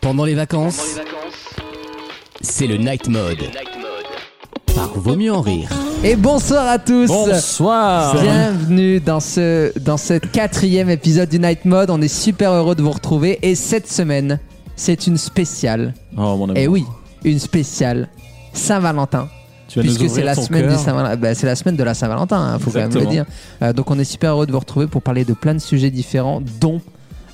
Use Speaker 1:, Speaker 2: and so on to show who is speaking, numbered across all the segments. Speaker 1: Pendant les vacances, c'est le night mode. Par Vaut mieux en rire.
Speaker 2: Et bonsoir à tous
Speaker 3: Bonsoir
Speaker 2: Bienvenue dans ce, dans ce quatrième épisode du Night Mode. On est super heureux de vous retrouver. Et cette semaine, c'est une spéciale.
Speaker 3: Oh mon
Speaker 2: Et
Speaker 3: ami,
Speaker 2: oui, une spéciale Saint-Valentin.
Speaker 3: tu vas nous
Speaker 2: Puisque c'est
Speaker 3: ouvrir
Speaker 2: la,
Speaker 3: ton
Speaker 2: semaine du
Speaker 3: cœur.
Speaker 2: Saint-Valin- bah, c'est la semaine de la Saint-Valentin, hein, faut quand même le
Speaker 3: Exactement.
Speaker 2: dire. Euh, donc on est super heureux de vous retrouver pour parler de plein de sujets différents, dont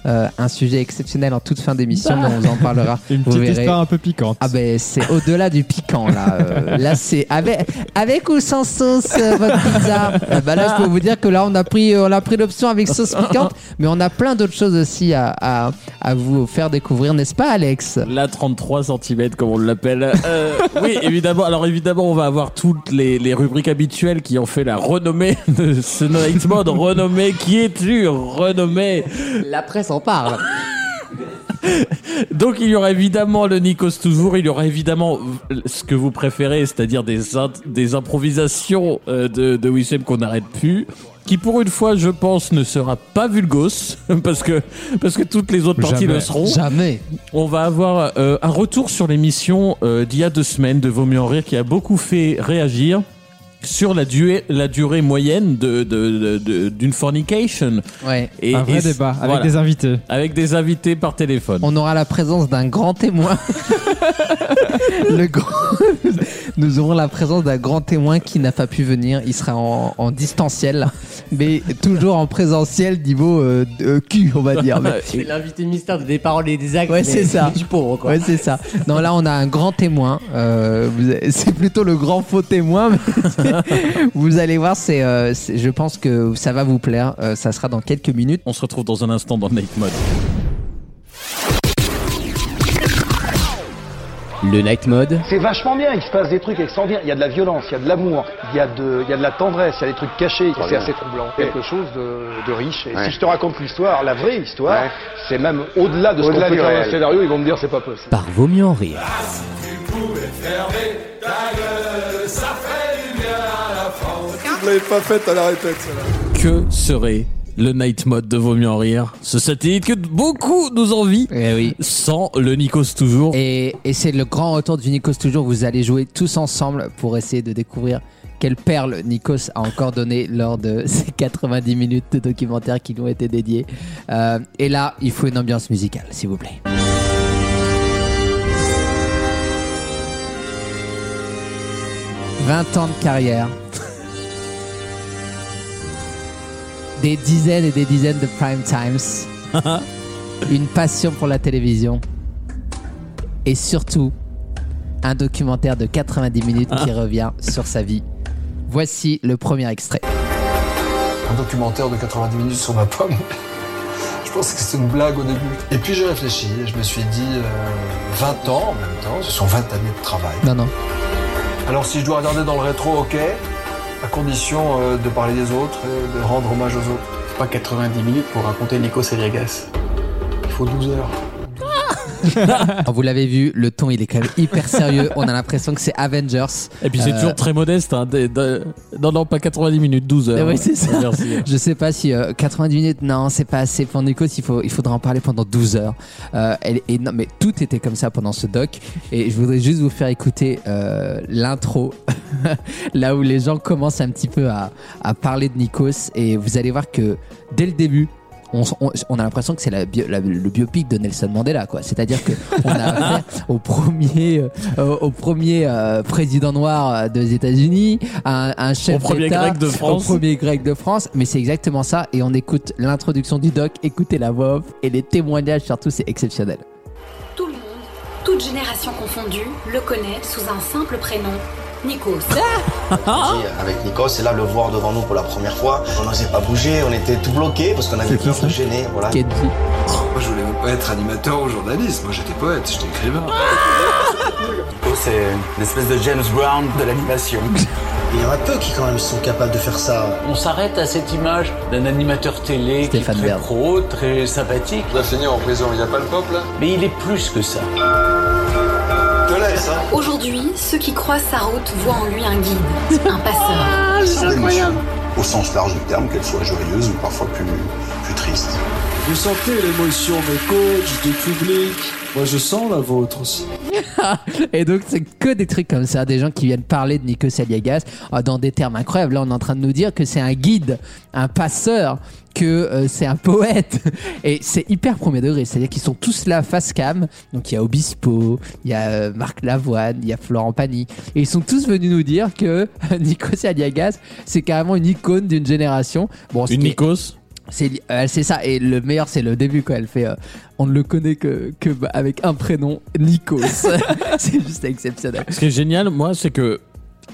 Speaker 2: euh, un sujet exceptionnel en toute fin d'émission, mais on vous en parlera.
Speaker 4: Une
Speaker 2: vous
Speaker 4: petite
Speaker 2: verrez.
Speaker 4: histoire un peu piquante.
Speaker 2: Ah ben c'est au-delà du piquant là. Euh, là c'est avec, avec ou sans sauce euh, votre pizza. Ah ben là je peux vous dire que là on a pris euh, on a pris l'option avec sauce piquante, mais on a plein d'autres choses aussi à, à, à vous faire découvrir, n'est-ce pas Alex
Speaker 3: La 33 cm comme on l'appelle. Euh, oui, évidemment. Alors évidemment, on va avoir toutes les, les rubriques habituelles qui ont fait la renommée de ce Night Mode. Renommée, qui es-tu Renommée.
Speaker 2: La presse en parle.
Speaker 3: Donc il y aura évidemment le Nikos toujours, il y aura évidemment ce que vous préférez, c'est-à-dire des, in- des improvisations euh, de, de Wissem qu'on n'arrête plus. Qui pour une fois, je pense, ne sera pas vulgos, parce que, parce que toutes les autres parties
Speaker 4: Jamais.
Speaker 3: le seront.
Speaker 2: Jamais.
Speaker 3: On va avoir euh, un retour sur l'émission euh, d'il y a deux semaines de Vaut mieux en rire qui a beaucoup fait réagir sur la, durée la durée moyenne d'une de, de, de- d'une fornication.
Speaker 2: Ouais.
Speaker 3: Et,
Speaker 4: un vrai
Speaker 3: et-
Speaker 4: débat avec
Speaker 3: voilà.
Speaker 4: des invités.
Speaker 3: Avec des invités par téléphone.
Speaker 2: On aura la présence d'un grand témoin. Le grand... Nous aurons la présence d'un grand témoin qui n'a pas pu venir. Il sera en, en distanciel, mais toujours en présentiel niveau euh, euh, cul, on va dire. Mais-
Speaker 5: C'est l'invité mystère des paroles et des actes.
Speaker 2: Ouais,
Speaker 5: mais
Speaker 2: c'est ça.
Speaker 5: Du pauvre, quoi.
Speaker 2: Ouais, c'est ça. Non, là, on a un grand témoin. Euh, vous avez- c'est plutôt le grand faux témoin. mais vous allez voir, c'est, euh, c'est- je pense que ça va vous plaire. Euh, ça sera dans quelques minutes.
Speaker 3: On se retrouve dans un instant dans Night Mode.
Speaker 1: Le night mode
Speaker 6: C'est vachement bien, il se passe des trucs extraordinaires. Il y a de la violence, il y a de l'amour, il y, a de- il y a de la tendresse, il y a des trucs cachés. C'est assez troublant. Quelque chose de, de riche. Et si je te raconte l'histoire, la vraie histoire, c'est même au-delà de ce qu'on peut faire dans le scénario, ils vont me dire c'est pas possible.
Speaker 1: par Vaut mieux en rire.
Speaker 3: Que serait le Night Mode de Vaut mieux en rire Ce satellite que beaucoup nous envient
Speaker 2: Eh oui.
Speaker 3: sans le Nikos toujours.
Speaker 2: Et, et c'est le grand retour du Nikos toujours. Vous allez jouer tous ensemble pour essayer de découvrir quelle perle Nikos a encore donné lors de ces 90 minutes de documentaire qui nous ont été dédiées. Euh, et là, il faut une ambiance musicale, s'il vous plaît. « 20 ans de carrière. Des dizaines et des dizaines de prime times. Une passion pour la télévision et surtout un documentaire de 90 minutes qui revient sur sa vie. Voici le premier extrait.
Speaker 7: un documentaire de 90 minutes sur ma pomme. Je pense que c'est une blague au début. Et puis j'ai réfléchi et je me suis dit euh, 20 ans en même temps, ce sont 20 années de travail.
Speaker 2: Non, non.
Speaker 7: Alors si je dois regarder dans le rétro, ok, à condition euh, de parler des autres et de rendre hommage aux autres.
Speaker 5: Pas 90 minutes pour raconter Nico Saliagas.
Speaker 7: Il faut 12 heures.
Speaker 2: Alors, vous l'avez vu, le ton il est quand même hyper sérieux. On a l'impression que c'est Avengers.
Speaker 3: Et puis c'est
Speaker 2: Euh,
Speaker 3: toujours très modeste. Hein, des- de- non, non, pas 90 minutes, 12 heures.
Speaker 2: Oui, c'est ça.
Speaker 3: Merci.
Speaker 2: Je sais pas si euh, 90 minutes, non, c'est pas assez. Pour Nikos, il, faut, il faudra en parler pendant 12 heures. Euh, elle est énorme, mais tout était comme ça pendant ce doc. Et je voudrais juste vous faire écouter euh, l'intro, là où les gens commencent un petit peu à, à parler de Nikos. Et vous allez voir que dès le début, on, s- on- on a l'impression que c'est la bio- la- le biopic de Nelson Mandela, quoi. C'est-à-dire que on a affaire au premier, euh, au premier euh, président noir euh, des États-Unis, à un, à un chef
Speaker 3: Au premier
Speaker 2: d'État,
Speaker 3: grec de France.
Speaker 2: au premier grec de France. Mais c'est exactement ça. Et on écoute l'introduction du doc, écoutez la voix off et les témoignages surtout, c'est exceptionnel.
Speaker 8: Tout le monde, toute génération confondue, le connaît sous un simple prénom, Nikos.
Speaker 9: avec Nikos et là le voir devant nous pour la première fois, on n'osait pas bouger, on était tout bloqué parce qu'on avait peur de gêner. Voilà.
Speaker 2: Kenji.
Speaker 7: Moi je voulais même pas être animateur ou journaliste, moi j'étais poète, j'étais écrivain.
Speaker 5: Oh, C'est l'espèce de James Brown de l'animation.
Speaker 9: Il y en a peu qui quand même sont capables de faire ça.
Speaker 5: On s'arrête à cette image d'un animateur télé
Speaker 2: Stéphane
Speaker 5: qui est
Speaker 2: Bern.
Speaker 5: très pro, très sympathique,
Speaker 7: On a fini en prison, il n'y a pas le peuple là
Speaker 5: mais il est plus que ça.
Speaker 9: Je te laisse hein.
Speaker 8: Aujourd'hui, ceux qui croisent sa route voient en lui un guide, un passeur.
Speaker 9: Au sens large du terme, qu'elle soit joyeuse ou parfois plus,
Speaker 10: plus triste.
Speaker 11: Vous sentez l'émotion des coachs, du public. Moi, je sens la vôtre aussi.
Speaker 2: et donc, c'est que des trucs comme ça, des gens qui viennent parler de Nikos Aliagas euh, dans des termes incroyables. Là, on est en train de nous dire que c'est un guide, un passeur, que euh, c'est un poète. Et c'est hyper premier degré. C'est-à-dire qu'ils sont tous là face cam. Donc, il y a Obispo, il y a euh, Marc Lavoine, il y a Florent Pagny. Et ils sont tous venus nous dire que Nikos Aliagas, c'est carrément une icône d'une génération. Bon, ce
Speaker 3: Une
Speaker 2: qui est-
Speaker 3: Nikos
Speaker 2: c'est euh, c'est ça et le meilleur c'est le début quoi elle fait euh, on ne le connaît que, que bah, avec un prénom Nikos c'est juste exceptionnel
Speaker 3: Ce qui est génial, moi, c'est que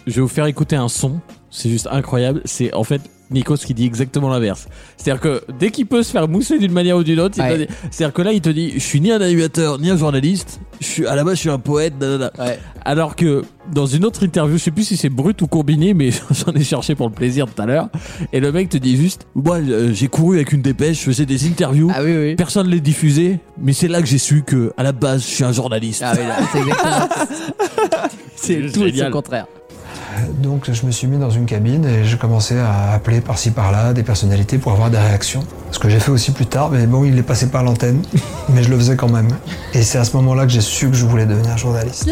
Speaker 3: je vais vous faire écouter un son. C'est juste incroyable. C'est en fait Nikos qui dit exactement l'inverse. C'est-à-dire que dès qu'il peut se faire mousser d'une manière ou d'une autre, il
Speaker 2: Ouais.
Speaker 3: te dit- c'est-à-dire que là, il te dit Je suis ni un animateur, ni un journaliste. Je suis, à la base, je suis un poète. nanana.
Speaker 2: Ouais.
Speaker 3: Alors que dans une autre interview, je sais plus si c'est brut ou combiné, mais j'en ai cherché pour le plaisir tout à l'heure. Et le mec te dit juste Moi, euh, j'ai couru avec une dépêche, je faisais des interviews.
Speaker 2: ah oui oui
Speaker 3: Personne ne les diffusait, mais c'est là que j'ai su que, à la base, je suis un journaliste.
Speaker 2: ah oui là, c'est exactement c'est
Speaker 3: Juste
Speaker 2: tout et son
Speaker 3: génial.
Speaker 2: contraire
Speaker 11: Donc je me suis mis dans une cabine et je commençais à appeler par-ci par-là des personnalités pour avoir des réactions. Ce que j'ai fait aussi plus tard, mais bon, il est passé par l'antenne, mais je le faisais quand même. Et c'est à ce moment-là que j'ai su que je voulais devenir journaliste.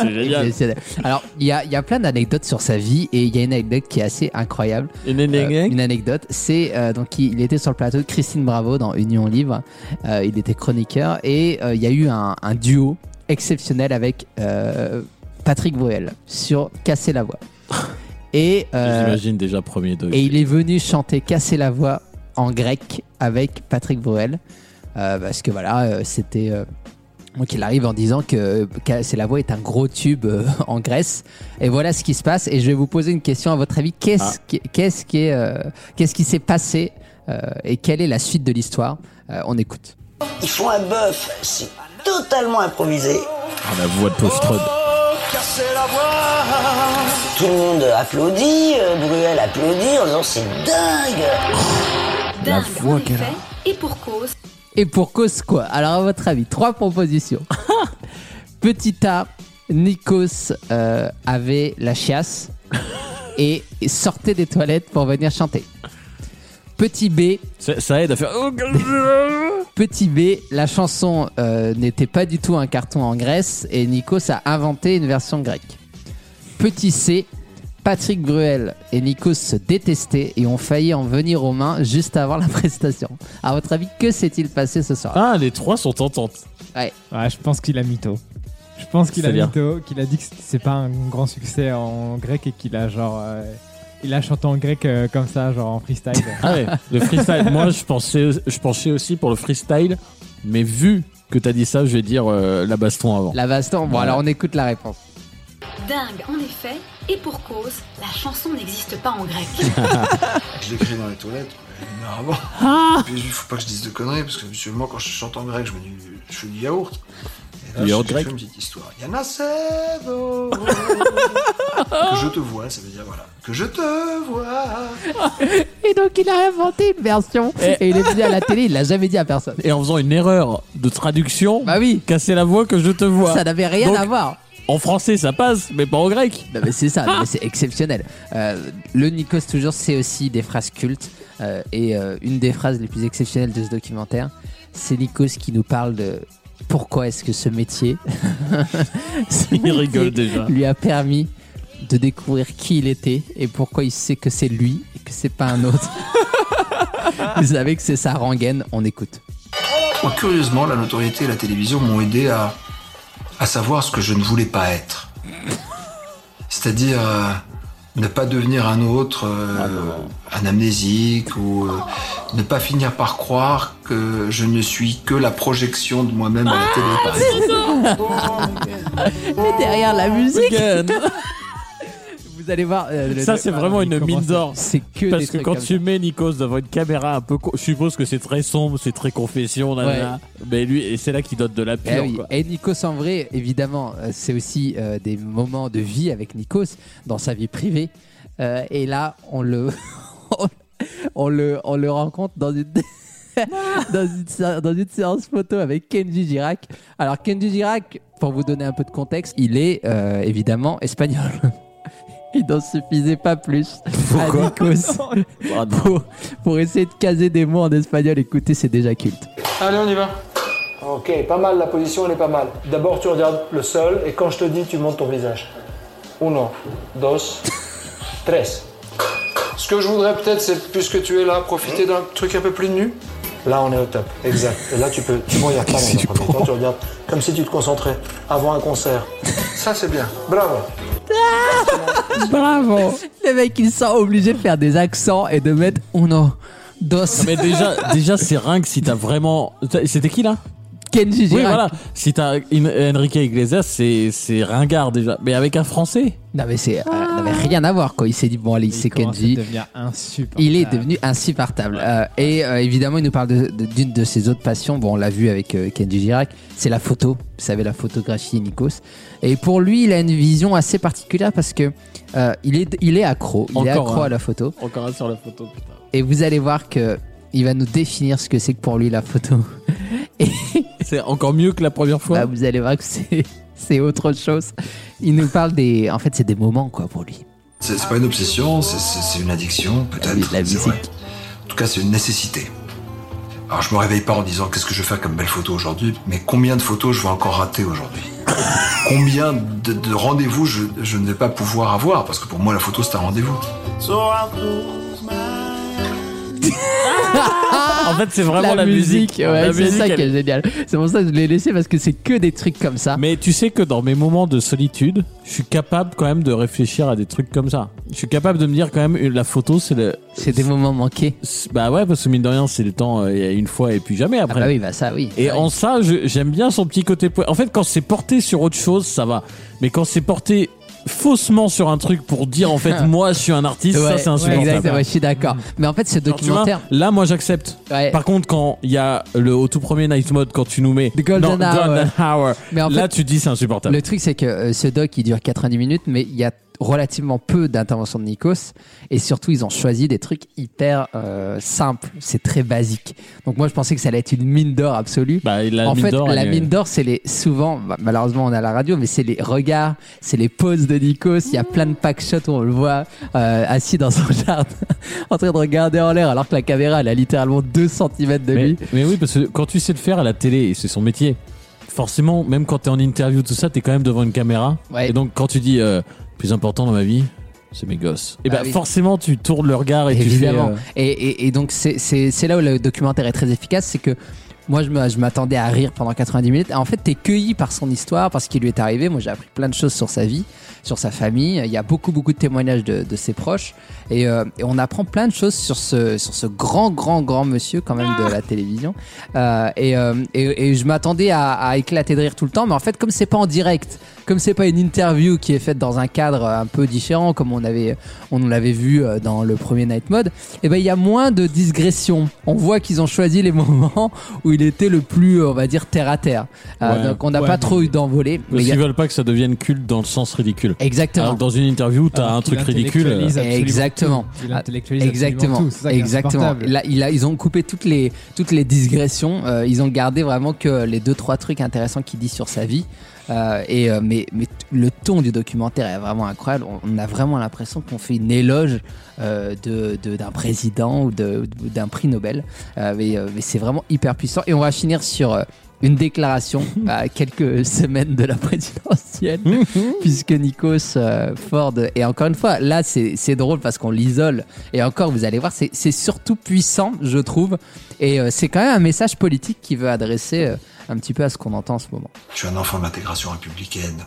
Speaker 3: c'est génial.
Speaker 2: Exceptionnel. alors il y a, il y a plein d'anecdotes sur sa vie et il y a une anecdote qui est assez incroyable
Speaker 3: Une
Speaker 2: Euh,
Speaker 3: anecdote
Speaker 2: une anecdote c'est euh, donc il, il était sur le plateau de Christine Bravo dans Union Libre Euh, il était chroniqueur et euh, il y a eu un, un duo exceptionnel avec euh, Patrick Bruel sur Casser la voix et euh,
Speaker 3: J'imagine déjà premier degré.
Speaker 2: et il est venu chanter Casser la voix en grec avec Patrick Bruel. Euh, parce que voilà, euh, c'était. euh, donc il arrive en disant que Casser la voix est un gros tube euh, en Grèce. Et voilà ce qui se passe. Et je vais vous poser une question à votre avis. Qu'est-ce qui- qu'est-ce qui est, euh, qu'est-ce qui s'est passé euh, et quelle est la suite de l'histoire Euh, On écoute.
Speaker 7: Ils font un bœuf, c'est totalement improvisé.
Speaker 3: Ah, la voix de Postrod.
Speaker 7: Tout le monde applaudit, euh, Bruel applaudit en disant c'est dingue.
Speaker 8: Dingue, en effet, et pour cause.
Speaker 2: Et pour cause quoi Alors à votre avis, trois propositions. Petit A, Nikos euh, avait la chiasse et sortait des toilettes pour venir chanter. Petit B,
Speaker 3: Ça, ça aide à faire. oh,
Speaker 2: petit B, la chanson euh, n'était pas du tout un carton en Grèce et Nikos a inventé une version grecque. Petit C, Patrick Bruel et Nikos se détestaient et ont failli en venir aux mains juste avant la prestation. À votre avis, que s'est-il passé ce soir
Speaker 3: Ah, les trois sont tentantes.
Speaker 4: Ouais, je pense qu'il a mytho. Je pense qu'il a
Speaker 3: C'est-à-dire
Speaker 4: mytho, qu'il a dit que c'est pas un grand succès en grec et qu'il a genre. euh, il a chanté en grec euh, comme ça, genre en freestyle.
Speaker 3: Ah ouais, le freestyle. Moi, je pensais, je penchais aussi pour le freestyle, mais vu que t'as dit ça, je vais dire euh, la baston avant.
Speaker 2: La baston, bon
Speaker 3: Voilà.
Speaker 2: alors on écoute la réponse.
Speaker 8: Dingue, en effet, et pour cause, la chanson n'existe pas en grec.
Speaker 11: Je l'écris dans les toilettes, normalement. Et puis il faut pas que je dise de conneries, parce que habituellement quand je chante en grec, je, me dis, je fais du yaourt. Et là,
Speaker 3: Du
Speaker 11: je
Speaker 3: yaourt
Speaker 11: fais
Speaker 3: grec.
Speaker 11: une petite histoire. Yanasevo Que je te vois, ça veut dire voilà. Que je te vois
Speaker 2: Et donc il a inventé une version et, il est venu à la télé, il l'a jamais dit à personne.
Speaker 3: Et en faisant une erreur de traduction,
Speaker 2: Bah oui,
Speaker 3: casser la voix que je te vois.
Speaker 2: ça n'avait rien
Speaker 3: Donc-
Speaker 2: à voir.
Speaker 3: En français, ça passe, mais pas en grec.
Speaker 2: Non mais c'est ça, non, mais c'est exceptionnel. Euh, le Nikos toujours c'est aussi des phrases cultes euh, et euh, une des phrases les plus exceptionnelles de ce documentaire, c'est Nikos qui nous parle de pourquoi est-ce que ce métier, ce
Speaker 3: Il
Speaker 2: métier
Speaker 3: rigole déjà.
Speaker 2: lui a permis de découvrir qui il était et pourquoi il sait que c'est lui et que c'est pas un autre. Vous savez que c'est sa rengaine, on écoute.
Speaker 11: Moi, curieusement, la notoriété et la télévision m'ont aidé à, à savoir ce que je ne voulais pas être. C'est-à-dire euh, ne pas devenir un autre, euh, un amnésique, ou euh, ne pas finir par croire que je ne suis que la projection de moi-même à la télé. par exemple.
Speaker 2: Et derrière la musique, vous allez voir. euh, le-
Speaker 3: ça, c'est vraiment une
Speaker 4: Comment
Speaker 3: mine
Speaker 4: ça
Speaker 3: d'or.
Speaker 2: C'est que des
Speaker 3: Parce que
Speaker 2: trucs
Speaker 3: quand
Speaker 2: comme
Speaker 3: tu mets Nikos devant une caméra un peu, co- je suppose que c'est très sombre, c'est très confession, nanana. mais lui, et c'est là qu'il donne de la pure.
Speaker 2: Eh oui.
Speaker 3: quoi.
Speaker 2: Et Nikos en vrai, évidemment, euh, c'est aussi euh, des moments de vie avec Nikos dans sa vie privée. Euh, et là, on le, on, le, on le rencontre dans une. dans, une, sé- dans une séance photo avec Kenji Girac. Alors Kenji Girac, pour vous donner un peu de contexte, il est euh, évidemment espagnol.
Speaker 1: il n'en suffisait pas plus à Nikos pour, pour essayer de caser des mots en espagnol. Écoutez, c'est déjà culte.
Speaker 12: Allez, on y va.
Speaker 6: Ok, pas mal, la position, elle est pas mal. D'abord, tu regardes le sol et quand je te dis, tu montes ton visage. Uno, dos, tres.
Speaker 12: Ce que je voudrais peut-être, c'est puisque tu es là, profiter d'un truc un peu plus nu.
Speaker 6: Là, on est au top, exact. Et là, tu peux. Tu ne regardes pas dans un premier temps, tu regardes comme si tu te concentrais avant un concert.
Speaker 12: Ça, c'est bien.
Speaker 6: Bravo.
Speaker 1: Bravo. Le mec, il sent obligé de faire des accents et de mettre uno, dos. Non,
Speaker 3: mais déjà, déjà c'est ringue si t'as vraiment. C'était qui là
Speaker 1: Kenji
Speaker 3: Oui,
Speaker 1: Girac.
Speaker 3: voilà. Si t'as In- Enrique Iglesias, c'est c'est ringard déjà. Mais avec un français
Speaker 1: Non, mais c'est. euh, n'avait rien à voir, quoi. Il s'est dit, bon, allez, c'est
Speaker 4: commence à
Speaker 1: Kenji.
Speaker 4: devenir insupportable.
Speaker 1: Il est devenu insupportable. Euh, et euh, évidemment, il nous parle de- de- d'une de, ses autres passions. Bon, on l'a vu avec euh, Kenji Girac. C'est la photo. Vous savez, la photographie, Nikos. Et pour lui, il a une vision assez particulière parce que euh, il, est, il est accro. Il est
Speaker 3: Encore
Speaker 1: accro
Speaker 3: un.
Speaker 1: à la photo.
Speaker 3: Encore un sur la photo, putain.
Speaker 1: Et vous allez voir que il va nous définir ce que c'est que pour lui la photo.
Speaker 3: C'est encore mieux que la première fois.
Speaker 1: Bah, vous allez voir que c'est c'est autre chose. Il nous parle des. En fait, c'est des moments, quoi, pour lui.
Speaker 11: C'est c'est pas une obsession, c'est- c'est c'est une addiction, peut-être. c'est vrai. En tout cas, c'est une nécessité. Alors, je me réveille pas en disant qu'est-ce que je vais faire comme belle photo aujourd'hui, mais combien de photos je vais encore rater aujourd'hui Combien de, de rendez-vous je, je ne vais pas pouvoir avoir Parce que pour moi, la photo, c'est un rendez-vous.
Speaker 3: en fait, c'est vraiment la musique.
Speaker 1: ouais,
Speaker 3: La
Speaker 1: c'est ça
Speaker 3: musique,
Speaker 1: qui est
Speaker 3: elle-
Speaker 1: génial. C'est pour ça que je l'ai laissé parce que c'est que des trucs comme ça.
Speaker 3: Mais tu sais que dans mes moments de solitude, je suis capable quand même de réfléchir à des trucs comme ça. Je suis capable de me dire quand même, euh, la photo, c'est le.
Speaker 1: C'est des moments manqués.
Speaker 3: Bah ouais, parce que mine de rien, c'est le temps, euh, il y a une fois et puis jamais
Speaker 1: Ah
Speaker 3: après.
Speaker 1: bah oui, bah ça, oui.
Speaker 3: Et en ça, je- j'aime bien son petit côté. po- En fait, quand c'est porté sur autre chose, ça va. Mais quand c'est porté faussement sur un truc pour dire en fait, moi, je suis un artiste, ça,
Speaker 1: Ouais,
Speaker 3: c'est
Speaker 1: ouais,
Speaker 3: insupportable.
Speaker 1: exactement, je suis d'accord. Mais en fait, ce
Speaker 3: Alors, tu vois,
Speaker 1: documentaire.
Speaker 3: Mm.
Speaker 1: Eh.
Speaker 3: là, moi, j'accepte.
Speaker 1: Ouais.
Speaker 3: Par contre, quand il y a le au tout premier Night Mode, quand tu nous mets
Speaker 1: The Golden
Speaker 3: dans
Speaker 1: Hour.
Speaker 3: Golden Hour,
Speaker 1: Mais en
Speaker 3: là,
Speaker 1: fait,
Speaker 3: tu dis c'est insupportable.
Speaker 1: Le truc, c'est que euh, ce doc, il dure 90 minutes, mais il y a relativement peu d'interventions de Nikos. Et surtout, ils ont choisi des trucs hyper euh, simples. C'est très basique. Donc, moi, je pensais que ça allait être une mine d'or absolue.
Speaker 3: Bah, la
Speaker 1: en
Speaker 3: mine
Speaker 1: fait,
Speaker 3: d'or,
Speaker 1: la
Speaker 3: elle est-
Speaker 1: mine d'or, c'est les souvent, bah, malheureusement, on a la radio, mais c'est les regards, c'est les poses de Nikos. Il y a plein de pack shots où on le voit euh, assis dans son jardin, en train de regarder en l'air, alors que la caméra, elle a littéralement 2 cm de
Speaker 3: Mais,
Speaker 1: lui.
Speaker 3: mais oui, parce que quand tu sais le faire à la télé, et c'est son métier, forcément, même quand t'es en interview, tout ça, t'es quand même devant une caméra.
Speaker 1: Ouais.
Speaker 3: Et donc, quand tu dis euh, plus important dans ma vie, c'est mes gosses. Et
Speaker 1: Bah
Speaker 3: bah,
Speaker 1: oui.
Speaker 3: forcément, tu tournes le regard et
Speaker 1: Évidemment.
Speaker 3: tu fais. euh,
Speaker 1: Et, et- et donc, c'est- c'est c'est là où le documentaire est très efficace, c'est que moi, je me- je m'attendais à rire pendant 90 minutes. En fait, t'es cueilli par son histoire, par ce qui lui est arrivé. Moi, j'ai appris plein de choses sur sa vie, sur sa famille. Il y a beaucoup, beaucoup de témoignages de, de ses proches. Et, euh, et on apprend plein de choses sur ce, sur ce grand, grand, grand monsieur, quand même, de la télévision. Euh, et, euh, et- et je m'attendais à, à éclater de rire tout le temps. Mais en fait, comme c'est pas en direct, comme c'est pas une interview qui est faite dans un cadre euh, un peu différent, comme on avait, on l'avait vu euh, dans le premier Night Mode, et ben il y a moins de digression. On voit qu'ils ont choisi les moments où il était le plus, on va dire, terre à terre. Euh,
Speaker 3: Ouais.
Speaker 1: donc on n'a
Speaker 4: Ouais,
Speaker 1: pas
Speaker 4: mais-
Speaker 1: trop eu d'envolée.
Speaker 3: Parce
Speaker 1: Mais il y
Speaker 3: qu'ils
Speaker 1: a-
Speaker 3: veulent pas que ça devienne culte dans le sens ridicule.
Speaker 1: Exactement.
Speaker 3: Alors que dans une interview, t'as
Speaker 4: Alors
Speaker 3: un
Speaker 4: qu'il
Speaker 3: truc ridicule. euh,
Speaker 4: Ah, intellectualise absolument
Speaker 1: Exactement. Ah,
Speaker 4: tout. Il intellectualise
Speaker 1: Exactement,
Speaker 4: absolument tout. C'est ça qui est
Speaker 1: exactement.
Speaker 4: insupportable.
Speaker 1: Là, il a- ils ont coupé toutes les toutes les digressions. Euh, ils ont gardé vraiment que les deux trois trucs intéressants qu'il dit sur sa vie. Euh, et euh, mais mais t- le ton du documentaire est vraiment incroyable. On, on a vraiment l'impression qu'on fait une éloge euh, de de- d'un président ou de- ou d'un prix Nobel. Euh, mais euh, mais c'est vraiment hyper puissant. Et on va finir sur euh, une déclaration à quelques semaines de la présidentielle puisque Nikos euh, Ford et encore une fois là c'est c'est drôle parce qu'on l'isole et encore vous allez voir c'est c'est surtout puissant je trouve et euh, c'est quand même un message politique qu'il veut adresser euh, un petit peu à ce qu'on entend en ce moment
Speaker 11: Je suis un enfant de l'intégration républicaine.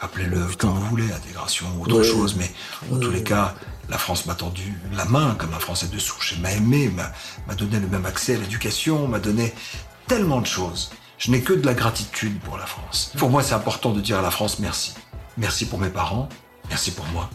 Speaker 11: Appelez-le comme vous voulez, intégration ou autre chose, mais en tous les cas, la France m'a tendu la main comme un Français de souche. Elle m'a aimé, m'a m'a donné le même accès à l'éducation, m'a donné tellement de choses. Je n'ai que de la gratitude pour la France. Pour moi, c'est important de dire à la France merci. Merci pour mes parents, merci pour moi.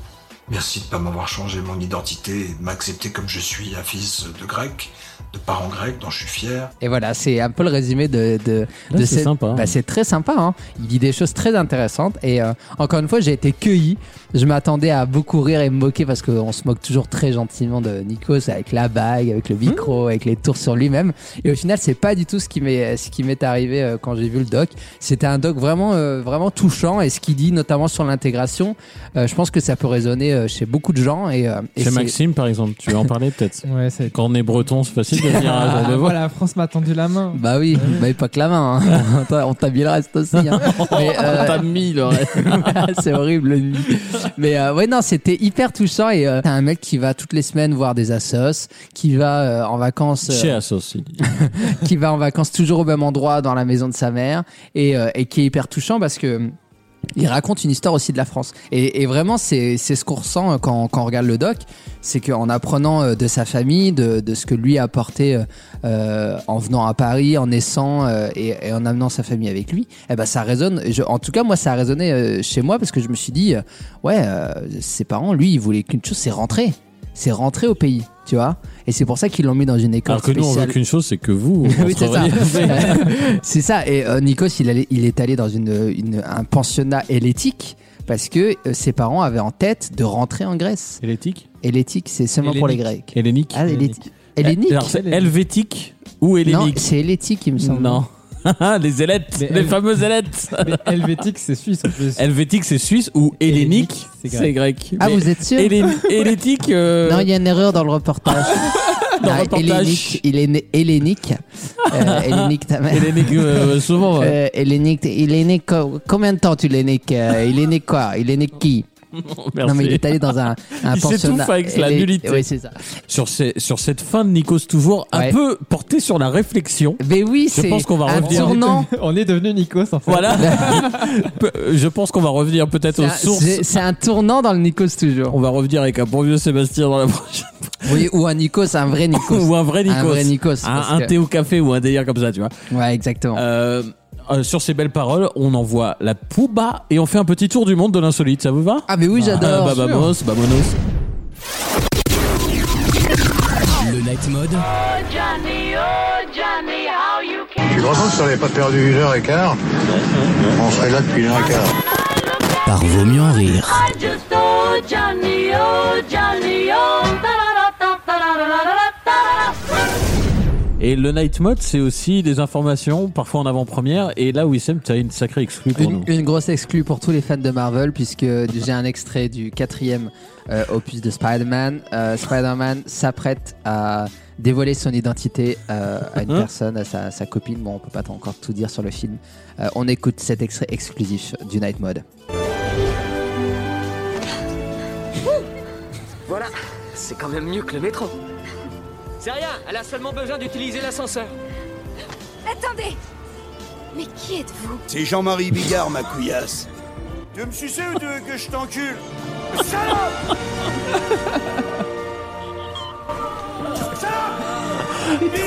Speaker 11: Merci de ne pas m'avoir changé mon identité et de m'accepter comme je suis, un fils de grec, de parents grecs dont je suis fier.
Speaker 1: et voilà c'est un peu le résumé de, de, de
Speaker 3: Ouais, euh, c'est
Speaker 1: cette-
Speaker 3: sympa.
Speaker 1: bah, c'est très sympa hein. il dit des choses très intéressantes et euh, encore une fois j'ai été cueilli je m'attendais à beaucoup rire et me moquer parce qu'on se moque toujours très gentiment de Nikos avec la bague avec le
Speaker 3: Mmh.
Speaker 1: micro avec les tours sur lui-même et au final c'est pas du tout ce qui m'est ce qui m'est arrivé euh, quand j'ai vu le doc c'était un doc vraiment euh, vraiment touchant et ce qu'il dit notamment sur l'intégration euh, je pense que ça peut résonner euh, chez beaucoup de gens. Et, euh, et
Speaker 3: Chez
Speaker 1: c'est-
Speaker 3: Maxime, par exemple, tu veux en parler peut-être Quand on est breton, c'est facile de venir à
Speaker 4: Ah,
Speaker 3: Courbevoie.
Speaker 4: voilà, la France m'a tendu la
Speaker 3: Hein.
Speaker 4: main.
Speaker 1: Bah oui, mais pas que la main. hein. Attends, on t'a mis le reste aussi. hein. Mais, euh,
Speaker 3: On t'a mis le reste.
Speaker 1: c'est horrible le nuit. Mais euh, ouais, non, c'était hyper touchant. Et euh, t'as un mec qui va toutes les semaines voir des assos, qui va euh, en vacances. euh,
Speaker 3: Chez Associé.
Speaker 1: qui va en vacances toujours au même endroit dans la maison de sa mère et, euh, et qui est hyper touchant parce que hum, il raconte une histoire aussi de la France. Et, et vraiment, c'est c'est ce qu'on ressent euh, quand, quand on regarde le doc. C'est qu'en apprenant euh, de sa famille, de, de ce que lui a apporté euh, euh, en venant à Paris, en naissant euh, et, et en amenant sa famille avec lui, eh ben, ça résonne. Je- en tout cas, moi, ça a résonné euh, chez moi parce que je me suis dit, euh, ouais, euh, ses parents, lui, il voulait qu'une chose, c'est rentrer. C'est rentrer au pays, tu vois. Et c'est pour ça qu'ils l'ont mis dans une école
Speaker 3: Alors que nous, on veut
Speaker 1: spéciale.
Speaker 3: qu'une chose, c'est que vous. vous
Speaker 1: Oui, c'est ça.
Speaker 3: rentreriez.
Speaker 1: c'est ça. Et euh, Nikos, il, allait- il est allé dans une, une- un pensionnat hellétique parce que euh, ses parents avaient en tête de rentrer en Grèce.
Speaker 3: Hellétique
Speaker 1: Hellétique, c'est seulement pour les Grecs.
Speaker 3: Hellénique.
Speaker 1: Ah, hellétique. Hellénique.
Speaker 3: Eh, Alors, c'est helvétique ou
Speaker 1: Non,
Speaker 3: hellénique
Speaker 1: c'est hellétique, il me semble.
Speaker 3: Non. les ailettes, les
Speaker 1: hel-
Speaker 3: fameuses ailettes.
Speaker 4: Helvétique, c'est suisse en plus.
Speaker 3: Helvétique, c'est suisse ou hellénique, c'est grec.
Speaker 1: Ah,
Speaker 3: Mais
Speaker 1: vous êtes sûr
Speaker 3: hellé- Hellétique. euh,
Speaker 1: Non, il y a une erreur dans le reportage.
Speaker 3: Dans le
Speaker 1: Ah,
Speaker 3: reportage.
Speaker 1: Hellénique, il est né hellénique. Euh, hellénique, ta mère.
Speaker 3: Hellénique, euh, souvent, ouais.
Speaker 1: Euh, hellénique, il est né co- combien de temps tu l'es né euh, Il est né quoi Il est né qui
Speaker 3: Oh, Merci.
Speaker 1: Euh, Non, mais il est allé dans un, un
Speaker 3: il
Speaker 1: pensionnat.
Speaker 3: s'étouffe avec la
Speaker 1: hellé-
Speaker 3: nullité.
Speaker 1: Oui, c'est ça.
Speaker 3: Sur, ces- sur cette fin de Nikos Toujours, un
Speaker 1: Ouais.
Speaker 3: peu portée sur la réflexion.
Speaker 1: Mais oui,
Speaker 3: Je
Speaker 1: c'est
Speaker 3: pense qu'on va
Speaker 1: un
Speaker 3: revenir.
Speaker 1: tournant.
Speaker 4: On est devenu Nikos en fait.
Speaker 3: Voilà. Peu- Je pense qu'on va revenir peut-être
Speaker 1: C'est
Speaker 3: aux
Speaker 1: un-
Speaker 3: sources.
Speaker 1: C'est c'est un tournant dans le Nikos toujours.
Speaker 3: On va revenir avec un bon vieux Sébastien dans la prochaine.
Speaker 1: Oui, ou un Nikos, un vrai Nikos.
Speaker 3: ou un vrai Nikos.
Speaker 1: Un vrai Nikos. parce
Speaker 3: Un, un
Speaker 1: que-
Speaker 3: thé au café ou un délire comme ça, tu vois.
Speaker 1: Ouais, exactement.
Speaker 3: Euh, euh, sur ces belles paroles, on envoie la pouba et on fait un petit tour du monde de l'insolite, ça vous va
Speaker 1: Ah, mais oui, j'adore.
Speaker 3: bah, vamos, vamonos.
Speaker 13: Le night mode.
Speaker 1: oh,
Speaker 14: Tu te rends compte si on n'avait pas perdu une heure et quart On serait là depuis une heure et quart.
Speaker 13: Par vaut mieux en rire.
Speaker 1: oh,
Speaker 3: Et le night mode, c'est aussi des informations, parfois en avant-première. Et là, Wissem, tu as une sacrée exclue pour
Speaker 1: Une,
Speaker 3: nous.
Speaker 1: une grosse exclue pour tous les fans de Marvel, puisque j'ai un extrait du quatrième euh, opus de Spider-Man. Euh, Spider-Man s'apprête à dévoiler son identité euh, à une
Speaker 3: Hein
Speaker 1: personne, à sa, sa copine. Bon, on peut pas encore tout dire sur le film. Euh, on écoute cet extrait exclusif du Night Mode.
Speaker 15: Voilà, c'est quand même mieux que le métro. C'est rien, elle a seulement besoin d'utiliser l'ascenseur.
Speaker 16: Attendez Mais qui êtes-vous
Speaker 17: C'est Jean-Marie Bigard, ma couillasse. Tu veux me sucer ou tu veux que je t'encule Salope Salope Vite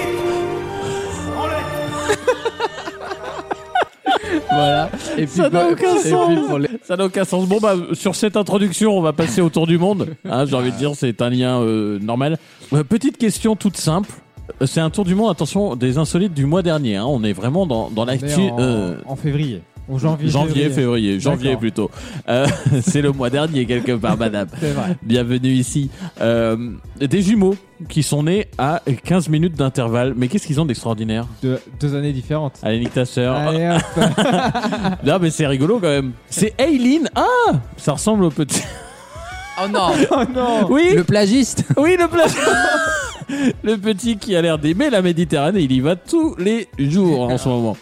Speaker 1: Voilà. Et puis
Speaker 3: ça n'a
Speaker 1: pour-
Speaker 3: aucun
Speaker 1: et
Speaker 3: sens.
Speaker 1: puis pour les-
Speaker 3: Ça n'a aucun sens. Bon, bah, sur cette introduction, on va passer autour du monde. Hein, J'ai envie de dire, c'est un lien euh, normal. Euh, petite question toute simple. Euh, C'est un tour du monde, attention, des insolites du mois dernier. hein. On est vraiment dans, dans
Speaker 4: Mais
Speaker 3: l'actu.
Speaker 4: en,
Speaker 3: euh,
Speaker 4: en février. En janvier.
Speaker 3: janvier, février, janvier
Speaker 4: D'accord.
Speaker 3: plutôt. Euh, c'est le mois dernier quelque part, madame.
Speaker 4: C'est vrai.
Speaker 3: Bienvenue ici. Euh, des jumeaux qui sont nés à 15 minutes d'intervalle. Mais qu'est-ce qu'ils ont d'extraordinaire
Speaker 4: Deux, deux années différentes.
Speaker 3: Allez, nique ta sœur.
Speaker 4: Allez, hop.
Speaker 3: non, mais c'est rigolo quand même. C'est Aileen. Ah Ça ressemble au petit.
Speaker 1: Oh non
Speaker 4: Oh non
Speaker 3: Oui
Speaker 1: Le plagiste
Speaker 3: Oui, le plagiste Le petit qui a l'air d'aimer la Méditerranée, il y va tous les jours en ce moment.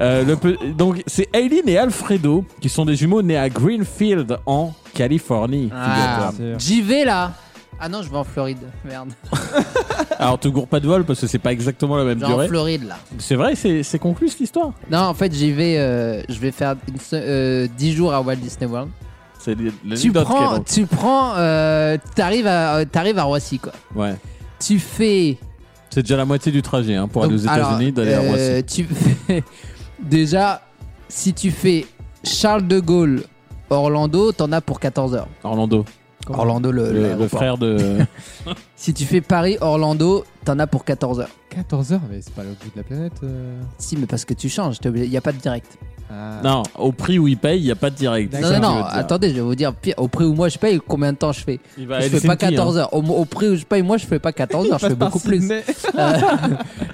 Speaker 3: Euh, le pe- Donc, c'est Aileen et Alfredo qui sont des jumeaux nés à Greenfield en Californie.
Speaker 1: Ah,
Speaker 3: figure-toi.
Speaker 1: J'y vais là Ah non, je vais en Floride. Merde.
Speaker 3: Alors, te gourre pas de vol parce que c'est pas exactement la même
Speaker 1: Je vais en
Speaker 3: durée.
Speaker 1: Floride là.
Speaker 3: C'est vrai, c'est c'est conclu cette histoire.
Speaker 1: Non, en fait, j'y vais. euh, je vais faire une se- euh, 10 jours à Walt Disney World.
Speaker 3: C'est l-
Speaker 1: Tu
Speaker 3: l'anecdote qui est
Speaker 1: prends,
Speaker 3: drôle.
Speaker 1: tu prends, euh, t'arrives à, euh, t'arrives à Roissy quoi.
Speaker 3: Ouais.
Speaker 1: Tu fais.
Speaker 3: C'est déjà la moitié du trajet hein, pour aller aux
Speaker 1: donc, alors,
Speaker 3: États-Unis, d'aller à
Speaker 1: euh, Tu
Speaker 3: Roissy.
Speaker 1: fais déjà si tu fais Charles de Gaulle, Orlando, t'en as pour 14 heures.
Speaker 3: Orlando.
Speaker 1: Orlando, le-
Speaker 3: Le- le,
Speaker 1: l'aéroport.
Speaker 3: frère de.
Speaker 1: Si tu fais Paris, Orlando, t'en as pour 14 heures.
Speaker 4: 14 heures, mais c'est pas le bout de la planète. euh. Ah.
Speaker 1: Si, mais parce que tu changes, t'es obligé- il n'y a pas de direct.
Speaker 3: Non, au prix où il paye, il n'y a pas de direct.
Speaker 1: Non,
Speaker 3: C'est
Speaker 1: non,
Speaker 3: ça que
Speaker 1: non,
Speaker 3: je veux te dire.
Speaker 1: attendez, je vais vous dire, pire, au prix où moi je paye, combien de temps je fais
Speaker 3: Il va à
Speaker 1: Je fais pas
Speaker 3: Helsinki, hein.
Speaker 1: 14 heures. Au, au prix où je paye, moi je fais pas 14 heures, je fais beaucoup plus. Euh,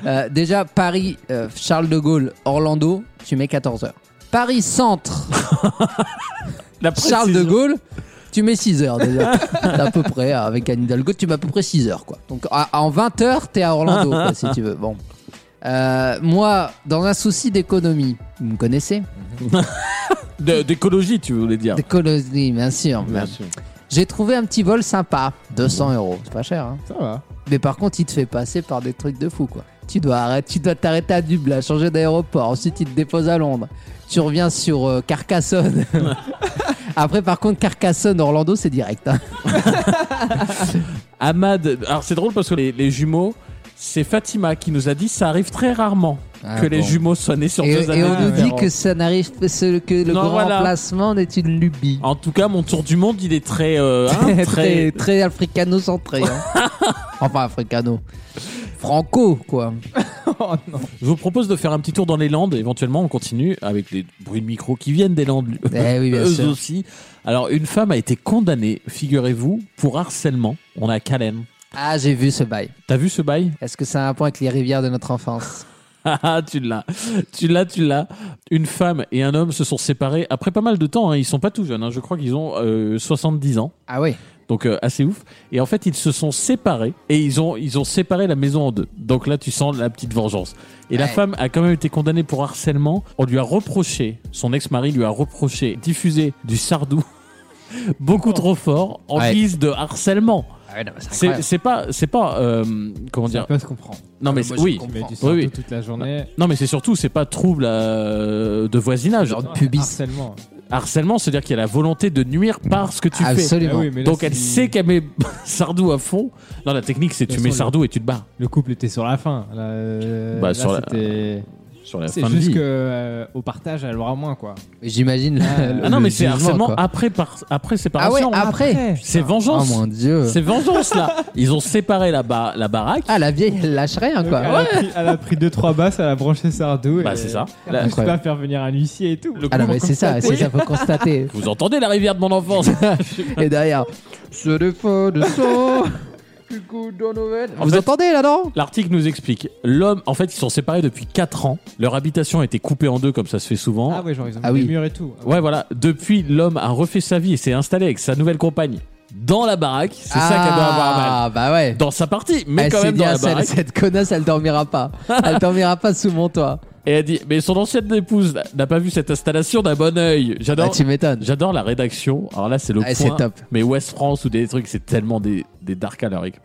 Speaker 1: euh, déjà, Paris, euh, Charles de Gaulle, Orlando, tu mets 14 heures. Paris Centre,
Speaker 3: La
Speaker 1: Charles de
Speaker 3: précision.
Speaker 1: Gaulle, tu mets 6 heures déjà. à peu près, avec Anne Hidalgo, tu mets à peu près 6 heures. Quoi. Donc à- en 20 heures, t'es à Orlando, quoi, si tu veux. Bon. Euh, moi, dans un souci d'économie, vous me connaissez
Speaker 3: De- D'écologie, tu voulais dire.
Speaker 1: D'économie, bien sûr. même. J'ai trouvé un petit vol sympa, 200 euros, c'est pas cher. Hein.
Speaker 4: Ça va.
Speaker 1: Mais par contre, il te fait passer par des trucs de fou, quoi. Tu dois arrêter, tu dois t'arrêter à Dublin, changer d'aéroport, ensuite il te dépose à Londres. Tu reviens sur euh, Carcassonne. Après, par contre, Carcassonne, Orlando, c'est direct. hein.
Speaker 3: Ahmad, alors c'est drôle parce que les, les jumeaux, c'est Fatima qui nous a dit ça arrive très rarement
Speaker 1: Ah,
Speaker 3: que les
Speaker 1: bon.
Speaker 3: jumeaux soient nés sur
Speaker 1: et,
Speaker 3: deux années
Speaker 1: et on nous dit
Speaker 3: différentes.
Speaker 1: que ça n'arrive ce- que le
Speaker 3: Non,
Speaker 1: grand
Speaker 3: voilà.
Speaker 1: placement n'est une lubie.
Speaker 3: En tout cas, mon tour du monde, il est très. euh, hein,
Speaker 1: très,
Speaker 3: très...
Speaker 1: très, africano-centré. hein. enfin, africano. Franco, quoi.
Speaker 3: Je vous propose de faire un petit tour dans les Landes. Éventuellement, on continue avec les bruits de micro qui viennent des Landes.
Speaker 1: Eh oui, bien
Speaker 3: Eux
Speaker 1: sûr.
Speaker 3: aussi. Alors, une femme a été condamnée, figurez-vous, pour harcèlement. On est à Calais.
Speaker 1: Ah, j'ai vu ce bail.
Speaker 3: T'as vu ce bail
Speaker 1: Est-ce que ça a un point avec les rivières de notre enfance
Speaker 3: Ah, ah, tu l'as, tu l'as, tu l'as. Une femme et un homme se sont séparés après pas mal de temps. hein. Ils sont pas tout jeunes. hein. Je crois qu'ils ont euh, 70 ans.
Speaker 1: Ah oui.
Speaker 3: Donc euh, assez ouf. Et en fait, ils se sont séparés et ils ont ils ont séparé la maison en deux. Donc là, tu sens la petite vengeance. Et la
Speaker 1: Ouais.
Speaker 3: femme a quand même été condamnée pour harcèlement. On lui a reproché, son ex-mari lui a reproché diffuser du sardou
Speaker 4: Oh.
Speaker 3: beaucoup trop fort en
Speaker 1: Ouais.
Speaker 3: guise de harcèlement.
Speaker 1: c'est
Speaker 3: C'est
Speaker 1: incroyable.
Speaker 3: c'est pas c'est pas euh, comment dire.
Speaker 4: Ça peut se comprendre.
Speaker 3: Non mais
Speaker 4: Moi,
Speaker 3: c'est-
Speaker 4: je
Speaker 3: oui,
Speaker 4: comprends.
Speaker 3: oui,
Speaker 4: Tu mets du
Speaker 3: oui,
Speaker 4: sardou toute la journée.
Speaker 3: Non mais c'est surtout c'est pas trouble euh, de voisinage.
Speaker 4: Genre de pubis. Ah, Harcèlement.
Speaker 3: Harcèlement, c'est-à-dire qu'il y a la volonté de nuire par ce que tu
Speaker 1: Absolument.
Speaker 3: fais.
Speaker 1: Ah oui, mais là,
Speaker 3: Donc elle
Speaker 1: c'est-
Speaker 3: sait qu'elle met Sardou à fond. Non, la technique c'est
Speaker 4: De
Speaker 3: tu
Speaker 4: toute
Speaker 3: mets
Speaker 4: façon,
Speaker 3: Sardou et tu te barres.
Speaker 4: Le couple était sur la fin. Là, euh,
Speaker 3: Bah,
Speaker 4: là,
Speaker 3: sur la-
Speaker 4: c'était-
Speaker 3: sur la
Speaker 4: C'est
Speaker 3: fin de
Speaker 4: juste
Speaker 3: vie.
Speaker 4: que euh, au partage, elle aura moins quoi.
Speaker 1: J'imagine.
Speaker 4: Ah,
Speaker 3: Ah non mais c'est
Speaker 1: jugement,
Speaker 3: harcèlement
Speaker 1: quoi.
Speaker 3: après par après séparation.
Speaker 1: Ah ouais, après.
Speaker 3: C'est vengeance.
Speaker 1: Oh mon Dieu.
Speaker 3: C'est vengeance là. Ils ont séparé la ba- la baraque.
Speaker 1: Ah, la vieille, elle lâche rien, quoi.
Speaker 4: Elle, a pris, elle a pris deux trois basses, elle a branché Sardou.
Speaker 3: Bah,
Speaker 4: et-
Speaker 3: c'est ça.
Speaker 4: Elle
Speaker 3: Là-
Speaker 4: a juste
Speaker 3: Incroyable.
Speaker 4: pas faire venir un huissier et tout.
Speaker 1: Ah non, mais c'est ça, c'est ça, faut constater.
Speaker 3: Vous entendez la rivière de mon enfance.
Speaker 1: Et derrière, ce défaut de son. qui coule dans nos veines.
Speaker 3: En
Speaker 1: Vous
Speaker 3: fait-
Speaker 1: entendez là, non
Speaker 3: L'article nous explique. L'homme, en fait, ils sont séparés depuis 4 ans. Leur habitation a été coupée en deux, comme ça se fait souvent.
Speaker 4: Ah ouais, genre ils ont
Speaker 3: Ah
Speaker 4: mis
Speaker 3: oui.
Speaker 4: des murs et tout.
Speaker 3: Ouais, voilà. Depuis, l'homme a refait sa vie et s'est installé avec sa nouvelle compagne dans la baraque. C'est ça qu'elle doit avoir mal.
Speaker 1: Ah, bah ouais.
Speaker 3: Dans sa partie, mais
Speaker 1: elle
Speaker 3: quand
Speaker 1: s'est
Speaker 3: même
Speaker 1: dit,
Speaker 3: dans
Speaker 1: ah,
Speaker 3: la
Speaker 1: celle-
Speaker 3: baraque.
Speaker 1: Cette connasse, elle dormira pas. Elle dormira pas sous mon toit.
Speaker 3: Et elle dit, mais son ancienne épouse n'a- n'a pas vu cette installation d'un bon oeil. J'adore.
Speaker 1: Ah, tu m'étonnes.
Speaker 3: J'adore la rédaction. Alors là, c'est le
Speaker 1: Ah, c'est
Speaker 3: point.
Speaker 1: top.
Speaker 3: Mais West France ou des trucs, c'est tellement des, des dark caloriques.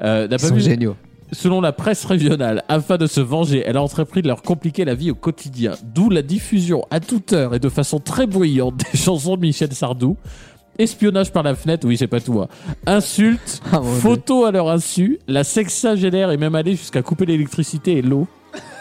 Speaker 3: Euh, n'a
Speaker 1: Ils sont géniaux.
Speaker 3: Selon la presse régionale, afin de se venger, elle a entrepris de leur compliquer la vie au quotidien. D'où la diffusion à toute heure et de façon très bruyante des chansons de Michel Sardou. Espionnage par la fenêtre, oui, c'est pas tout. hein. Insultes,
Speaker 1: Ah, mon Dieu.
Speaker 3: photos à leur insu. La sexagénaire est même allée jusqu'à couper l'électricité et l'eau.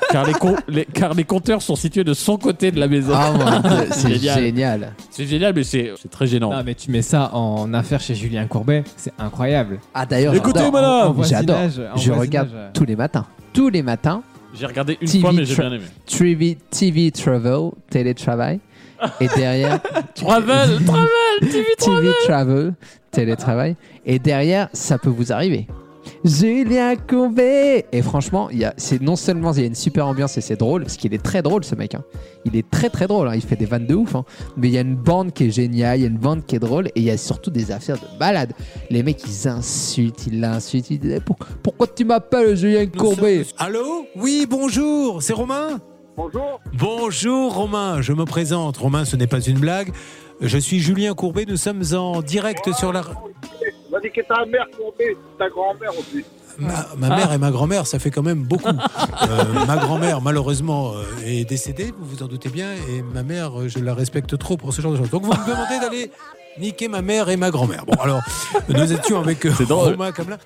Speaker 3: Car les, com- les- car les compteurs sont situés de son côté de la maison.
Speaker 1: Ah, mon Dieu, c'est génial.
Speaker 3: C'est génial, mais c'est c'est très gênant.
Speaker 1: Ah.
Speaker 4: Non mais tu mets ça en affaire chez Julien Courbet, c'est incroyable.
Speaker 1: Ah, d'ailleurs,
Speaker 4: Écoutez,
Speaker 1: j'adore.
Speaker 4: madame. En- en voisinage,
Speaker 1: J'adore.
Speaker 4: en
Speaker 1: Je
Speaker 4: voisinage. Euh,
Speaker 1: regarde tous les matins. Tous les matins.
Speaker 3: J'ai regardé une
Speaker 1: TV
Speaker 3: fois, mais j'ai
Speaker 1: tra-
Speaker 3: bien aimé.
Speaker 1: TV, TV Travel, télétravail. Et derrière.
Speaker 3: Travel, travel, TV
Speaker 1: TV Travel, télétravail. Et derrière, ça peut vous arriver. Julien Courbet Et franchement, il y a, c'est non seulement il y a une super ambiance et c'est drôle, parce qu'il est très drôle ce mec. hein. Il est très très drôle, hein. il fait des vannes de ouf. hein. Mais il y a une bande qui est géniale, il y a une bande qui est drôle, et il y a surtout des affaires de balade. Les mecs, ils insultent, ils l'insultent, ils disent Pour- Pourquoi tu m'appelles Julien Courbet
Speaker 18: Allô Oui, bonjour, c'est Romain Bonjour. Bonjour Romain, je me présente. Romain, ce n'est pas une blague. Je suis Julien Courbet, nous sommes en direct sur la...
Speaker 19: Vas-y que ta mère tombée, ta grand-mère aussi.
Speaker 18: Ma, ma mère et ma grand-mère, ça fait quand même beaucoup. Euh, ma grand-mère, malheureusement, euh, est décédée, vous vous en doutez bien, et ma mère, euh, je la respecte trop pour ce genre de choses. Donc vous me demandez d'aller niquer ma mère et ma grand-mère. Bon, alors, nous étions avec euh,
Speaker 1: drôle.
Speaker 18: Romain Kamla.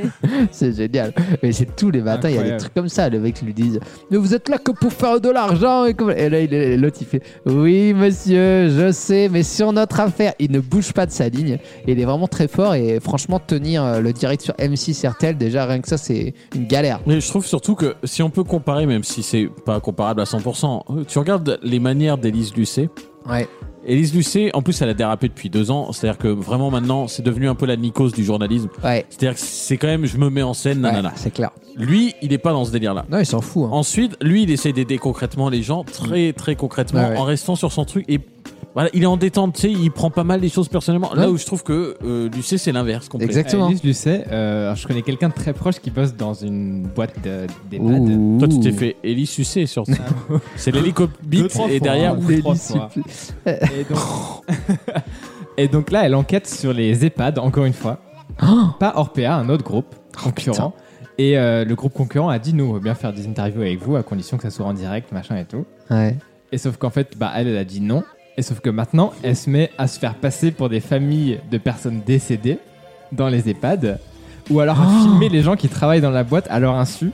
Speaker 1: C'est génial. Mais c'est tous les matins, il y a des
Speaker 18: Incroyable.
Speaker 1: trucs comme ça. Le mec lui disent Mais vous êtes là que pour faire de l'argent. Et, comme- et là, il est- l'autre, il fait Oui, monsieur, je sais, mais sur notre affaire. Il ne bouge pas de sa ligne. Et il est vraiment très fort. Et franchement, tenir euh, le direct sur M6 RTL, déjà, rien que ça, c'est une galère.
Speaker 3: Mais je trouve surtout que si on peut comparer, même si c'est pas comparable à 100%, euh, tu regardes les manières d'Élise Lucet.
Speaker 1: Ouais.
Speaker 3: Élise Lucet, en plus, elle a dérapé depuis deux ans. C'est-à-dire que vraiment maintenant, c'est devenu un peu la Nikos du journalisme. C'est-à-dire que c'est quand même, je me mets en scène, nanana.
Speaker 1: c'est clair.
Speaker 3: Lui, il est pas dans ce délire-là.
Speaker 1: Non, il s'en fout. hein.
Speaker 3: Ensuite, lui, il essaye d'aider concrètement les gens, très très concrètement,
Speaker 1: Ouais, ouais.
Speaker 3: en restant sur son truc. Et Voilà, il est en détente, tu sais, il prend pas mal les choses personnellement. Là
Speaker 4: Ouais.
Speaker 3: où je trouve que euh, Lucé, c'est l'inverse. complet.
Speaker 4: Alice Lucet, euh, alors je connais quelqu'un de très proche qui bosse dans une boîte de- d'EHPAD.
Speaker 3: Ouh. Ah, Toi, tu t'es fait Ellie sucer surtout. C'est
Speaker 4: Deux,
Speaker 3: l'hélicoptère
Speaker 4: trois
Speaker 3: et
Speaker 4: fois,
Speaker 3: derrière.
Speaker 4: hein, deux, trois fois. Et donc... Et donc là, elle enquête sur les EHPAD, encore une fois. Pas Orpea, un autre groupe concurrent. Et euh, le groupe concurrent a dit nous, on veut bien faire des interviews avec vous, à condition que ça soit en direct, machin et tout.
Speaker 1: Ouais.
Speaker 4: Et sauf qu'en fait, bah, elle, elle a dit non. Et sauf que maintenant, elle se met à se faire passer pour des familles de personnes décédées dans les EHPAD. Ou alors à
Speaker 3: Oh.
Speaker 4: filmer les gens qui travaillent dans la boîte à leur insu.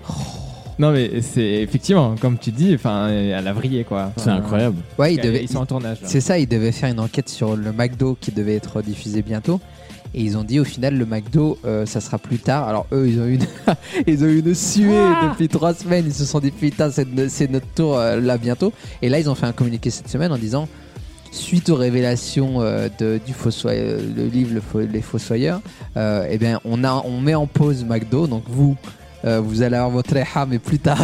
Speaker 4: Non mais c'est effectivement, comme tu dis, enfin, elle a vrillé quoi.
Speaker 3: C'est incroyable.
Speaker 1: Ouais, ils,
Speaker 4: Parce qu'elle-
Speaker 1: devaient-
Speaker 4: ils sont en tournage. là.
Speaker 1: C'est ça, ils devaient faire une enquête sur le McDo qui devait être diffusé bientôt. Et ils ont dit au final le McDo euh, ça sera plus tard. Alors eux ils ont eu une, ils ont eu une suée depuis trois semaines. Ils se sont dit putain c'est no- c'est notre tour euh, là bientôt. Et là ils ont fait un communiqué cette semaine en disant suite aux révélations euh, de- du fossoyeur, le livre le fo- les fossoyeurs, euh, eh bien on a on met en pause McDo. Donc vous euh, vous allez avoir votre éha mais plus tard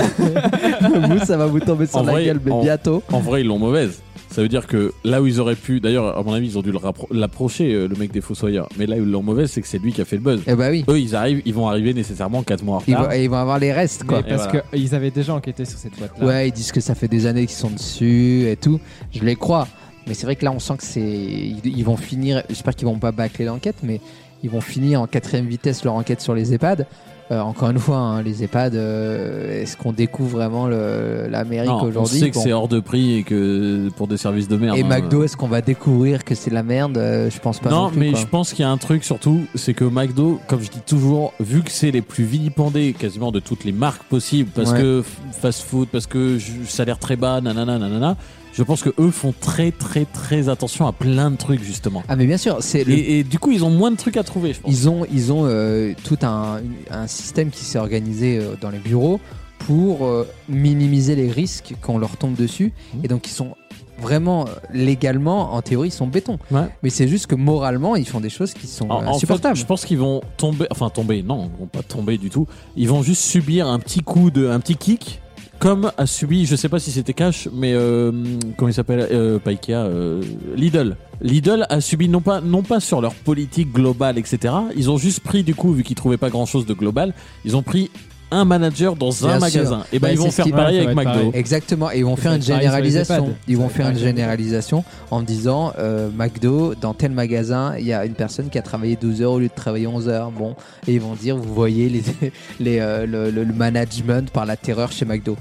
Speaker 1: vous ça va vous tomber sur
Speaker 3: En
Speaker 1: la
Speaker 3: vrai,
Speaker 1: gueule mais
Speaker 3: en-
Speaker 1: bientôt.
Speaker 3: En vrai, ils l'ont mauvaise. Ça veut dire que là où ils auraient pu, d'ailleurs, à mon avis, ils ont dû le rappro- l'approcher, euh, le mec des Fossoyeurs. Mais là où ils l'ont mauvaise, c'est que c'est lui qui a fait le buzz.
Speaker 1: Eh bah oui.
Speaker 3: Eux, ils arrivent, ils vont arriver nécessairement 4 mois en
Speaker 1: Ils
Speaker 3: retard.
Speaker 1: vont, ils vont avoir les restes quoi.
Speaker 4: Mais parce qu'ils avaient déjà enquêté sur cette boîte là.
Speaker 1: Ouais, ils disent que ça fait des années qu'ils sont dessus et tout. Je les crois. Mais c'est vrai que là, on sent que c'est. Ils ils vont finir. J'espère qu'ils vont pas bâcler l'enquête, mais ils vont finir en quatrième vitesse leur enquête sur les EHPAD. Euh, encore une fois, hein, les EHPAD, euh, est-ce qu'on découvre vraiment le- l'Amérique
Speaker 3: Non, on
Speaker 1: aujourd'hui
Speaker 3: sait que
Speaker 1: Bon.
Speaker 3: c'est hors de prix et que pour des services de merde.
Speaker 1: Et
Speaker 3: hein.
Speaker 1: McDo, est-ce qu'on va découvrir que c'est de la merde Euh, Je pense pas. Non,
Speaker 3: Non,
Speaker 1: plus,
Speaker 3: mais
Speaker 1: quoi.
Speaker 3: je pense qu'il y a un truc surtout, c'est que McDo, comme je dis toujours, vu que c'est les plus vilipendés quasiment de toutes les marques possibles, parce
Speaker 1: Ouais.
Speaker 3: que f- fast food, parce que ju- salaire très bas, nanana, nanana, je pense que eux font très très très attention à plein de trucs justement.
Speaker 1: Ah, mais bien sûr, c'est. le-
Speaker 3: Et, et du coup, ils ont moins de trucs à trouver, je pense.
Speaker 1: Ils ont, ils ont euh, tout un, un système qui s'est organisé euh, dans les bureaux pour euh, minimiser les risques quand on leur tombe dessus. Et donc, ils sont vraiment euh, légalement, en théorie, ils sont béton. Mais c'est juste que moralement, ils font des choses qui sont
Speaker 3: En-
Speaker 1: euh,
Speaker 3: en fait,
Speaker 1: insupportables.
Speaker 3: je pense qu'ils vont tomber, enfin tomber, non, ils vont pas tomber du tout. Ils vont juste subir un petit coup de, un petit kick, comme a subi, je sais pas si c'était Cash, mais euh, comment il s'appelle, euh, pas Ikea, euh, Lidl. Lidl a subi non pas, non pas sur leur politique globale, etc. Ils ont juste pris du coup, vu qu'ils trouvaient pas grand chose de global, ils ont pris un manager dans un
Speaker 1: Bien sûr. Bah,
Speaker 3: magasin. Et ben
Speaker 1: Ouais,
Speaker 3: ils vont
Speaker 1: c'est ce
Speaker 3: faire
Speaker 1: qui-
Speaker 3: pareil avec McDo.
Speaker 1: Exactement, et ils vont
Speaker 3: Ça
Speaker 1: faire
Speaker 3: va
Speaker 1: une
Speaker 3: être pareil ben, sur les
Speaker 1: généralisation.
Speaker 3: EHPAD.
Speaker 1: Ils
Speaker 3: Ça
Speaker 1: vont
Speaker 3: va
Speaker 1: faire
Speaker 3: être
Speaker 1: une
Speaker 3: pareil.
Speaker 1: généralisation en disant euh, McDo, dans tel magasin, il y a une personne qui a travaillé 12 heures au lieu de travailler 11 heures. Bon, et ils vont dire, vous voyez les, les, euh, le, le- le management par la terreur chez McDo.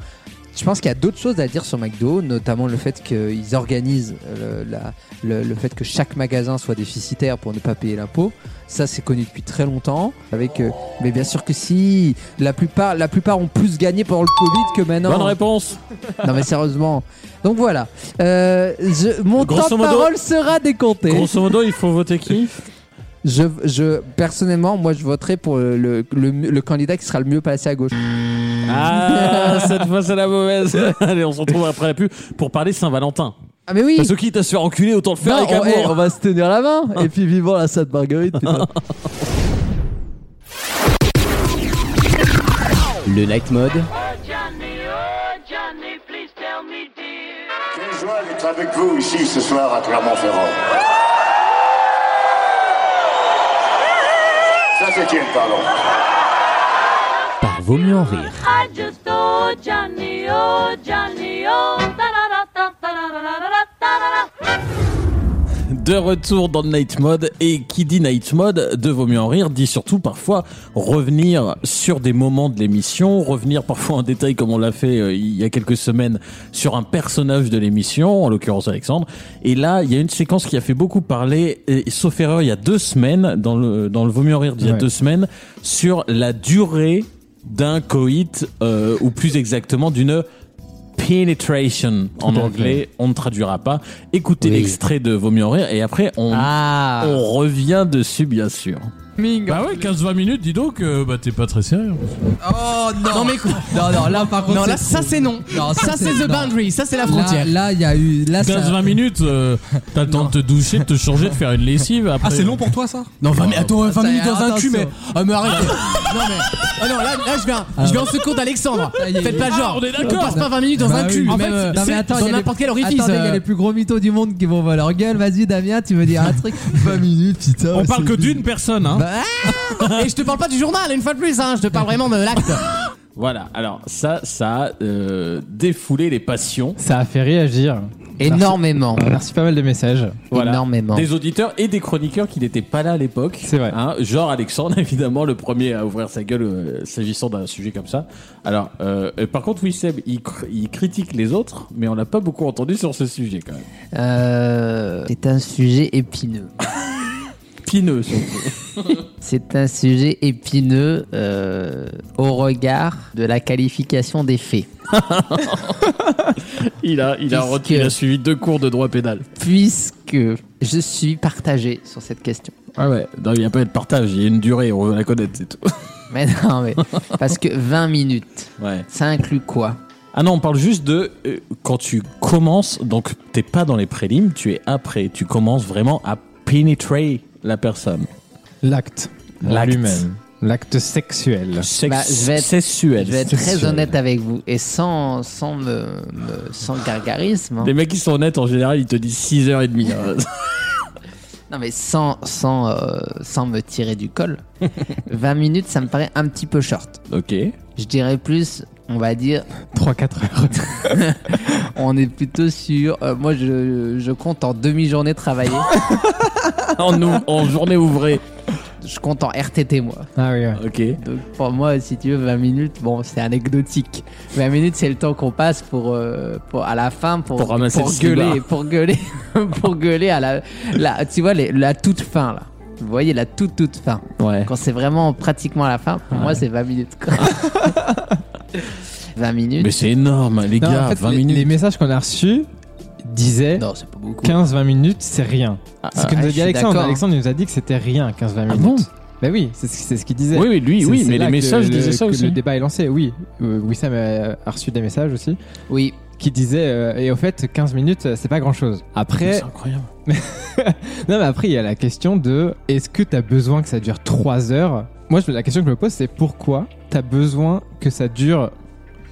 Speaker 1: Je pense qu'il y a d'autres choses à dire sur McDo, notamment le fait qu'ils organisent euh, le, la- le- le fait que chaque magasin soit déficitaire pour ne pas payer l'impôt. Ça, c'est connu depuis très longtemps. Avec, euh, mais bien sûr que si, la plupart, la plupart ont plus gagné pendant le Covid que maintenant.
Speaker 3: Bonne réponse.
Speaker 1: Non mais sérieusement. Donc voilà. Euh, je- mon
Speaker 3: Grosso
Speaker 1: temps de
Speaker 3: modo-
Speaker 1: parole sera décompté.
Speaker 3: Grosso modo, il faut voter qui
Speaker 1: Je, je, personnellement, moi, je voterai pour le, le, le- le candidat qui sera le mieux placé à gauche.
Speaker 3: Ah, cette fois c'est la mauvaise. Allez, on se retrouve après la pub pour parler Saint-Valentin.
Speaker 1: Ah mais oui.
Speaker 3: Parce que qui t'a se faire enculer, autant le faire
Speaker 1: Non,
Speaker 3: avec
Speaker 1: on, eh,
Speaker 3: amour.
Speaker 1: on va se tenir la main et puis vivant la Sainte Marguerite. putain.
Speaker 13: Le night mode.
Speaker 20: Quelle joie d'être avec vous ici ce soir à Clermont-Ferrand. Saint-Étienne, pardon.
Speaker 13: Par vaut mieux en rire.
Speaker 21: I just oh Johnny oh Johnny oh da da da da da da da da da da
Speaker 3: De retour dans le Night Mode et qui dit Night Mode de vaut mieux en rire dit surtout parfois revenir sur des moments de l'émission, revenir parfois en détail comme on l'a fait euh, il y a quelques semaines sur un personnage de l'émission, en l'occurrence Alexandre. Et là, il y a une séquence qui a fait beaucoup parler, et, sauf erreur, il y a deux semaines, dans le, dans le vaut mieux en rire d'il y a
Speaker 4: Ouais.
Speaker 3: deux semaines, sur la durée d'un coït, euh, ou plus exactement d'une penetration en
Speaker 4: Tout à
Speaker 3: anglais, on ne traduira pas. Écoutez
Speaker 4: Oui.
Speaker 3: l'extrait de Vaut mieux en rire et après on,
Speaker 1: Ah.
Speaker 3: on revient dessus bien sûr. Ming. Bah ouais, 15-20 minutes, dis donc, euh, bah t'es pas très sérieux.
Speaker 22: Oh non Non mais écoute, non non là par contre
Speaker 1: Non, là,
Speaker 22: ça c'est non. ça c'est the
Speaker 1: non.
Speaker 22: boundary, ça c'est la
Speaker 1: Là-
Speaker 22: frontière.
Speaker 1: Là, il y a eu. Là, ça-
Speaker 3: 15-20 minutes, euh, t'as le temps de te doucher, de te changer, de faire une lessive. Après, euh.
Speaker 22: Ah, c'est long
Speaker 18: pour toi ça
Speaker 22: Non, 20
Speaker 3: Ah,
Speaker 22: minutes, attends, 20
Speaker 1: Ça y est,
Speaker 22: minutes dans un cul, mais.
Speaker 1: attention.
Speaker 22: Ah, mais arrête Non, mais. Ah non, là, là je viens,
Speaker 1: euh, Ah,
Speaker 22: je vais en
Speaker 1: ouais.
Speaker 22: secours d'Alexandre.
Speaker 1: Ça y est.
Speaker 22: Faites pas le
Speaker 1: Ah,
Speaker 22: genre.
Speaker 1: on est d'accord.
Speaker 22: passe pas 20 minutes dans
Speaker 1: Bah
Speaker 22: un
Speaker 1: oui.
Speaker 22: cul.
Speaker 1: En
Speaker 22: même,
Speaker 1: fait,
Speaker 22: euh,
Speaker 1: non, mais attends, il y
Speaker 22: dans
Speaker 1: a
Speaker 22: n'importe
Speaker 1: les-
Speaker 22: quel orifice.
Speaker 1: Attendez, il y a
Speaker 22: euh,
Speaker 1: les plus gros mythos du monde qui vont voir leur gueule. Vas-y, Damien, tu veux dire un truc Bah,
Speaker 22: 20 minutes, putain.
Speaker 3: On parle que d'une personne, hein.
Speaker 1: ah
Speaker 22: Et je te parle pas du journal, une fois de plus, hein, je te parle vraiment de l'acte.
Speaker 3: Voilà, alors ça, ça a euh, défoulé les passions.
Speaker 4: Ça a fait réagir.
Speaker 1: Énormément.
Speaker 4: Merci, merci pas mal de messages.
Speaker 3: Voilà.
Speaker 1: Énormément.
Speaker 3: Des auditeurs et des chroniqueurs qui n'étaient pas là à l'époque.
Speaker 4: C'est vrai.
Speaker 3: Hein, genre Alexandre, évidemment, le premier à ouvrir sa gueule euh, s'agissant d'un sujet comme ça. Alors, euh, euh, par contre, oui, Seb, il, cr- il critique les autres, mais on n'a pas beaucoup entendu sur ce sujet quand même.
Speaker 1: Euh, C'est un sujet épineux.
Speaker 3: Pineux, surtout.
Speaker 1: C'est un sujet épineux euh, au regard de la qualification des faits.
Speaker 3: il, a, il, a
Speaker 1: Puisque-
Speaker 3: retenu- il a suivi deux cours de droit pénal.
Speaker 1: Puisque je suis partagé sur cette question.
Speaker 3: Ah ouais, non, il n'y a pas de partage, il y a une durée, on veut la connaître, c'est tout.
Speaker 1: Mais non, mais. Parce que 20 minutes,
Speaker 3: Ouais.
Speaker 1: ça inclut quoi
Speaker 3: Ah non, on parle juste de euh, quand tu commences, donc t'es pas dans les prélimes, tu es après, tu commences vraiment à pénétrer la personne.
Speaker 4: L'acte.
Speaker 3: L'acte.
Speaker 4: Lui-même. L'acte sexuel.
Speaker 3: Sex-
Speaker 1: Bah, je vais être-
Speaker 3: sexuel.
Speaker 1: Je vais être très
Speaker 3: Sexuel.
Speaker 1: honnête avec vous et sans, sans, me, me- sans gargarisme. hein.
Speaker 3: Les mecs qui sont honnêtes, en général, ils te disent 6h30.
Speaker 1: Non, mais sans, sans, euh, sans me tirer du col. 20 minutes, ça me paraît un petit peu short.
Speaker 3: ok.
Speaker 1: Je dirais plus, on va dire,
Speaker 4: 3-4 heures.
Speaker 1: on est plutôt sur. euh, moi, je, je compte en demi-journée travaillée.
Speaker 3: en, nou- en journée ouvrée.
Speaker 1: je compte en RTT, moi.
Speaker 4: Ah oui, ouais.
Speaker 3: Ok.
Speaker 1: Donc, pour moi, si tu veux, 20 minutes, bon, c'est anecdotique. 20 minutes, c'est le temps qu'on passe pour, euh, pour à la fin pour,
Speaker 3: Pour ramasser le
Speaker 1: gueuler,
Speaker 3: cigare.
Speaker 1: pour gueuler, pour gueuler à la, la tu vois, les- la toute fin, là. Vous voyez, la toute, toute fin.
Speaker 3: Ouais.
Speaker 1: Quand c'est vraiment pratiquement à la fin, pour moi, c'est 20 minutes. quoi. 20 minutes.
Speaker 3: Mais c'est
Speaker 1: hein,
Speaker 3: énorme, les
Speaker 4: Non,
Speaker 3: gars,
Speaker 4: en fait,
Speaker 3: 20
Speaker 4: les,
Speaker 3: minutes.
Speaker 4: les messages qu'on a reçus disaient
Speaker 1: Non, c'est pas beaucoup.
Speaker 4: 15-20 minutes, c'est rien. C'est ce que
Speaker 1: ah,
Speaker 4: nous a
Speaker 1: je suis
Speaker 4: dit Alexandre.
Speaker 1: d'accord.
Speaker 4: Alexandre nous a dit que c'était rien, 15-20 minutes. Bah oui, c'est ce c'est ce qu'il disait.
Speaker 3: Ah Oui, oui, lui,
Speaker 4: C'est-
Speaker 3: oui,
Speaker 4: c'est
Speaker 3: mais
Speaker 4: là
Speaker 3: les
Speaker 4: que
Speaker 3: messages
Speaker 4: le-
Speaker 3: disaient ça
Speaker 4: que
Speaker 3: aussi.
Speaker 4: Le débat est lancé, oui. Euh, Wissam a a reçu des messages aussi
Speaker 1: Oui.
Speaker 4: qui disaient, euh, et au fait, 15 minutes, euh, c'est pas grand chose. Après,
Speaker 3: C'est incroyable.
Speaker 4: non, mais après, il y a la question de est-ce que t'as besoin que ça dure 3 heures Moi, je- la question que je me pose, c'est pourquoi t'as besoin que ça dure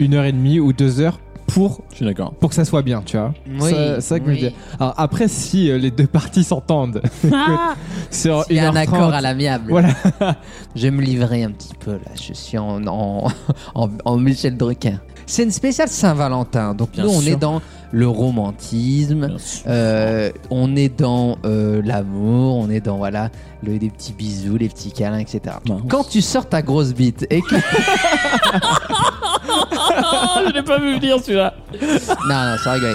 Speaker 4: une heure et demie ou deux heures pour,
Speaker 3: Je suis d'accord.
Speaker 4: pour que ça soit bien, tu vois
Speaker 1: Oui,
Speaker 4: Ça- C'est ça que je me
Speaker 1: oui.
Speaker 4: dis. Alors, après, si euh, les deux parties s'entendent sur
Speaker 1: Il y
Speaker 4: une
Speaker 1: a
Speaker 4: heure
Speaker 1: un accord
Speaker 4: trente,
Speaker 1: à l'amiable.
Speaker 4: Voilà.
Speaker 1: Je vais me livrer un petit peu là. Je suis en, en, en, en Michel Drucker. C'est une spéciale Saint-Valentin. Donc
Speaker 3: Bien
Speaker 1: nous, on
Speaker 3: sûr.
Speaker 1: est dans le romantisme.
Speaker 3: Bien sûr.
Speaker 1: euh, on est dans euh, l'amour. On est dans voilà le, les petits bisous, les petits câlins, etc.
Speaker 3: Mince.
Speaker 1: Quand tu sors ta grosse bite et que
Speaker 3: Oh, je l'ai pas vu venir celui-là.
Speaker 1: non non, sans rigoler.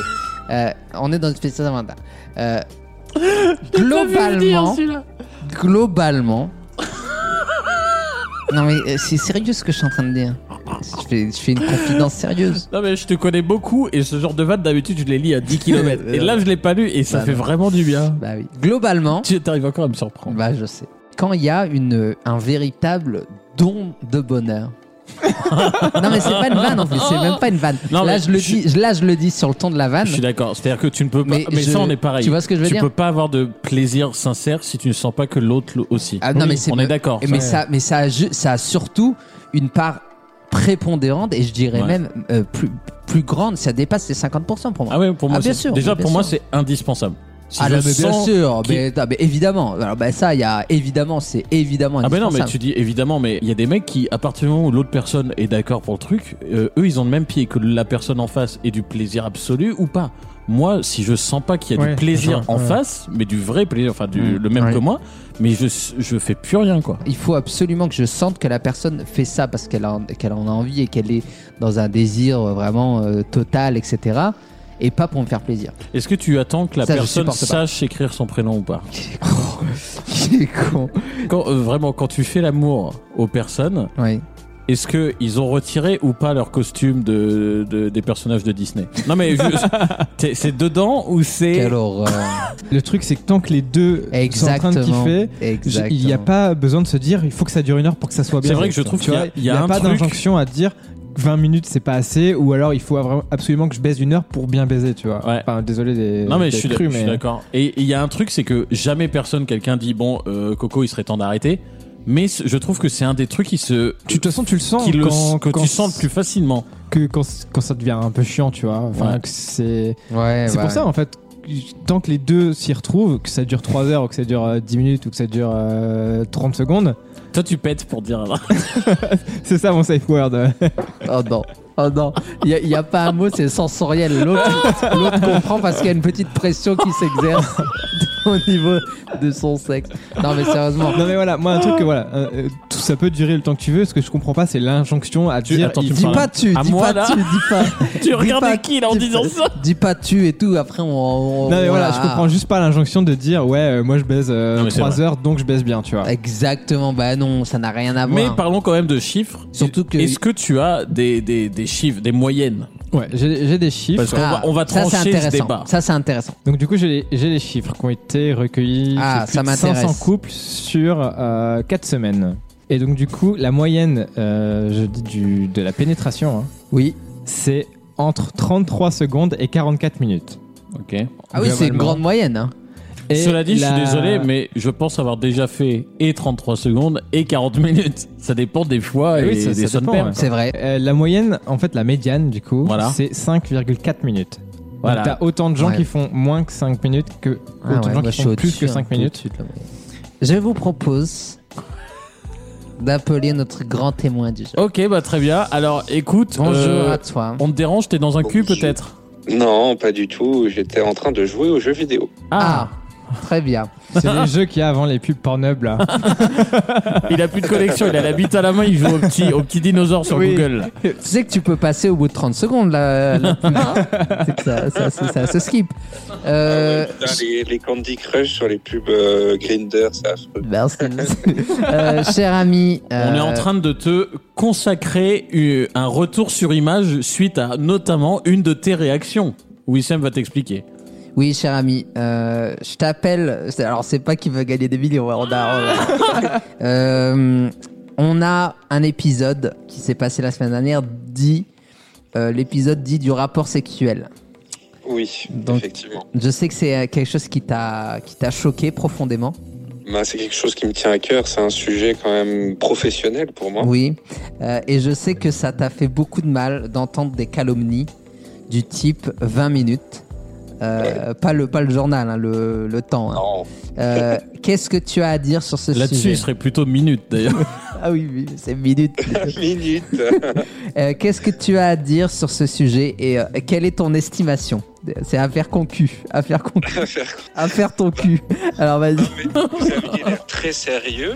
Speaker 1: Euh, on est dans une spéciale Saint-Valentin. Euh, globalement, globalement. non mais euh, c'est sérieux ce que je suis en train de dire. Je fais, je fais une confidence sérieuse.
Speaker 3: Non, mais je te connais beaucoup et ce genre de vanne, d'habitude, je les lis à 10 km. et là, je l'ai pas lu et ça
Speaker 1: Bah
Speaker 3: fait
Speaker 1: non.
Speaker 3: vraiment du bien.
Speaker 1: Bah oui. Globalement,
Speaker 3: Tu arrives encore à me surprendre.
Speaker 1: bah je sais. Quand il y a une, un véritable don de bonheur. non mais c'est pas une vanne en plus, c'est même pas une vanne.
Speaker 3: Non,
Speaker 1: là
Speaker 3: mais
Speaker 1: je le
Speaker 3: je-
Speaker 1: dis, là je le dis sur le ton de la vanne.
Speaker 3: Je suis d'accord. C'est-à-dire que tu ne peux pas. Mais,
Speaker 1: Ah, Mais je-
Speaker 3: ça, on est pareil.
Speaker 1: tu vois ce que je veux dire
Speaker 3: Tu peux pas avoir de plaisir sincère si tu ne sens pas que l'autre le- aussi.
Speaker 1: Ah, non,
Speaker 3: Oui,
Speaker 1: mais c'est
Speaker 3: on est d'accord.
Speaker 1: Mais ça, mais ça, a ju- ça a surtout une part prépondérante et je dirais
Speaker 3: Ouais.
Speaker 1: même euh, plus plus grande. Ça dépasse les 50% pour moi.
Speaker 3: Ah ouais, pour moi.
Speaker 1: Ah, bien
Speaker 3: c'est-
Speaker 1: sûr,
Speaker 3: Déjà,
Speaker 1: bien
Speaker 3: pour moi,
Speaker 1: sûr.
Speaker 3: c'est indispensable. Si
Speaker 1: ah
Speaker 3: je
Speaker 1: là, mais bien
Speaker 3: sens
Speaker 1: sûr,
Speaker 3: qu'il-
Speaker 1: mais, ah, mais évidemment. Alors bah, ça, il y a évidemment, c'est évidemment.
Speaker 3: Ah ben non, mais
Speaker 1: indispensable.
Speaker 3: tu dis évidemment, mais il y a des mecs qui, à partir du moment où l'autre personne est d'accord pour le truc, euh, eux, ils ont le même pied que la personne en face et du plaisir absolu ou pas. Moi, si je sens pas qu'il y a
Speaker 4: Ouais,
Speaker 3: du plaisir
Speaker 4: genre,
Speaker 3: en
Speaker 4: ouais.
Speaker 3: face, mais du vrai plaisir, enfin du, le même
Speaker 1: ouais.
Speaker 3: que moi, mais je, je fais plus rien quoi.
Speaker 1: Il faut absolument que je sente que la personne fait ça parce qu'elle en, qu'elle en a envie et qu'elle est dans un désir euh, vraiment euh, total, etc. Et pas pour me faire plaisir.
Speaker 3: Est-ce que tu attends que la
Speaker 1: Ça, je
Speaker 3: personne
Speaker 1: supporte pas.
Speaker 3: sache écrire son prénom ou pas
Speaker 1: J'ai con.
Speaker 3: quand, euh, Vraiment, quand tu fais l'amour aux personnes,
Speaker 1: Oui.
Speaker 3: Est-ce qu'ils ont retiré ou pas leur costume de, de- des personnages de Disney Non mais je- c'est- c'est dedans ou c'est
Speaker 4: le truc, c'est que tant que les deux sont en train de
Speaker 3: Exactement.
Speaker 4: kiffer,
Speaker 3: Exactement.
Speaker 4: j- il n'y a pas besoin de se dire il faut que ça dure une heure pour que ça soit
Speaker 3: C'est
Speaker 4: bien.
Speaker 3: vrai que je trouve
Speaker 4: Tu
Speaker 3: qu'il y a-
Speaker 4: vois,
Speaker 3: il y a
Speaker 4: n'y
Speaker 3: un
Speaker 4: pas
Speaker 3: truc-
Speaker 4: d'injonction à dire 20 minutes c'est pas assez ou alors il faut avra- absolument que je baise une heure pour bien baiser, tu vois. Enfin, désolé des.
Speaker 3: Non mais je
Speaker 4: d'être
Speaker 3: suis
Speaker 4: cru,
Speaker 3: je suis
Speaker 4: mais-
Speaker 3: d'accord. Et et il y a un truc, c'est que jamais personne, quelqu'un dit bon, euh, Coco, il serait temps d'arrêter. Mais c- je trouve que c'est un des trucs qui se. De
Speaker 4: toute façon, tu le sens
Speaker 3: le,
Speaker 4: quand-
Speaker 3: que
Speaker 4: quand-
Speaker 3: tu sens le plus facilement.
Speaker 4: que quand, quand ça devient un peu chiant, tu vois. Enfin,
Speaker 3: Ouais.
Speaker 4: que c'est
Speaker 1: Ouais,
Speaker 4: c'est
Speaker 1: ouais.
Speaker 4: pour ça en fait. que Tant que les deux s'y retrouvent, que ça dure 3 heures, ou que ça dure euh, 10 minutes, ou que ça dure euh, 30 secondes,
Speaker 3: Toi, tu pètes pour dire.
Speaker 4: c'est ça mon safe word.
Speaker 1: oh non, oh non, il n'y a, pas un mot, c'est sensoriel. L'autre l'autre comprend parce qu'il y a une petite pression qui s'exerce au niveau de son sexe. Non mais sérieusement.
Speaker 4: Non mais voilà, moi un truc que voilà, euh, euh, tout ça peut durer le temps que tu veux. Ce que je comprends pas, c'est l'injonction à dire.
Speaker 3: attends,
Speaker 4: il-
Speaker 3: tu me
Speaker 4: dis
Speaker 3: parles
Speaker 4: pas
Speaker 3: à
Speaker 4: tu, dis
Speaker 3: moi,
Speaker 4: pas
Speaker 3: là
Speaker 4: tu, dis
Speaker 1: pas.
Speaker 3: Tu
Speaker 1: regardes
Speaker 3: regardais qui, là, en disant ça
Speaker 1: Dis pas tu et tout, après on. on-
Speaker 4: Non mais voilà,
Speaker 1: voilà.
Speaker 4: je comprends juste pas l'injonction de dire ouais, euh, moi je baise euh,
Speaker 3: Non, mais c'est
Speaker 4: 3
Speaker 3: vrai.
Speaker 4: heures donc je baise bien, tu vois.
Speaker 1: ah, Exactement, bah non, ça n'a rien à
Speaker 3: Mais
Speaker 1: voir.
Speaker 3: parlons quand même de chiffres.
Speaker 1: Surtout que-
Speaker 3: Est-ce que tu as des, des, des chiffres, des moyennes
Speaker 4: Ouais, j'ai j'ai des chiffres.
Speaker 3: Parce qu'on va- on va
Speaker 1: ah, ça, c'est
Speaker 3: trancher ce
Speaker 1: intéressant.
Speaker 3: débat.
Speaker 1: Ça c'est intéressant.
Speaker 4: Donc du coup, j'ai les- j'ai les chiffres qui ont été recueillis
Speaker 1: Ah,
Speaker 4: chez
Speaker 1: ça
Speaker 4: plus de
Speaker 1: m'intéresse.
Speaker 4: 500 couples sur 4 semaines. Et donc du coup, la moyenne, euh, je dis du, de la pénétration, hein,
Speaker 1: oui,
Speaker 4: c'est entre 33 secondes et 44 minutes.
Speaker 3: Ok.
Speaker 1: Ah oui, c'est une grande moyenne. hein.
Speaker 4: Et
Speaker 3: Cela dit, je
Speaker 4: la-
Speaker 3: suis désolé, mais je pense avoir déjà fait et 33 secondes et 40 minutes. Ça dépend des fois et
Speaker 4: Oui, ça-
Speaker 3: des
Speaker 4: ça dépend,
Speaker 3: sonpairs.
Speaker 4: ouais. Euh, la moyenne, en fait, la médiane, du coup,
Speaker 3: Voilà.
Speaker 4: c'est 5,4 minutes.
Speaker 3: Voilà.
Speaker 4: Donc, T'as autant de gens
Speaker 3: Ouais.
Speaker 4: qui font moins que 5 minutes que
Speaker 1: Ah
Speaker 4: autant
Speaker 1: ouais,
Speaker 4: de gens
Speaker 1: moi, je
Speaker 4: qui
Speaker 1: suis
Speaker 4: font plus
Speaker 1: au-dessus,
Speaker 4: que
Speaker 1: hein,
Speaker 4: 5
Speaker 1: tout
Speaker 4: minutes.
Speaker 1: de suite, là. Je vous propose d'appeler notre grand témoin du jour.
Speaker 3: Ok, bah très bien. Alors écoute, euh,
Speaker 1: Bonjour à toi.
Speaker 3: On te dérange, t'es dans un cul peut-être
Speaker 2: Non, pas du tout. J'étais en train de jouer aux jeux vidéo.
Speaker 1: Ah, Très bien.
Speaker 4: C'est les jeux qu'il y a avant les pubs Pornhub, là.
Speaker 3: Ah, Il a plus de connexion, il a la bite à la main, il joue au petit, au petit dinosaure sur
Speaker 1: Oui.
Speaker 3: Google.
Speaker 1: Tu sais que tu peux passer au bout de 30 secondes là. là. C'est que ça, ça, ça- ça se skip.
Speaker 3: Ah
Speaker 1: Euh,
Speaker 2: Putain, les, les Candy Crush sur les pubs euh, Grinder, c'est affreux.
Speaker 1: Merci. euh, cher ami, euh,
Speaker 3: On est en train de te consacrer euh, un retour sur image suite à notamment une de tes réactions. Wissem va t'expliquer.
Speaker 1: Oui, cher ami, euh, je t'appelle. c'est- Alors, c'est pas qu'il veut gagner des millions. hein, On a, on a- Euh, on a un épisode qui s'est passé la semaine dernière, dit euh, l'épisode dit du rapport sexuel.
Speaker 2: Oui,
Speaker 1: Donc-
Speaker 2: effectivement.
Speaker 1: Je sais que c'est euh, quelque chose qui t'a qui t'a choqué profondément.
Speaker 2: Bah, c'est quelque chose qui me tient à cœur. C'est un sujet quand même professionnel pour moi.
Speaker 1: Oui, Euh, et je sais que ça t'a fait beaucoup de mal d'entendre des calomnies du type 20 minutes. Euh, pas, le, pas le journal, hein, le, le temps. hein. Euh, Qu'est-ce que tu as à dire sur ce
Speaker 3: Là-dessus,
Speaker 1: sujet
Speaker 3: il serait plutôt minute d'ailleurs.
Speaker 1: Ah oui, oui, c'est minute.
Speaker 2: Minute.
Speaker 1: Euh, Qu'est-ce que tu as à dire sur ce sujet et euh, quelle est ton estimation C'est affaire concu, affaire concu,
Speaker 2: Affaire concu.
Speaker 1: affaire ton cul. Alors vas-y.
Speaker 2: Vous aviez l'air très sérieux.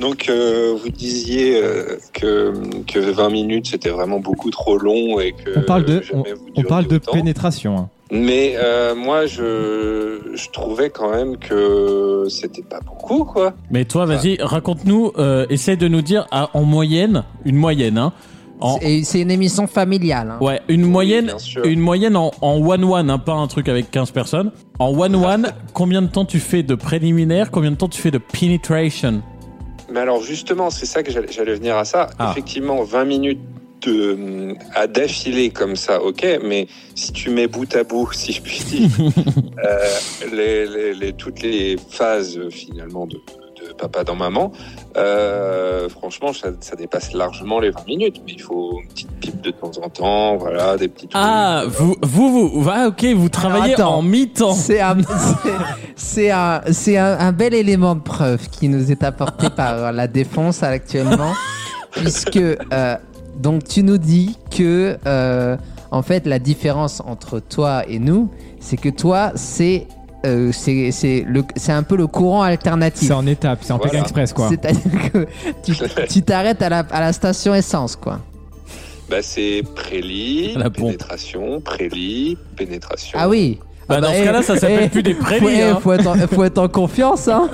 Speaker 2: Donc, euh, vous disiez euh, que, que 20 minutes, c'était vraiment beaucoup trop long et que
Speaker 4: On parle de, on, on parle de
Speaker 2: autant.
Speaker 4: pénétration. hein.
Speaker 2: Mais euh, moi, je, je trouvais quand même que c'était pas beaucoup, quoi.
Speaker 3: Mais toi, vas-y, raconte-nous, euh, essaie de nous dire à- en moyenne, une moyenne, hein. En,
Speaker 1: Et c'est une émission familiale. hein.
Speaker 3: ouais, une moyenne,
Speaker 2: bien sûr.
Speaker 3: une moyenne en en one-one, hein, pas un truc avec 15 personnes. En one-one, combien de temps tu fais de préliminaire, combien de temps tu fais de penetration
Speaker 2: Mais alors, justement, c'est ça que j'allais j'allais venir à ça.
Speaker 3: Ah.
Speaker 2: Effectivement, 20 minutes de, à d'affilée comme ça, ok, mais si tu mets bout à bout, si je puis dire, euh, les, les- les- toutes les phases euh, finalement de, de papa dans maman, euh, franchement, ça, ça dépasse largement les 20 minutes, mais il faut une petite pipe de temps en temps, voilà, des petits trucs.
Speaker 3: Ah, vous, vous, vous, ah, ok, vous travaillez
Speaker 1: Alors, attends. Ah
Speaker 3: en mi-temps.
Speaker 1: C'est un, c'est- c'est un, c'est un- un bel élément de preuve qui nous est apporté par la défense actuellement, puisque euh, donc tu nous dis que euh, en fait la différence entre toi et nous, c'est que toi c'est euh, c'est c'est le- c'est un peu le courant alternatif.
Speaker 4: C'est en étape, c'est en Pékin Express, quoi.
Speaker 1: C'est-à-dire que tu tu t'arrêtes à la, à la station essence, quoi.
Speaker 2: Bah, c'est prélit, pénétration, prélit, pénétration.
Speaker 1: Ah oui.
Speaker 2: Bah, dans ce cas-là, ça s'appelle plus des
Speaker 1: prélits
Speaker 2: prélis,
Speaker 1: Faut, eh,
Speaker 2: hein.
Speaker 1: faut être, en- faut être en confiance, hein.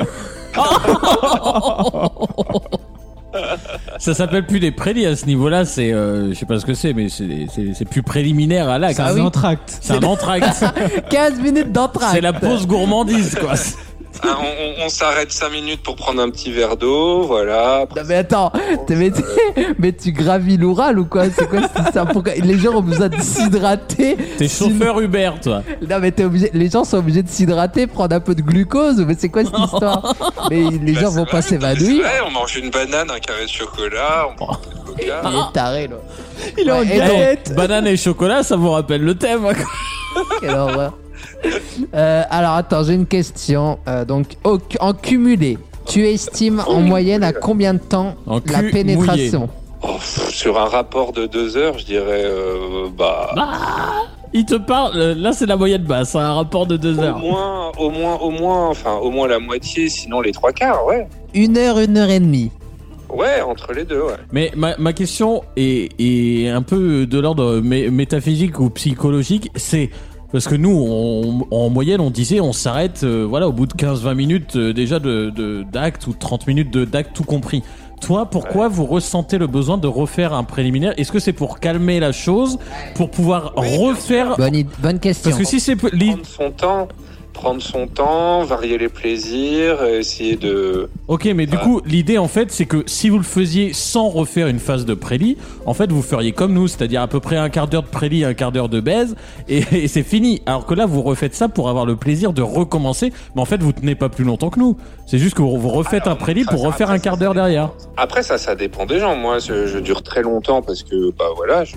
Speaker 3: Ça s'appelle plus des prélis à ce niveau-là, c'est. euh, je sais pas ce que c'est, mais c'est c'est- c'est plus préliminaire à l'acte. hein.
Speaker 4: C'est un entracte.
Speaker 3: C'est un entracte.
Speaker 1: 15 minutes d'entracte.
Speaker 3: C'est la pause gourmandise, quoi.
Speaker 2: Ah, on on- on s'arrête 5 minutes pour prendre un petit verre d'eau, voilà.
Speaker 1: Non mais attends, t'es- mais, tu- mais tu gravis l'Oural ou quoi C'est quoi cette histoire Pourquoi Les gens ont besoin de s'hydrater.
Speaker 3: T'es chauffeur Uber, toi.
Speaker 1: Non mais t'es obligé, les gens sont obligés de s'hydrater, prendre un peu de glucose. Mais c'est quoi cette histoire Mais les gens vont pas s'évanouir.
Speaker 2: Ouais, on mange une banane, un carré de chocolat, on prend un peu de coca.
Speaker 1: Il est taré là.
Speaker 3: Il
Speaker 1: est en galette.
Speaker 3: Banane et chocolat, ça vous rappelle le thème. hein, quoi.
Speaker 1: Quelle horreur. Euh, alors attends, j'ai une question. Euh, donc au- en cumulé, tu estimes en moyenne à combien de temps
Speaker 2: En
Speaker 1: la
Speaker 2: cul
Speaker 1: pénétration
Speaker 2: Oh, pff, sur un rapport de 2 heures, je dirais. euh, bah.
Speaker 3: Il te parle, euh, là c'est la moyenne basse, hein, un rapport de deux
Speaker 2: Au
Speaker 3: heures.
Speaker 2: moins, au moins, au moins, enfin, au moins la moitié, sinon les trois quarts, ouais.
Speaker 1: Une heure, une heure et demie.
Speaker 2: Ouais, entre les deux, ouais.
Speaker 3: Mais ma, ma question est, est un peu de l'ordre euh, mé- métaphysique ou psychologique, c'est parce que nous, on- en moyenne, on disait on s'arrête euh, voilà, au bout de 15-20 minutes euh, déjà de, de- d'acte ou 30 minutes de, d'acte tout compris. Toi, pourquoi vous ressentez le besoin de refaire un préliminaire Est-ce que c'est pour calmer la chose, pour pouvoir refaire...
Speaker 1: Bonne, id- bonne question.
Speaker 3: Parce que si c'est... li-
Speaker 2: Prendre son temps, prendre son temps, varier les plaisirs, essayer de.
Speaker 3: Ok, mais du
Speaker 2: Ah.
Speaker 3: coup, l'idée en fait, c'est que si vous le faisiez sans refaire une phase de prélit, en fait, vous feriez comme nous, c'est-à-dire à peu près un quart d'heure de prélit, un quart d'heure de baise, et, et c'est fini. Alors que là, vous refaites ça pour avoir le plaisir de recommencer, mais en fait, vous tenez pas plus longtemps que nous. C'est juste que vous vous refaites un prélit pour refaire un quart d'heure derrière.
Speaker 2: Après, ça, ça dépend des gens. Moi, je, je dure très longtemps parce que, bah voilà, je.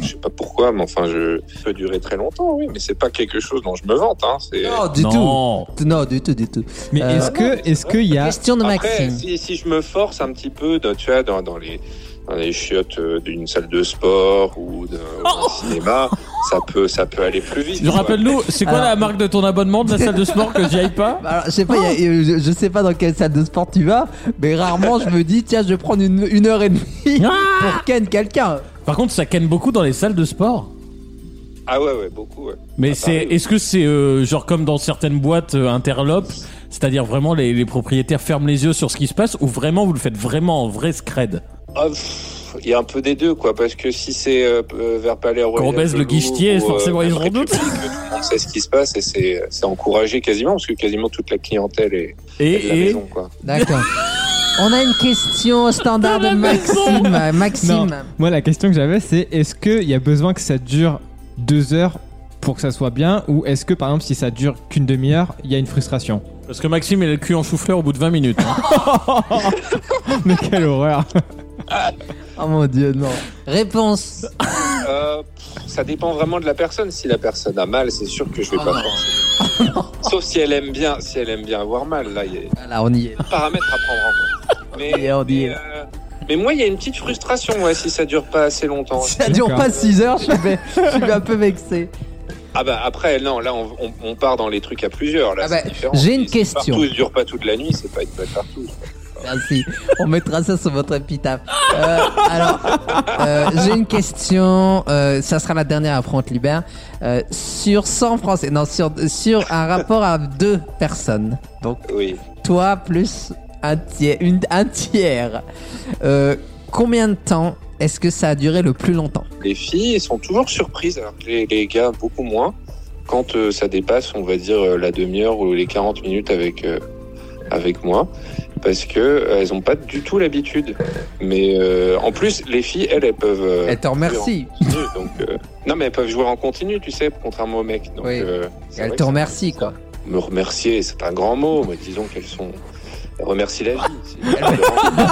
Speaker 2: Je sais pas pourquoi, mais enfin, je je peux durer très longtemps, oui, mais c'est pas quelque chose dont je me vante. Hein, c'est-
Speaker 1: Non, du tout. Non, du tout, du tout.
Speaker 4: Mais
Speaker 1: Euh,
Speaker 4: est-ce que, est-ce qu'il y a.
Speaker 1: Question de
Speaker 2: Après,
Speaker 1: Maxime.
Speaker 2: si, si je me force un petit peu, dans- tu vois, dans, dans les dans les chiottes euh, d'une salle de sport ou d'un ou d'un cinéma, ça peut ça peut aller plus vite.
Speaker 3: Oh. Je rappelle-nous, c'est quoi
Speaker 1: Alors-
Speaker 3: la marque de ton abonnement de la salle de sport que j'y aille pas
Speaker 1: Alors, je sais pas, il y a- je, je sais pas dans quelle salle de sport tu vas, mais rarement je me dis tiens, je vais prendre une, une heure et demie pour ken quelqu'un.
Speaker 3: Par contre, ça canne beaucoup dans les salles de sport.
Speaker 2: Ah ouais, ouais, beaucoup. ouais.
Speaker 3: Mais c'est, est-ce que c'est euh, genre comme dans certaines boîtes euh, interlopes, c'est-à-dire vraiment les, les propriétaires ferment les yeux sur ce qui se passe, ou vraiment vous le faites vraiment en vrai scred
Speaker 2: Ah, pff, Il y a un peu des deux, quoi, parce que si c'est euh, euh, vers Palais Royal.
Speaker 3: Quand on baisse le
Speaker 2: Louvre
Speaker 3: guichetier,
Speaker 2: ou, euh,
Speaker 3: forcément ils
Speaker 2: même
Speaker 3: auront doute.
Speaker 2: République, On sait ce qui se passe et c'est c'est encouragé quasiment, parce que quasiment toute la clientèle est,
Speaker 3: Et-
Speaker 2: est de la
Speaker 3: et-
Speaker 2: maison, quoi.
Speaker 1: D'accord. On a une question au standard de Maxime.
Speaker 4: Non.
Speaker 1: Maxime.
Speaker 4: Moi, la question que j'avais, c'est est-ce qu'il y a besoin que ça dure deux heures pour que ça soit bien Ou est-ce que, par exemple, si ça dure qu'une demi-heure, il y a une frustration
Speaker 3: Parce que Maxime il a le cul en chou-fleur au bout de 20 minutes. hein.
Speaker 4: Mais quelle horreur
Speaker 1: Oh mon dieu, non. Réponse.
Speaker 2: Euh, pff, ça dépend vraiment de la personne. Si la personne a mal, c'est sûr que je vais
Speaker 1: Ah
Speaker 2: pas penser. Sauf si elle aime bien, si elle aime bien avoir mal, là, il y a
Speaker 1: Là, on y est.
Speaker 2: un paramètre à prendre en compte. Mais, mais, euh, mais moi, il y a une petite frustration, ouais, si ça dure pas assez longtemps.
Speaker 1: Ça dure pas 6 heures, je suis, je suis un peu vexé.
Speaker 2: Ah bah après, non, là, on, on- on part dans les trucs à plusieurs. Là,
Speaker 1: Ah bah,
Speaker 2: c'est différent.
Speaker 1: j'ai une
Speaker 2: Si c'est
Speaker 1: question.
Speaker 2: Partout, ça dure pas toute la nuit, c'est pas une bonne partout.
Speaker 1: Merci. On mettra ça sur votre épitaphe. Euh, alors, euh, j'ai une question. euh, ça sera la dernière, après on te libère. Euh, sur 100 Français. Non, sur, sur un rapport à deux personnes. Donc,
Speaker 2: oui.
Speaker 1: toi plus un tiers. Une, un tiers. Euh, combien de temps est-ce que ça a duré le plus longtemps
Speaker 2: Les filles sont toujours surprises, alors que les, les gars, beaucoup moins. Quand euh, ça dépasse, on va dire, euh, la demi-heure ou les 40 minutes avec, euh, avec moi, parce que euh, elles n'ont pas du tout l'habitude. Mais euh, en plus, les filles, elles, elles peuvent. euh,
Speaker 1: Elles te remercient.
Speaker 2: jouer en continu, donc, euh, non, mais elles peuvent jouer en continu, tu sais, contrairement aux mecs. Donc,
Speaker 1: Oui.
Speaker 2: euh, c'est
Speaker 1: Elle
Speaker 2: vrai
Speaker 1: te
Speaker 2: que ça-
Speaker 1: remercie, quoi.
Speaker 2: me remercier, c'est un grand mot, mais disons qu'elles sont. Elles remercient la vie.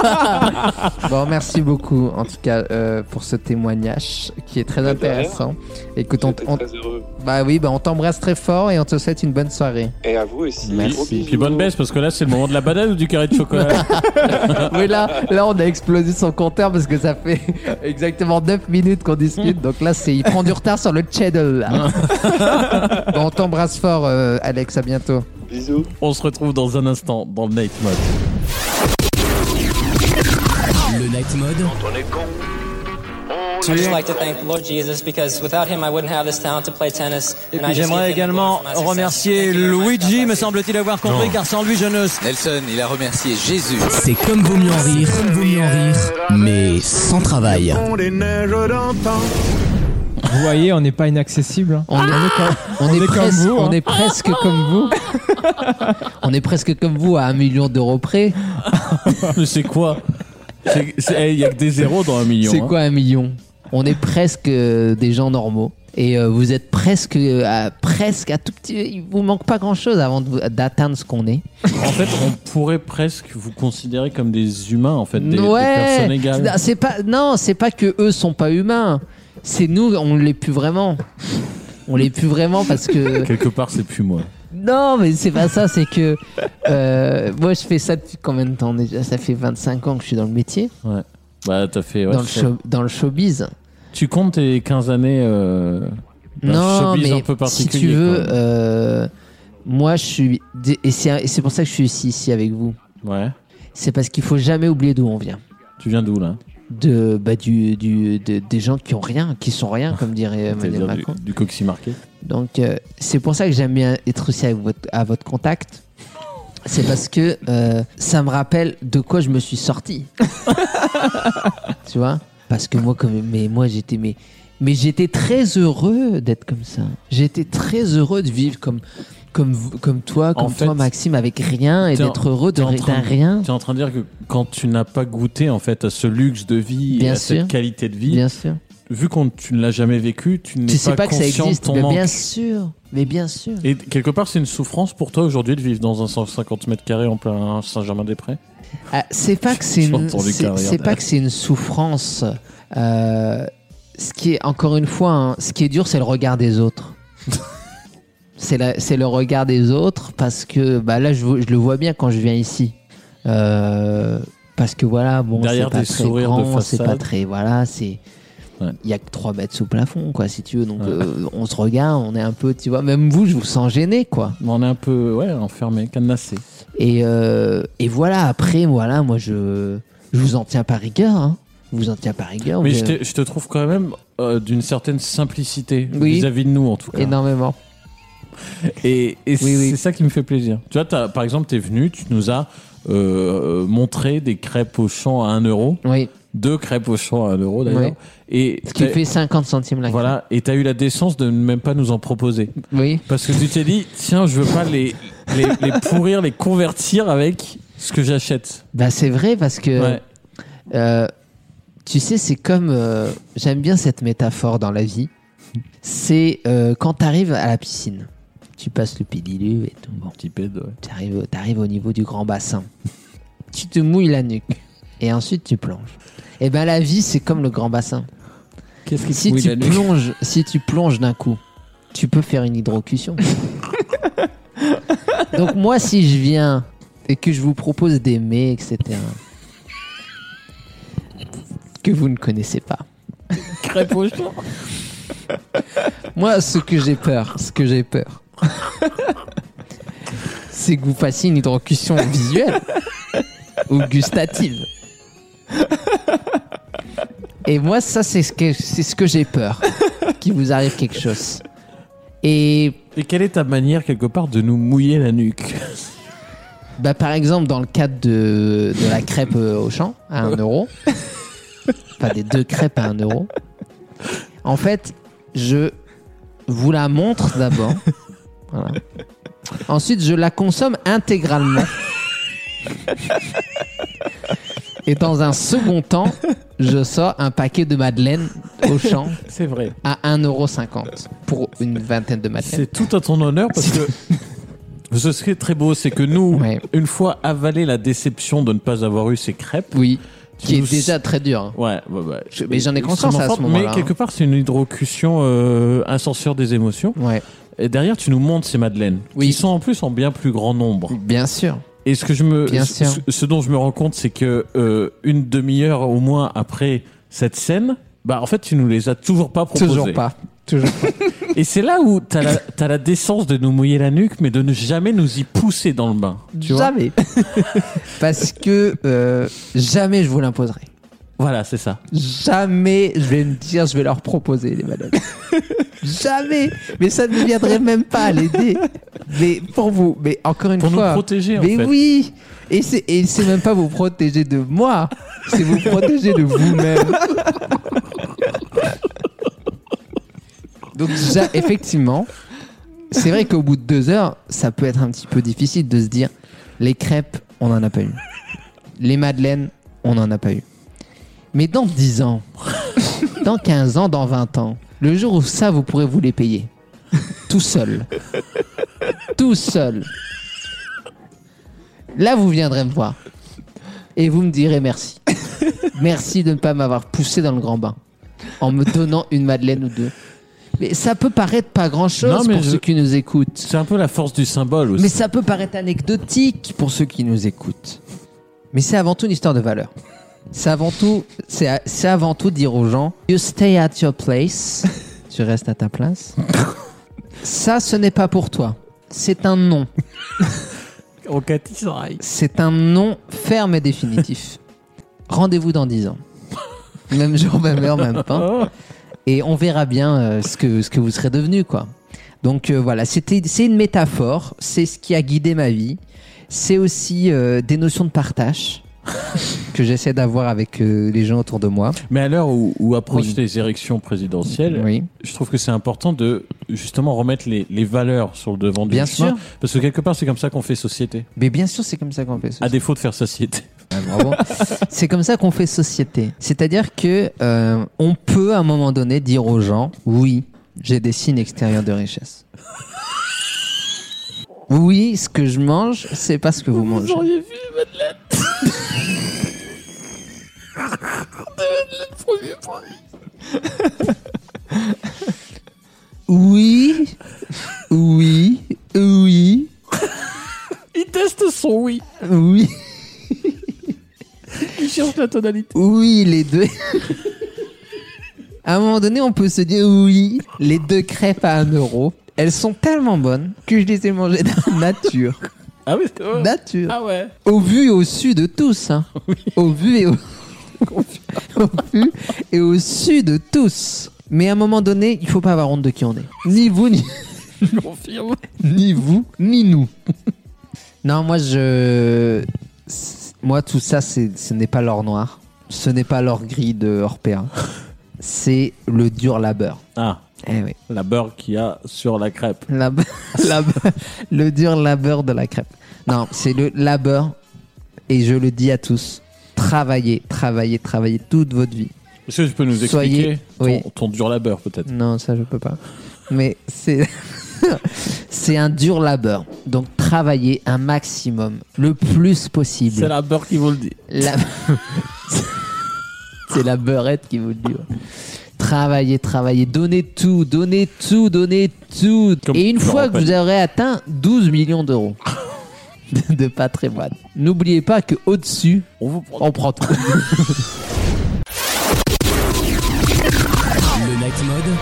Speaker 1: Bon, merci beaucoup, en tout cas, euh, pour ce témoignage qui est très
Speaker 2: De rien.
Speaker 1: intéressant. Écoute, on,
Speaker 2: J'étais
Speaker 1: on-
Speaker 2: très heureux.
Speaker 1: bah oui, bah on t'embrasse très fort et on te souhaite une bonne soirée.
Speaker 2: Et à vous aussi. Gros
Speaker 3: Merci.
Speaker 2: bisous.
Speaker 3: Puis bonne baisse parce que là c'est le moment de la banane ou du carré de chocolat.
Speaker 1: oui, là, là, on a explosé son compteur parce que ça fait exactement 9 minutes qu'on discute. Donc là, c'est, il prend du retard sur le channel. là. bon, on t'embrasse fort, euh, Alex. À bientôt.
Speaker 2: Bisous.
Speaker 3: On se retrouve dans un instant dans le night mode.
Speaker 13: Le night mode.
Speaker 17: Quand on est con, on
Speaker 5: to just like to thank Lord Jesus because without him I wouldn't have this talent to play tennis.
Speaker 23: Et puis j'aimerais également remercier Luigi, me semble-t-il avoir compris,
Speaker 24: Non.
Speaker 23: car sans lui je ne.
Speaker 24: Nelson, il a remercié Jésus.
Speaker 13: C'est comme vaut mieux en rire, vaut mieux en rire, mais sans travail.
Speaker 4: Vous voyez, on n'est pas inaccessible. hein.
Speaker 1: On est, on est
Speaker 4: est comme
Speaker 1: presque,
Speaker 4: vous, hein.
Speaker 1: on est presque comme vous. on est presque comme vous à un million d'euros près.
Speaker 3: Mais c'est quoi C'est- c'est- eh, Il y a que des zéros dans un million.
Speaker 1: C'est
Speaker 3: hein.
Speaker 1: quoi un million On est presque euh, des gens normaux. Et euh, vous êtes presque, euh, à, presque à tout petit. Il vous manque pas grand chose avant de vous- d'atteindre ce qu'on est.
Speaker 3: En fait, on pourrait presque vous considérer comme des humains, en fait, des, des personnes égales.
Speaker 1: C'est- C'est pas, non, c'est pas que eux sont pas humains. C'est nous, on l'est plus vraiment. On l'est plus vraiment parce que.
Speaker 3: Quelque part, c'est plus moi.
Speaker 1: Non, mais c'est pas ça, c'est que. euh, moi, je fais ça depuis combien de temps déjà Ça fait 25 ans que je suis dans le métier,
Speaker 3: Ouais. Bah, t'as fait. ouais,
Speaker 1: dans, le
Speaker 3: c'est-
Speaker 1: show- dans le showbiz.
Speaker 3: Tu comptes tes 15 années euh, d'un
Speaker 1: Non,
Speaker 3: showbiz
Speaker 1: mais
Speaker 3: un peu
Speaker 1: si
Speaker 3: particulier.
Speaker 1: tu veux,
Speaker 3: quoi.
Speaker 1: euh, moi je suis. dé- Et c'est et c'est pour ça que je suis ici, ici avec vous.
Speaker 3: Ouais.
Speaker 1: C'est parce qu'il faut jamais oublier d'où on vient.
Speaker 3: Tu viens d'où
Speaker 1: Euh,
Speaker 3: là
Speaker 1: De, bah, du, du, de- des gens qui ont rien, qui sont
Speaker 3: Ah,
Speaker 1: rien, comme dirait Emmanuel
Speaker 3: C'est-à-dire
Speaker 1: Macron.
Speaker 3: du, du coxy marqué.
Speaker 1: Donc euh, c'est pour ça que j'aime bien être aussi à votre, à votre contact. C'est parce que euh, ça me rappelle de quoi je me suis sorti. tu vois Parce que moi, comme, mais moi j'étais mais, mais j'étais très heureux d'être comme ça. J'étais très heureux de vivre comme comme vous- comme toi,
Speaker 3: En
Speaker 1: comme
Speaker 3: fait,
Speaker 1: toi Maxime, avec rien et
Speaker 3: T'es en-
Speaker 1: d'être heureux de
Speaker 3: t'es en
Speaker 1: ri-
Speaker 3: train
Speaker 1: d'un
Speaker 3: de-
Speaker 1: rien.
Speaker 3: T'es en train de dire que quand tu n'as pas goûté en fait à ce luxe de vie, et
Speaker 1: Bien
Speaker 3: à
Speaker 1: sûr.
Speaker 3: cette qualité de vie,
Speaker 1: Bien sûr.
Speaker 3: vu qu'on tu ne l'as jamais vécu, tu n'es
Speaker 1: Tu sais pas que ça
Speaker 3: conscient de
Speaker 1: existe,
Speaker 3: ton
Speaker 1: mais
Speaker 3: manque.
Speaker 1: bien sûr, mais bien sûr.
Speaker 3: Et quelque part, c'est une souffrance pour toi aujourd'hui de vivre dans un 150 mètres carrés en plein Saint-Germain-des-Prés.
Speaker 1: Ah, c'est pas que c'est
Speaker 3: J'ai
Speaker 1: une,
Speaker 3: entendu
Speaker 1: c'est-
Speaker 3: carrière.
Speaker 1: c'est pas que c'est une souffrance. Euh, ce qui est encore une fois, hein, ce qui est dur, c'est le regard des autres. c'est la- c'est le regard des autres parce que bah là, je, vo- je le vois bien quand je viens ici. Euh, parce que voilà, bon, c'est
Speaker 3: Derrière
Speaker 1: pas
Speaker 3: des
Speaker 1: très
Speaker 3: sourires de
Speaker 1: grand, c'est pas
Speaker 3: façade.
Speaker 1: très voilà, c'est il y a que 3 mètres sous plafond quoi si tu veux donc euh, on se regarde on est un peu tu vois même vous je vous sens gêné quoi
Speaker 3: on est un peu ouais enfermé cadenassé
Speaker 1: et, euh, et voilà après voilà moi je je vous en tiens par rigueur hein. je vous en tiens par rigueur
Speaker 3: Mais
Speaker 1: vous-
Speaker 3: je te, je te trouve quand même euh, d'une certaine simplicité
Speaker 1: Oui.
Speaker 3: vis-à-vis de nous en tout cas.
Speaker 1: énormément
Speaker 3: Et, et c'est ça qui me fait plaisir. Tu vois, t'as- par exemple, tu es venu, tu nous as euh, euh, montré des crêpes au champ à 1 euro.
Speaker 1: Oui.
Speaker 3: Deux crêpes au champ à 1 euro d'ailleurs.
Speaker 1: Oui.
Speaker 3: Et
Speaker 1: ce qui
Speaker 3: t'as-
Speaker 1: fait 50 centimes la
Speaker 3: Voilà, et t'as eu la décence de ne même pas nous en proposer.
Speaker 1: Oui.
Speaker 3: Parce que tu t'es dit, tiens, je veux pas les, les, les pourrir, les convertir avec ce que j'achète.
Speaker 1: Bah c'est vrai parce que
Speaker 3: Ouais.
Speaker 1: euh, tu sais c'est comme euh, j'aime bien cette métaphore dans la vie. C'est euh, quand t'arrives à la piscine, tu passes le pédilu et tout. Bon,
Speaker 3: petit péd,
Speaker 1: T'arrives, au- t'arrives au niveau du grand bassin. tu te mouilles la nuque et ensuite tu plonges. Et ben la vie c'est comme le grand bassin.
Speaker 3: Qu'est-ce qui te
Speaker 1: si
Speaker 3: mouille
Speaker 1: tu
Speaker 3: la nuque
Speaker 1: plonges, si tu plonges d'un coup, tu peux faire une hydrocution. Donc moi, si je viens et que je vous propose des mets, etc., que vous ne connaissez pas.
Speaker 3: Crêpes au champ
Speaker 1: Moi, ce que j'ai peur, ce que j'ai peur, c'est que vous fassiez une hydrocution visuelle ou gustative. Et moi, ça, c'est ce que, c'est ce que j'ai peur, qu'il vous arrive quelque chose. Et...
Speaker 3: Et quelle est ta manière, quelque part, de nous mouiller la nuque
Speaker 1: Bah, par exemple, dans le cadre de, de la crêpe euh, au champ, à 1 euro, enfin des deux crêpes à 1 euro, en fait, je vous la montre d'abord. Voilà. Ensuite, je la consomme intégralement. Et dans un second temps, je sors un paquet de madeleines au champ.
Speaker 3: C'est vrai.
Speaker 1: À 1,50€ pour une vingtaine de madeleines.
Speaker 3: C'est tout à ton honneur parce que ce serait très beau, c'est que nous, une fois avalé la déception de ne pas avoir eu ces crêpes,
Speaker 1: oui,
Speaker 3: tu
Speaker 1: qui
Speaker 3: nous-
Speaker 1: est déjà très dur. hein.
Speaker 3: Ouais, bah, ouais, ouais.
Speaker 1: Je- mais j'en ai
Speaker 3: Extrêmement
Speaker 1: conscience à ce
Speaker 3: forte,
Speaker 1: moment-là, hein.
Speaker 3: Mais quelque part, c'est une hydrocution, euh, un censeur des émotions.
Speaker 1: Ouais.
Speaker 3: Et derrière, tu nous montres ces madeleines, qui sont en plus en bien plus grand nombre.
Speaker 1: Bien sûr.
Speaker 3: Et ce que je me,
Speaker 1: Bien
Speaker 3: ce,
Speaker 1: sûr.
Speaker 3: ce dont je me rends compte, c'est que euh, une demi-heure au moins après cette scène, bah en fait, tu nous les as toujours pas proposées.
Speaker 1: Toujours pas. Toujours pas.
Speaker 3: Et c'est là où t'as la, t'as la décence de nous mouiller la nuque, mais de ne jamais nous y pousser dans le bain. Tu vois
Speaker 1: jamais. Parce que euh, jamais je vous l'imposerai.
Speaker 3: Voilà, c'est ça.
Speaker 1: Jamais je vais me dire, je vais leur proposer les bananes. Jamais. Mais ça ne viendrait même pas à l'aider. Mais pour vous, mais encore une
Speaker 3: Pour nous
Speaker 1: fois.
Speaker 3: protéger, en
Speaker 1: Mais
Speaker 3: fait.
Speaker 1: oui. Et c'est et c'est même pas vous protéger de moi, c'est vous protéger de vous-même. Donc ja- effectivement, c'est vrai qu'au bout de deux heures, ça peut être un petit peu difficile de se dire les crêpes, on n'en a pas eu. Les madeleines, on n'en a pas eu. Mais dans 10 ans, dans 15 ans, dans 20 ans, le jour où ça, vous pourrez vous les payer. Tout seul. Tout seul. Là, vous viendrez me voir. Et vous me direz merci. Merci de ne pas m'avoir poussé dans le grand bain. En me donnant une madeleine ou deux. Mais ça peut paraître pas grand chose pour ceux qui nous écoutent.
Speaker 3: C'est un peu la force du symbole aussi.
Speaker 1: mais ça peut paraître anecdotique pour ceux qui nous écoutent. Mais c'est avant tout une histoire de valeur. C'est avant tout, c'est c'est avant tout dire aux gens You stay at your place. tu restes à ta place. Ça, ce n'est pas pour toi. C'est un nom. C'est un nom ferme et définitif. Rendez-vous dans 10 ans. Même jour, même heure, même pas. Et on verra bien euh, ce, que, ce que vous serez devenu, quoi. Donc euh, voilà, c'était, c'est une métaphore. C'est ce qui a guidé ma vie. C'est aussi euh, des notions de partage que j'essaie d'avoir avec euh, les gens autour de moi.
Speaker 3: Mais à l'heure où, où approchent
Speaker 1: Oui.
Speaker 3: les élections présidentielles, je trouve que c'est important de justement remettre les, les valeurs sur le devant du
Speaker 1: Bien
Speaker 3: chemin.
Speaker 1: sûr.
Speaker 3: Parce que quelque part, c'est comme ça qu'on fait société.
Speaker 1: Mais bien sûr, c'est comme ça qu'on fait
Speaker 3: À défaut de faire société.
Speaker 1: bravo. c'est comme ça qu'on fait société. C'est-à-dire que euh, on peut à un moment donné dire aux gens oui, j'ai des signes extérieurs de richesse. Oui, ce que je mange, c'est pas ce que vous mangez.
Speaker 21: auriez vu les madeleines le premier point.
Speaker 1: Oui, oui, oui,
Speaker 3: Il teste son oui.
Speaker 1: oui,
Speaker 3: Il cherche la tonalité.
Speaker 1: oui, les deux. À un moment donné, on peut se dire oui, les deux crêpes à un euro, elles sont tellement bonnes que je les ai mangées dans la nature.
Speaker 3: Ah oui,
Speaker 1: Nature.
Speaker 3: Ah ouais.
Speaker 1: Au vu et au su de tous. hein. Au vu et au... au vu et au su de tous. Mais à un moment donné, il faut pas avoir honte de qui on est. Ni vous, ni,
Speaker 3: Confirme.
Speaker 1: ni vous, ni nous. Non, moi, je... Moi, tout ça, c'est- ce n'est pas l'or noir. Ce n'est pas l'or gris de Orpea. C'est le dur labeur.
Speaker 3: Ah.
Speaker 1: Eh oui.
Speaker 3: La beurre qu'il y a sur la crêpe.
Speaker 1: La- la- le dur labeur de la crêpe. Non, c'est le labeur, et je le dis à tous, travaillez, travaillez, travaillez toute votre vie.
Speaker 3: Est-ce que tu peux nous
Speaker 1: Soyez-
Speaker 3: expliquer ton,
Speaker 1: oui.
Speaker 3: ton dur labeur peut-être
Speaker 1: Non, ça je peux pas. Mais c'est c'est un dur labeur. Donc travaillez un maximum, le plus possible.
Speaker 3: C'est la beurre qui vous le dit.
Speaker 1: La- C'est la beurrette qui vous le dit. ouais. Travaillez, travaillez, donnez tout, donnez tout, donnez tout. Et une
Speaker 3: Florent
Speaker 1: fois que vous
Speaker 3: Pagny.
Speaker 1: aurez atteint 12 millions d'euros de- de patrimoine, n'oubliez pas que au-dessus,
Speaker 3: on,
Speaker 1: prend tout.
Speaker 13: Le Night Mode.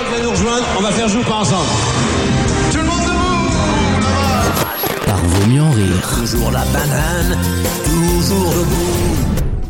Speaker 23: Il va nous rejoindre, on va faire jouer pas ensemble. Tout le monde
Speaker 13: Par vaut mieux en rire.
Speaker 23: Toujours la banane, toujours debout.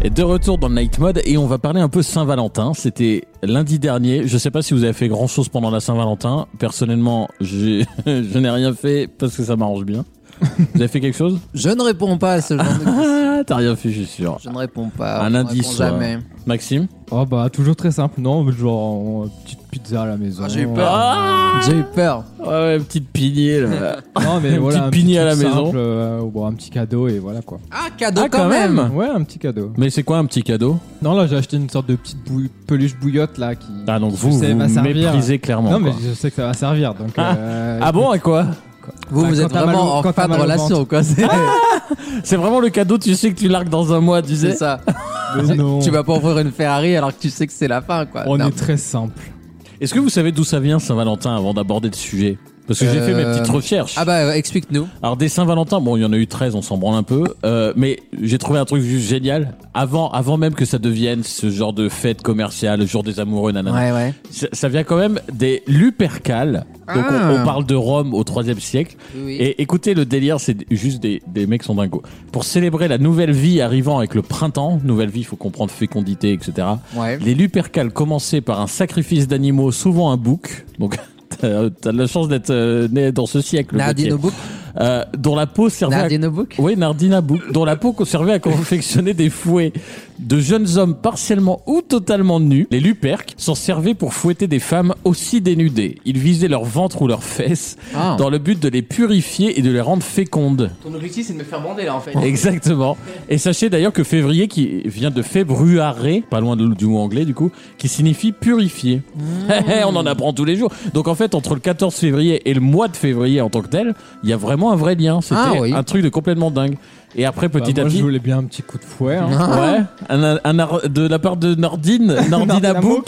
Speaker 3: Et de retour dans le Night Mode et on va parler un peu Saint-Valentin. C'était lundi dernier. Je sais pas si vous avez fait grand chose pendant la Saint-Valentin. Personnellement, j'ai- je n'ai rien fait parce que ça m'arrange bien. Vous avez fait quelque chose
Speaker 1: Je ne réponds pas à ce genre de
Speaker 3: Ah, t'as rien fait, je suis sûr.
Speaker 1: Je ne réponds pas.
Speaker 3: Un
Speaker 1: on
Speaker 3: indice.
Speaker 1: répond
Speaker 3: euh,
Speaker 1: Jamais.
Speaker 3: Maxime
Speaker 4: Oh bah toujours très simple, non Genre euh, petite pizza à la maison.
Speaker 3: Ah, j'ai eu peur.
Speaker 1: J'ai eu peur.
Speaker 3: Ouais, ouais, petite pignée là.
Speaker 4: Non mais
Speaker 3: Une
Speaker 4: voilà,
Speaker 3: petite
Speaker 4: un
Speaker 3: pignée
Speaker 4: petit
Speaker 3: à la
Speaker 4: truc
Speaker 3: maison.
Speaker 4: simple, euh, bon, un petit cadeau et voilà quoi.
Speaker 1: Ah, cadeau
Speaker 3: Ah,
Speaker 1: quand,
Speaker 3: quand
Speaker 1: même.
Speaker 3: même.
Speaker 4: Ouais, un petit cadeau.
Speaker 3: Mais c'est quoi un petit cadeau
Speaker 4: Non là j'ai acheté une sorte de petite bouille- peluche bouillotte là qui.
Speaker 3: Ah donc
Speaker 4: qui,
Speaker 3: vous,
Speaker 4: je sais,
Speaker 3: vous
Speaker 4: va servir.
Speaker 3: méprisez clairement.
Speaker 4: Non mais
Speaker 3: quoi.
Speaker 4: je sais que ça va servir donc.
Speaker 3: Ah.
Speaker 4: euh,
Speaker 3: Ah bon, et quoi
Speaker 1: Vous,
Speaker 4: Bah,
Speaker 1: vous
Speaker 4: quand
Speaker 1: êtes
Speaker 4: t'as mal au-
Speaker 1: vraiment en
Speaker 4: quand t'as
Speaker 1: fin de
Speaker 4: mal au
Speaker 1: relation,
Speaker 4: ventre. Ah,
Speaker 1: quoi. C'est
Speaker 3: C'est vraiment le cadeau, tu sais que tu largues dans un mois, tu sais
Speaker 1: c'est ça.
Speaker 4: Mais non.
Speaker 1: Tu vas pas ouvrir une Ferrari alors que tu sais que c'est la fin, quoi.
Speaker 4: On
Speaker 1: Non.
Speaker 4: est très simple.
Speaker 3: Est-ce que vous savez d'où ça vient Saint-Valentin avant d'aborder le sujet Parce que j'ai fait mes petites recherches.
Speaker 1: Ah bah, explique-nous.
Speaker 3: Alors, des Saint-Valentin, bon, il y en a eu 13, on s'en branle un peu. Euh, mais j'ai trouvé un truc juste génial. Avant, avant même que ça devienne ce genre de fête commerciale, le jour des amoureux, nanana.
Speaker 1: Ouais, ouais.
Speaker 3: Ça, ça vient quand même des Lupercales. Donc, on-
Speaker 1: Ah.
Speaker 3: on, parle de Rome au 3 siècle.
Speaker 1: Oui.
Speaker 3: Et écoutez, le délire, c'est juste des, des mecs sont dingos. Pour célébrer la nouvelle vie arrivant avec le printemps, nouvelle vie, il faut comprendre fécondité, etc.
Speaker 1: Ouais.
Speaker 3: Les Lupercales commençaient par un sacrifice d'animaux, souvent un bouc. Donc, t'as t'as de la chance d'être euh, né dans ce siècle.
Speaker 1: Nardino
Speaker 3: Gauthier. Euh, dont la peau servait
Speaker 1: Nardino
Speaker 3: à... Oui, Nardina Bouc, dont la peau servait à confectionner des fouets de jeunes hommes partiellement ou totalement nus. Les luperques s'en servaient pour fouetter des femmes aussi dénudées. Ils visaient leur ventre ou leurs fesses
Speaker 1: Ah.
Speaker 3: dans le but de les purifier et de les rendre fécondes.
Speaker 22: Ton objectif, c'est de me faire bander là en fait.
Speaker 3: Exactement. Et sachez d'ailleurs que février qui vient de februare, pas loin de- du mot anglais du coup, qui signifie purifier.
Speaker 4: Hmm.
Speaker 3: Hé, hé, on en apprend tous les jours. Donc en fait, entre le 14 février et le mois de février en tant que tel, il y a vraiment un vrai lien. C'était
Speaker 4: Ah oui.
Speaker 3: un truc de complètement dingue. Et après, petit
Speaker 4: Bah,
Speaker 3: à
Speaker 4: moi,
Speaker 3: petit.
Speaker 4: je voulais bien un petit coup de fouet. hein.
Speaker 3: Ouais, un, un ar- de la part de Nordine, Nordina Book.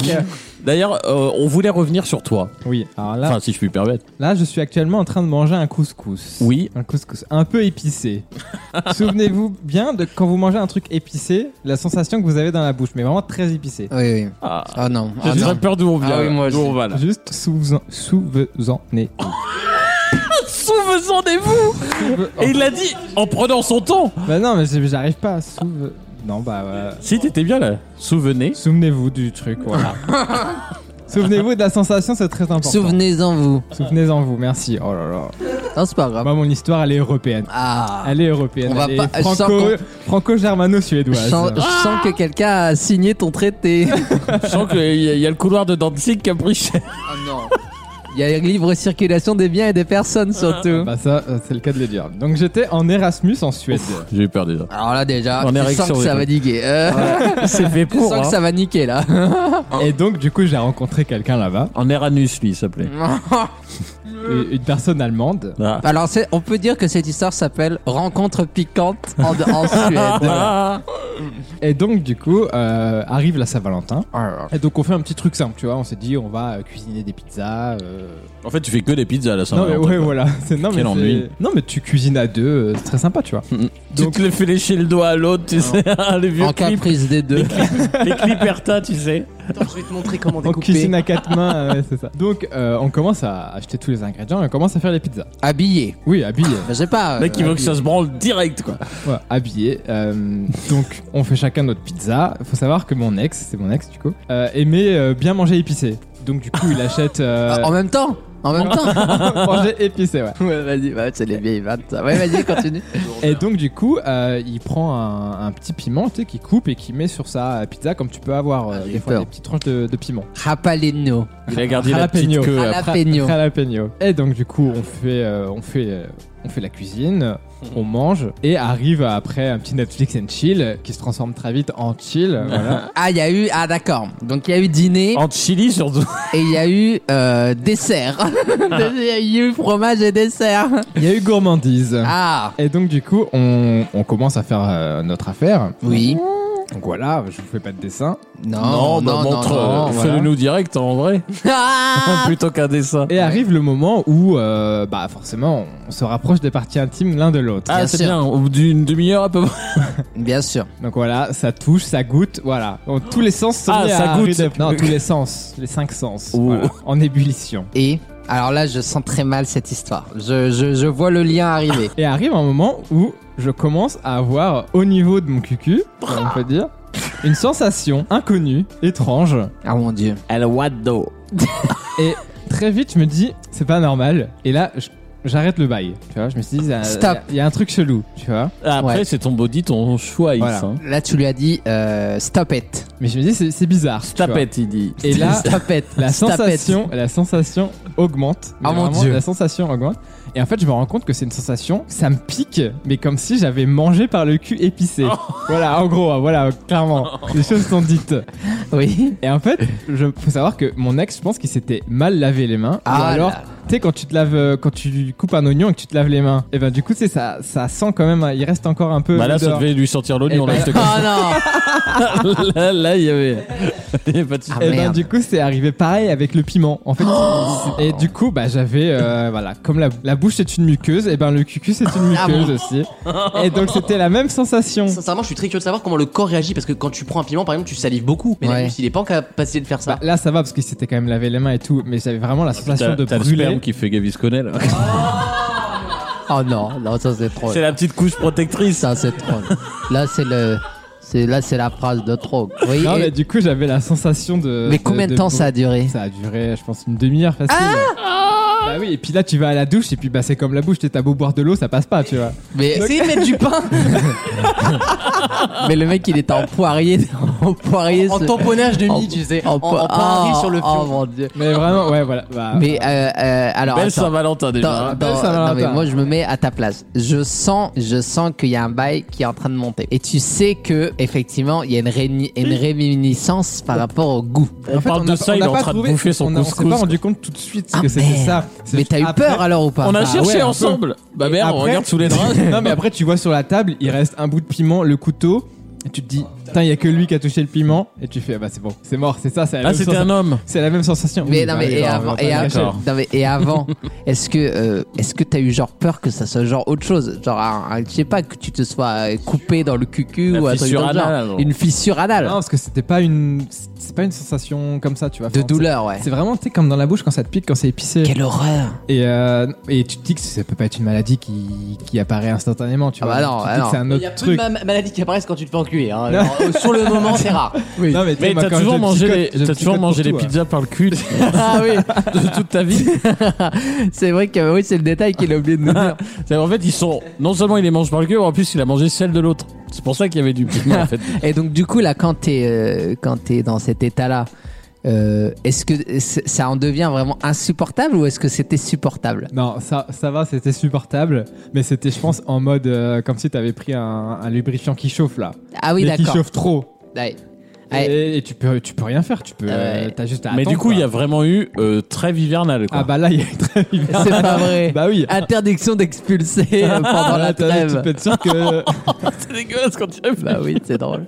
Speaker 3: D'ailleurs, euh, on voulait revenir sur toi.
Speaker 4: Oui, alors là-
Speaker 3: Enfin, si je puis me permettre.
Speaker 4: Là, je suis actuellement en train de manger un couscous.
Speaker 3: Oui.
Speaker 4: Un couscous un peu épicé. Souvenez-vous bien de quand vous mangez un truc épicé, la sensation que vous avez dans la bouche, mais vraiment très épicé.
Speaker 1: Oui, oui.
Speaker 3: Ah,
Speaker 1: non.
Speaker 4: J'ai
Speaker 1: Ah
Speaker 4: très
Speaker 1: non.
Speaker 4: peur d'où on vient,
Speaker 1: Ah oui, moi
Speaker 4: d'où
Speaker 1: aussi.
Speaker 4: on va, là. Juste souvenez- souvenez
Speaker 3: Souvenez-vous Et il l'a dit en prenant son temps
Speaker 4: Bah non, mais c'est- j'arrive pas. Souve... Non, bah voilà.
Speaker 3: Si, t'étais bien là. Souvenez.
Speaker 4: Souvenez-vous du truc, voilà. Souvenez-vous de la sensation, c'est très important.
Speaker 1: Souvenez-en vous.
Speaker 4: Souvenez-en vous, merci. Oh là là.
Speaker 1: Non, c'est pas grave.
Speaker 4: Moi, mon histoire, elle est européenne.
Speaker 1: Ah.
Speaker 4: Elle est européenne.
Speaker 1: On va
Speaker 4: elle
Speaker 1: pas-
Speaker 4: est
Speaker 1: je sens
Speaker 4: franco-
Speaker 1: qu'on- Je
Speaker 4: franco-germano-suédoise.
Speaker 1: sens, je sens que quelqu'un a signé ton traité.
Speaker 3: Je sens qu'il y, a- il y a le couloir de Danzig qui a pris cher.
Speaker 1: Ah, non. Il y a une libre circulation des biens et des personnes surtout.
Speaker 4: Bah ça, euh, c'est le cas de le dire. Donc j'étais en Erasmus en Suède.
Speaker 3: J'ai eu peur déjà.
Speaker 1: Alors là déjà,
Speaker 4: En
Speaker 1: je
Speaker 4: érection,
Speaker 1: sens que
Speaker 4: oui.
Speaker 1: ça va diguer. Euh,
Speaker 3: C'est fait
Speaker 1: Je
Speaker 3: pour,
Speaker 1: sens que
Speaker 3: hein.
Speaker 1: ça va niquer là. Ah.
Speaker 4: Et donc du coup j'ai rencontré quelqu'un là-bas.
Speaker 3: En Eranus lui il s'appelait. Ah.
Speaker 4: une une personne allemande.
Speaker 1: Alors c'est- on peut dire que cette histoire s'appelle Rencontre piquante en, en
Speaker 4: Ah.
Speaker 3: Ah.
Speaker 1: Suède.
Speaker 4: Et donc du coup euh, arrive la Saint-Valentin. Et donc on fait un petit truc simple, tu vois. On s'est dit on va euh, cuisiner des pizzas. euh,
Speaker 3: En fait, tu fais que des pizzas à la
Speaker 4: Non mais
Speaker 3: Saint-Valentin.
Speaker 4: ouais
Speaker 3: quoi.
Speaker 4: voilà. C'est- Non, mais
Speaker 3: Quel
Speaker 4: c'est-
Speaker 3: ennui.
Speaker 4: Non mais tu cuisines à deux, euh, c'est très sympa, tu vois.
Speaker 3: Tu te les fais lécher le doigt à l'autre, tu sais. les vieux
Speaker 4: En
Speaker 3: clips.
Speaker 1: caprice des deux.
Speaker 3: Les clips, les clips Erta, tu sais.
Speaker 22: Attends, je vais te montrer comment
Speaker 4: On
Speaker 22: découper.
Speaker 4: cuisine à quatre mains, euh, ouais, c'est ça. Donc euh, on commence à acheter tous les ingrédients et on commence à faire les pizzas.
Speaker 1: Habillé.
Speaker 4: Oui, habillé.
Speaker 1: Je sais pas.
Speaker 4: Mec, il veut que ça se
Speaker 3: branle direct, quoi.
Speaker 4: Ouais, habillé. euh, donc, on fait chacun notre pizza. Faut savoir que mon ex, c'est mon ex du coup, euh, aimait euh, bien manger épicé. Donc, du coup, il achète. euh,
Speaker 1: Ah,
Speaker 3: Ah,
Speaker 1: En même temps En même temps
Speaker 4: manger épicé, ouais.
Speaker 1: Ouais, vas-y, bah, c'est les vieilles vannes. ça. Ouais, vas-y, continue.
Speaker 4: Et donc, du coup, euh, il prend un, un petit piment, tu sais, qu'il coupe et qu'il met sur sa pizza, comme tu peux avoir
Speaker 3: Ah,
Speaker 4: euh, des, fois,
Speaker 1: peur.
Speaker 4: des petites tranches de, de piment.
Speaker 1: Rapaleno.
Speaker 3: Il a gardé la petite
Speaker 4: Jalapeno.
Speaker 3: queue. après.
Speaker 1: Jalapeno.
Speaker 4: Jalapeno. Et donc du coup, on fait, euh, on fait, euh, on fait la cuisine,
Speaker 3: Mhm.
Speaker 4: on mange et arrive après un petit Netflix and chill qui se transforme très vite en chill. voilà.
Speaker 1: Ah, il y a eu. Ah, d'accord. Donc, il y a eu dîner.
Speaker 3: euh, En chili, surtout.
Speaker 1: Et il y a eu euh, dessert. Il y a eu fromage et dessert.
Speaker 4: Il y a eu gourmandise.
Speaker 1: Ah.
Speaker 4: Et donc du coup, on, on commence à faire euh, notre affaire.
Speaker 1: Oui.
Speaker 4: Donc voilà, je vous fais pas de dessin.
Speaker 3: Non, bah, montre. euh, Fais-le nous direct en vrai.
Speaker 1: Ah.
Speaker 3: Plutôt qu'un dessin.
Speaker 4: Et arrive le moment où, euh, bah forcément, on se rapproche des parties intimes l'un de l'autre.
Speaker 3: Ah, c'est bien. Au bout d'une demi-heure à peu près.
Speaker 1: Bien sûr.
Speaker 4: Donc voilà, ça touche, ça goûte, voilà. Donc, tous les sens sont
Speaker 3: Ah,
Speaker 4: mis
Speaker 3: ça
Speaker 4: à
Speaker 3: goûte.
Speaker 4: rude épreuve. Non, tous les sens, les cinq sens. voilà, en ébullition.
Speaker 1: Et alors là, je sens très mal cette histoire. Je, je, je vois le lien arriver.
Speaker 4: Et arrive un moment où je commence à avoir au niveau de mon cucu, on peut dire, une sensation inconnue, étrange.
Speaker 1: Ah mon dieu.
Speaker 3: Elle waddo.
Speaker 4: Et très vite, je me dis, c'est pas normal. Et là, je- j'arrête le bail. Tu vois, je me suis dit, il y a-
Speaker 1: Stop.
Speaker 4: il y, a un truc chelou, tu vois.
Speaker 3: Après,
Speaker 4: Ouais.
Speaker 3: c'est ton body, ton choix,
Speaker 4: Voilà.
Speaker 3: Yves, hein.
Speaker 1: Là, tu lui as dit euh, stop it.
Speaker 4: Mais je me dis, c'est- c'est bizarre. tu vois.
Speaker 3: Tapette, il dit.
Speaker 4: Et là,
Speaker 1: Stop it.
Speaker 4: la
Speaker 1: Stop it.
Speaker 4: sensation, la sensation augmente.
Speaker 1: Ah,
Speaker 4: Mais
Speaker 1: mon
Speaker 4: vraiment,
Speaker 1: Dieu.
Speaker 4: La sensation augmente. Et en fait, je me rends compte que c'est une sensation, ça me pique, mais comme si j'avais mangé par le cul épicé.
Speaker 1: Oh.
Speaker 4: Voilà, en gros, hein, voilà, clairement, les choses sont dites.
Speaker 1: Oui.
Speaker 4: Et en fait, je faut savoir que mon ex, je pense qu'il s'était mal lavé les mains.
Speaker 1: Ah
Speaker 4: ou alors,
Speaker 1: là.
Speaker 4: tu sais, quand tu te laves, euh, quand tu tu coupes un oignon et que tu te laves les mains. Et ben du coup, c'est ça, ça sent quand même. hein, Il reste encore un peu.
Speaker 3: Bah là, ça
Speaker 4: d'odeur.
Speaker 3: devait lui sortir l'oignon. là,
Speaker 4: Eh ben- Ah,
Speaker 3: je te confirme.
Speaker 1: Oh
Speaker 3: là, là, il y avait. Il y avait pas de souci.
Speaker 1: Ah,
Speaker 4: et ben, du coup, c'est arrivé pareil avec le piment. En fait,
Speaker 1: Oh
Speaker 4: et du coup, bah, j'avais, euh, voilà, comme la, la bouche est une muqueuse, et ben le cucu c'est une
Speaker 22: Ah
Speaker 4: muqueuse
Speaker 22: bon
Speaker 4: aussi. Et donc, c'était la même sensation.
Speaker 22: Sincèrement, je suis très curieux de savoir comment le corps réagit parce que quand tu prends un piment, par exemple, tu salives beaucoup. Mais
Speaker 4: Ouais.
Speaker 22: Nagus, il est pas en capacité de faire ça.
Speaker 4: Bah, là, ça va parce qu'il s'était quand même lavé les mains et tout, mais j'avais vraiment la sensation
Speaker 3: Ah, T'as-
Speaker 4: de
Speaker 3: t'as le
Speaker 4: brûler. Ah,
Speaker 3: sperme qui fait Gavisconnel.
Speaker 1: Oh non, non, ça c'est trop.
Speaker 3: C'est la petite couche protectrice.
Speaker 1: Ça c'est trop. Là c'est le, c'est là c'est la phrase de trop. Oui.
Speaker 4: non,
Speaker 1: et-
Speaker 4: mais du coup, j'avais la sensation de.
Speaker 1: Mais combien de temps ça a
Speaker 4: duré Ça a duré, je pense, une demi-heure facile.
Speaker 1: Ah
Speaker 4: bah oui, et puis là, tu vas à la douche, et puis bah, c'est comme la bouche, t'es- t'as beau boire de l'eau, ça passe pas, tu vois.
Speaker 1: Mais
Speaker 4: Donc-
Speaker 22: Essayez de mettre du pain
Speaker 1: Mais le mec, il était en poirier, en poirier,
Speaker 22: En
Speaker 1: ce-
Speaker 22: tamponnage de mie,
Speaker 1: en-
Speaker 22: tu sais. En,
Speaker 1: en
Speaker 22: en,
Speaker 1: po-
Speaker 22: pain riz
Speaker 1: oh,
Speaker 22: sur le
Speaker 1: oh
Speaker 22: fion.
Speaker 1: mon dieu.
Speaker 4: Mais vraiment, ouais, voilà. bah,
Speaker 1: Mais euh, euh,
Speaker 4: Ah,
Speaker 1: alors.
Speaker 3: Belle
Speaker 1: attends.
Speaker 3: Saint-Valentin, déjà,
Speaker 1: Dans-
Speaker 3: hein.
Speaker 1: dans-
Speaker 3: Belle
Speaker 1: non, mais
Speaker 3: Saint-Valentin.
Speaker 1: moi je me mets à ta place. Je sens, je sens qu'il y a un bail qui est en train de monter. Et tu sais que effectivement, il y a une, rémi- une réminiscence par rapport au goût.
Speaker 3: On
Speaker 4: En fait,
Speaker 3: parle
Speaker 4: n'a
Speaker 3: de
Speaker 4: pas-
Speaker 3: ça,
Speaker 4: on
Speaker 3: il est
Speaker 4: n'a
Speaker 3: en
Speaker 4: pas
Speaker 3: train de
Speaker 4: trouvé-
Speaker 3: bouffer son
Speaker 4: on a- On s'est pas
Speaker 3: couscous.
Speaker 4: rendu compte tout de suite
Speaker 1: Ah,
Speaker 4: que c'était
Speaker 1: merde.
Speaker 4: ça. C'est
Speaker 1: Mais
Speaker 4: juste
Speaker 1: t'as eu
Speaker 4: après-
Speaker 1: peur alors ou pas
Speaker 3: On a
Speaker 1: Bah,
Speaker 3: cherché
Speaker 4: ouais, un peu.
Speaker 3: ensemble. Bah merde, on
Speaker 4: Après-
Speaker 3: regarde sous les draps.
Speaker 4: non, mais après, tu vois sur la table, il reste un bout de piment, le couteau. Et tu te dis, putain, il y a que lui qui a touché le piment. Et tu fais, ah bah c'est bon, c'est mort, c'est ça, c'est la
Speaker 3: Ah,
Speaker 4: même
Speaker 3: c'était
Speaker 4: sensation.
Speaker 3: un homme.
Speaker 4: C'est la même sensation.
Speaker 1: Mais
Speaker 4: Oui,
Speaker 1: non,
Speaker 4: bah,
Speaker 1: mais et
Speaker 4: d'accord, on
Speaker 1: avant,
Speaker 4: va
Speaker 1: et
Speaker 4: pas
Speaker 1: avant,
Speaker 4: dire.
Speaker 1: non, mais et avant, est-ce que, euh, est-ce que t'as eu genre peur que ça soit genre autre chose, genre un- un- je sais pas que tu te sois euh, coupé dans le cucu
Speaker 3: La
Speaker 1: ou un truc
Speaker 3: fissure
Speaker 1: dans le genre.
Speaker 3: anale, genre.
Speaker 1: une fissure anale.
Speaker 4: Non, parce que c'était pas une, c'est pas une sensation comme ça, tu vois.
Speaker 1: De
Speaker 4: Enfin,
Speaker 1: douleur,
Speaker 4: c'est-
Speaker 1: ouais.
Speaker 4: C'est vraiment, tu sais, comme dans la bouche quand ça te pique, quand c'est épicé.
Speaker 1: Quelle horreur.
Speaker 4: Et, euh, et tu te dis que ça peut pas être une maladie qui, qui apparaît instantanément, tu
Speaker 1: Ah
Speaker 4: vois.
Speaker 1: bah non,
Speaker 4: Tu te
Speaker 1: ah
Speaker 4: dis que
Speaker 1: non.
Speaker 4: c'est un
Speaker 22: Il y a
Speaker 4: autre
Speaker 22: peu de
Speaker 4: truc.
Speaker 22: ma- maladies qui apparaissent quand tu te fais enculer. Hein.
Speaker 4: Non.
Speaker 22: Alors, euh, sur le moment, c'est rare.
Speaker 4: Non, mais, tu sais,
Speaker 3: Mais
Speaker 4: moi,
Speaker 3: t'as
Speaker 4: quand
Speaker 3: toujours
Speaker 4: je
Speaker 3: mangé
Speaker 4: picote-
Speaker 3: les,
Speaker 4: je
Speaker 3: t'as toujours
Speaker 4: picote
Speaker 3: mangé
Speaker 4: pour
Speaker 3: les
Speaker 4: tout, hein.
Speaker 3: pizzas par le cul
Speaker 1: Ah oui,
Speaker 3: de toute ta vie.
Speaker 1: c'est vrai que oui, c'est le détail qu'il a oublié de nous dire.
Speaker 3: C'est- En fait, ils sont. Non seulement il les mange par le cul, mais en plus il a mangé celle de l'autre. C'est pour ça qu'il y avait du piment en fait.
Speaker 1: Et donc du coup là, quand t'es euh, quand t'es dans cet état-là, euh, est-ce que c- ça en devient vraiment insupportable ou est-ce que c'était supportable
Speaker 4: hein. Non, ça, ça va, c'était supportable, mais c'était, je pense, en mode euh, comme si t'avais pris un, un lubrifiant qui chauffe là.
Speaker 1: Ah oui,
Speaker 4: Mais Qui
Speaker 1: d'accord.
Speaker 4: chauffe trop.
Speaker 1: Ouais. Ouais. Ah
Speaker 4: Et, et tu peux, tu peux rien faire. Tu peux, euh, t'as juste à
Speaker 3: Mais du
Speaker 4: attendre,
Speaker 3: coup, il y a
Speaker 4: quoi.
Speaker 3: vraiment eu euh, trêve hivernale quoi.
Speaker 4: Ah bah là, il y a eu très
Speaker 1: C'est pas vrai.
Speaker 4: Bah oui.
Speaker 1: Interdiction d'expulser euh, pendant
Speaker 4: Ah,
Speaker 1: la
Speaker 4: là, t'as- Tu peux
Speaker 1: trêve.
Speaker 4: être sûr que,
Speaker 3: C'est dégueulasse quand tu
Speaker 1: Bah oui, c'est drôle.